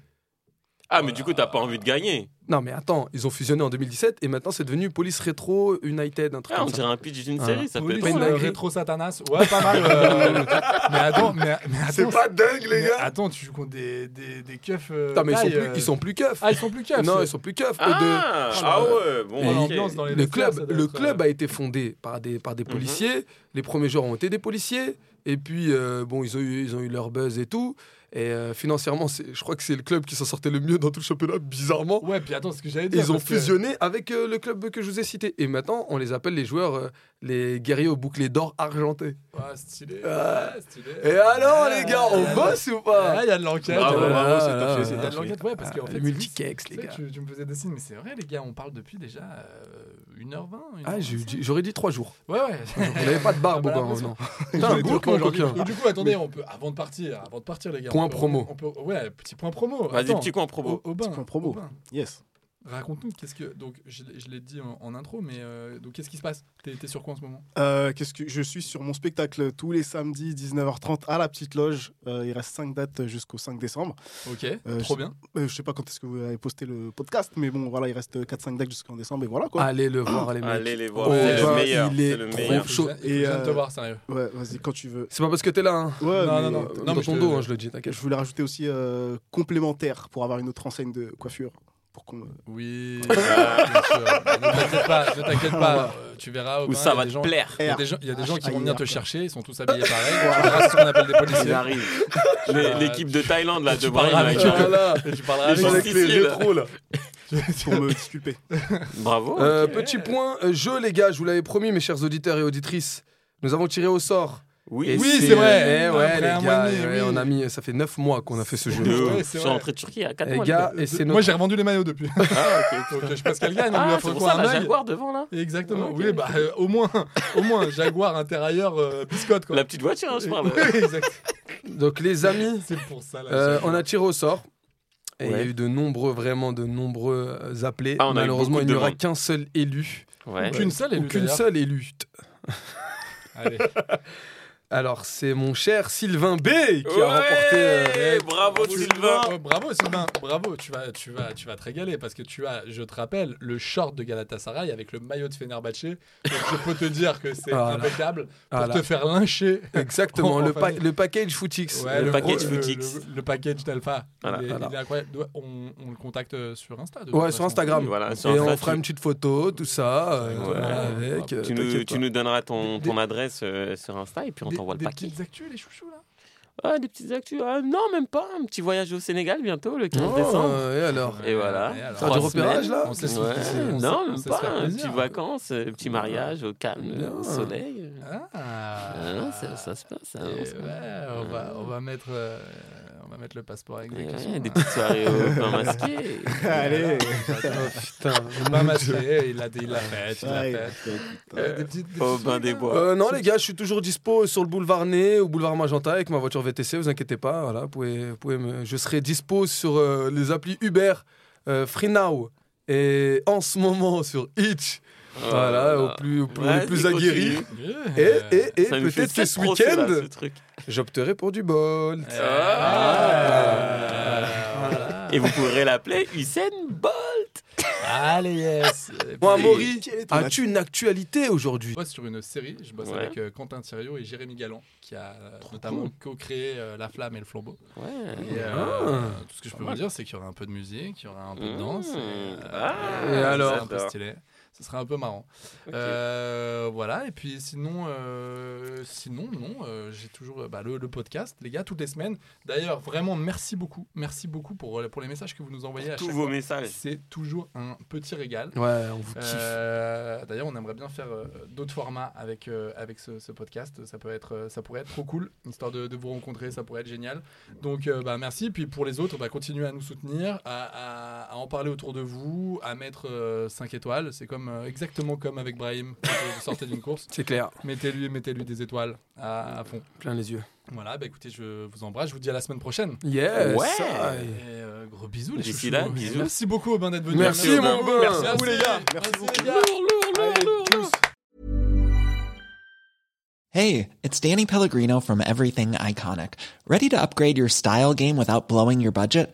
C: Ah, mais du coup, t'as pas envie de gagner.
H: Non, mais attends, ils ont fusionné en 2017 et maintenant c'est devenu Police Retro United, un truc
C: Ah, on
H: comme ça.
C: dirait un pitch d'une
H: Ah.
C: série, ça peut
G: Police,
C: être.
H: pas une
G: euh,
H: dinguerie.
G: rétro Satanas. Ouais, pas mal. euh, mais attends, mais, mais attends.
H: dingue,
G: mais attends, tu joues contre des, des, des keufs. euh,
H: Putain, mais ils sont,
G: taille,
H: plus,
G: euh.
H: ils sont plus keufs.
G: Ah, ils sont plus keufs.
H: non,
G: c'est-
H: ils sont plus keufs. Et de-
C: Ah, ah ouais, bon.
H: Oh, Et-
C: ok.
G: l'ambiance dans les
H: le
G: vestiaires, ça
H: club,
G: doit
H: le
G: être,
H: club
G: euh,
H: a été fondé par des, par
C: Mhm.
H: des policiers. Les premiers joueurs ont été des policiers. Et puis, euh, bon, ils ont, eu, ils ont eu leur buzz et tout. Et euh, financièrement, c'est- je crois que c'est le club qui s'en sortait le mieux dans tout le championnat, bizarrement.
G: Ouais, puis attends, ce que j'allais
H: Et
G: dire.
H: ils ont
G: parce que-
H: fusionné avec euh, le club que je vous ai cité. Et maintenant, on les appelle les joueurs, euh, les guerriers au bouclier d'or argenté.
G: Ouais, Ah, stylé.
H: Ouais.
G: ouais, stylé.
H: Ah. Et alors,
G: Ouais,
H: les gars,
G: ouais,
H: on
G: ouais.
H: bosse ou
G: Ah,
H: pas
G: il y a de l'enquête.
C: Bravo,
G: il y a de
C: bravo,
G: l'enquête.
C: c'est ta
H: là,
C: c'est
G: Il y
C: ta
G: a de l'enquête, ouais, parce qu'en fait.
H: Les multi-cakes, Ah, les
G: tu sais,
H: gars.
G: Tu, tu me faisais des signes, mais c'est vrai, les gars, on parle depuis déjà euh, 1h20.
H: Ah, j'ai- j'aurais dit trois jours.
G: Ouais, ouais.
H: Ah, On n'avait pas de barbe au
G: Voilà,
H: bain,
G: parce que-
H: non.
G: Putain,
H: Putain,
G: le
H: gros
G: truc,
H: con,
G: aujourd'hui.
H: coquin.
G: Donc, Du coup, attendez, on peut, avant de partir, avant de partir, les gars.
H: Point
G: on peut-
H: promo.
G: on peut- ouais, petit point promo.
C: Vas-y,
G: Attends.
C: petit coin promo.
H: Oh,
G: Au- Aubin,
D: Petit point promo.
G: Aubin,
D: Yes.
G: Raconte-nous, qu'est-ce que. Donc, je, l'ai- je l'ai dit en, en intro, mais euh, donc, qu'est-ce qui se passe T'es t'es sur quoi en ce moment
D: Euh, qu'est-ce que je suis sur mon spectacle tous les samedis 19h30 à la petite loge. Euh, il reste 5 dates jusqu'au 5 décembre.
G: Ok,
D: Euh,
G: trop
D: je-
G: bien.
D: Euh, je sais pas quand est-ce que vous avez posté le podcast, mais bon voilà, il reste 4-5 dates jusqu'en décembre et voilà quoi.
H: Allez le voir, les mecs.
C: Allez les voir,
H: Oh,
C: c'est le
H: bah,
C: meilleur.
H: il
C: C'est
H: est
C: le
H: trop
C: meilleur.
G: Faut
H: chaud.
G: que je viens-
D: Et,
G: faut que je viens de te
D: euh,
G: voir, sérieux.
D: Ouais, vas-y quand tu veux.
H: C'est pas parce que t'es là, hein.
D: Ouais,
G: Non,
D: mais,
G: non, non.
D: euh,
H: dans
G: mais
H: ton
G: je te-
H: dos, hein, je le dis, t'inquiète.
D: Je voulais rajouter aussi euh, complémentaire pour avoir une autre enseigne de coiffure. Pour qu'on.
G: Oui. bien sûr. ne t'inquiète pas, ne t'inquiète pas. euh, Tu verras.
C: Ou
G: Aubin,
C: ça
G: il y a
C: va
G: des
C: te
G: gens-
C: plaire.
G: Il y a des gens, il y a des gens qui vont venir te chercher, ils sont tous habillés pareil.
D: Voilà.
G: Tu verras ce qu'on appelle des
C: Ils
G: policiers.
C: arrivent.
G: Euh,
C: Les- L'équipe de Thaïlande, là,
G: tu
C: de Brahim.
G: parleras
C: avec,
G: avec
C: euh,
G: eux.
H: Voilà.
G: Tu parleras avec
C: Les gens-
G: eux.
H: Avec les
C: Justicier,
H: jeux
C: là.
H: trop, là.
D: Pour me disculper.
C: Bravo.
H: Euh, Petit point euh, jeu, les gars, je vous l'avais promis, mes chers auditeurs et auditrices. Nous avons tiré au sort. Et
C: Oui,
G: Oui, c'est vrai.
H: eh ouais,
G: Après un
H: les
G: mois
H: gars,
G: et demi,
H: ouais,
G: oui.
H: on a mis, ça fait 9 mois qu'on a fait ce
C: de
H: jeu.
C: ouf.
G: Ouais,
C: Je
G: c'est
C: suis
G: vrai.
C: rentré de Turquie à 4
H: Les
C: mois.
H: gars, et c'est
G: Moi
H: notre...
G: j'ai revendu les maillots depuis.
C: Ah, ok,
G: Donc
C: ok.
G: je sais pas ce qu'elle gagne, on lui
C: Ah,
G: offre
C: c'est pour
G: quoi
C: ça
G: un
C: la
G: mail
C: Jaguar devant, là
G: Exactement,
C: Ok.
G: oui, bah euh, au moins, au moins, Jaguar intérieur euh, biscotte quoi.
C: La petite voiture, hein, je parle.
G: Oui, exact.
H: Donc les amis,
G: C'est pour ça là.
H: euh, on a tiré au sort. Et il y a
C: Ouais.
H: eu de nombreux, vraiment de nombreux euh, appelés.
C: Ah, on a eu
H: Malheureusement,
C: beaucoup
H: il
C: de
H: n'y aura
C: demandes.
H: qu'un seul élu.
C: Ouais.
G: Aucune seule élue,
H: Aucune
G: d'ailleurs.
H: seule élue.
G: Allez.
H: Alors, c'est mon cher Sylvain B qui
C: Ouais,
H: a remporté. euh,
C: Bravo, Sylvain.
G: Ouais, Oh, bravo Sylvain, bravo, tu vas, tu, vas, tu vas te régaler parce que tu as, je te rappelle, le short de Galatasaray avec le maillot de Fenerbahçe. Donc je peux te dire que c'est
H: Ah là.
G: impeccable pour
H: Ah là.
G: te faire lyncher.
H: Exactement,
G: En
H: le, pa-
G: famille.
H: le package Footix.
G: Ouais,
C: le
G: gros-
C: package
G: le,
C: Footix.
G: le- le package d'Alpha.
C: Voilà.
G: il, est-
H: Voilà.
G: il est incroyable. Ouais, On, on le contacte sur Insta. de toute
H: Ouais, sur
G: façon.
H: Instagram.
C: Voilà, sur
H: et
C: Insta,
H: on fera
C: tu-
H: une petite photo, tout ça. euh,
G: Ouais.
H: voilà, avec, euh,
C: Tu nous,
H: t'inquiète
C: tu
H: pas.
C: nous donneras ton,
G: Des-
C: ton adresse euh, sur Insta et puis on
G: Des-
C: t'envoie le
G: des
C: paquet.
G: petites actus, les chouchous là.
C: Ah, des petites actus. Ah, non, même pas. Un petit voyage au Sénégal bientôt, le 15
H: Oh,
C: décembre.
H: et alors
C: Et voilà.
G: Et alors
H: Faire
C: Trois
H: du repérage, là
G: On se laisse-
C: Ouais,
G: on se- on se-
C: non,
G: on
C: même
G: se laisse
C: pas.
G: faire
C: Un
G: plaisir.
C: petit vacances, un petit mariage au calme,
H: Bien.
C: au soleil.
G: Ah.
C: Ah, ça, ça se passe. ça,
G: Et
C: on se-
G: Eh ouais, on, va, on va mettre euh, on va mettre le passeport avec
C: Et
G: des
C: Eh ouais,
G: questions. hein.
C: des petites soirées au pain masqué.
D: Allez.
G: Oh,
H: Putain.
G: Pas masqué, il l'a il l'a fait, il l'a
D: Ouais,
G: fait.
D: putain.
G: Euh, des petites- des
C: Au
G: petits
C: bain
G: trucs,
C: des
G: là.
C: bois.
H: Euh, non les gars, je suis toujours dispo sur le boulevard Ney ou boulevard Magenta avec ma voiture VTC, vous inquiétez pas, voilà, vous pouvez, vous pouvez me- je serai dispo sur euh, les applis Uber, euh, FreeNow et en ce moment sur Itch,
C: Oh
H: voilà,
C: Voilà.
H: au plus, au plus,
C: Ah Vas-y,
H: les plus aguerris.
C: continue.
G: Yeah.
H: Et, et, et
C: Ça me fait
H: peut-être que ce
C: trop, là,
H: week-end,
C: ce truc.
H: j'opterai pour du Bolt.
G: Ah.
C: Ah.
G: Voilà.
C: Et vous pourrez l'appeler Usain Bolt.
G: Allez, yes
H: Moi, Amaury, as-tu une actualité aujourd'hui
G: Je bosse sur une série, je bosse
H: Ouais.
G: avec euh, Quentin Thiriot et Jérémy Galland, qui a euh, notamment
H: cool.
G: co-créé euh, La Flamme et le Flambeau.
H: Ouais.
G: Et, euh,
H: Ah.
G: tout ce que je
H: Pas
G: peux vous
H: mal.
G: dire, c'est qu'il y aura un peu de musique, il y aura un peu de
H: Mmh.
G: danse. et, euh,
H: Ah,
G: euh,
H: et
G: c'est
H: alors
G: un peu stylé. Ce sera un peu marrant. Euh, voilà, et puis sinon, euh, sinon non, euh, j'ai toujours euh, bah, le, le podcast, les gars, toutes les semaines. D'ailleurs, vraiment, merci beaucoup. Merci beaucoup pour, euh, pour les messages que vous nous envoyez à
C: Tous
G: chaque
C: vos
G: fois.
C: messages.
G: C'est toujours un petit régal.
H: Ouais, on vous kiffe.
G: Euh, D'ailleurs, on aimerait bien faire euh, d'autres formats avec, euh, avec ce, ce podcast. Ça, peut être, euh, ça pourrait être trop cool, histoire de, de vous rencontrer, ça pourrait être génial. Donc, euh, bah, merci. Puis pour les autres, bah, continuez à nous soutenir, à, à- à en parler autour de vous, à mettre 5 étoiles. C'est comme, euh, exactement comme avec Brahim, quand vous sortez d'une course.
H: C'est clair.
G: Mettez-lui mettez -lui des étoiles à, à fond.
H: Plein les yeux.
G: Voilà, bah, écoutez, je vous embrasse, je vous dis à la semaine prochaine.
H: Yes. Ouais.
G: Et, euh, gros bisous les
C: D'ici
G: chouchous.
C: là, bisous.
G: Merci beaucoup Aubin d'être venu.
H: Merci, Merci, mon Aubin.
G: Merci à vous les gars.
D: Merci
G: les
D: beaucoup.
G: gars.
K: Hey, it's Danny Pellegrino from Everything Iconic. Ready to upgrade your style game without blowing your budget?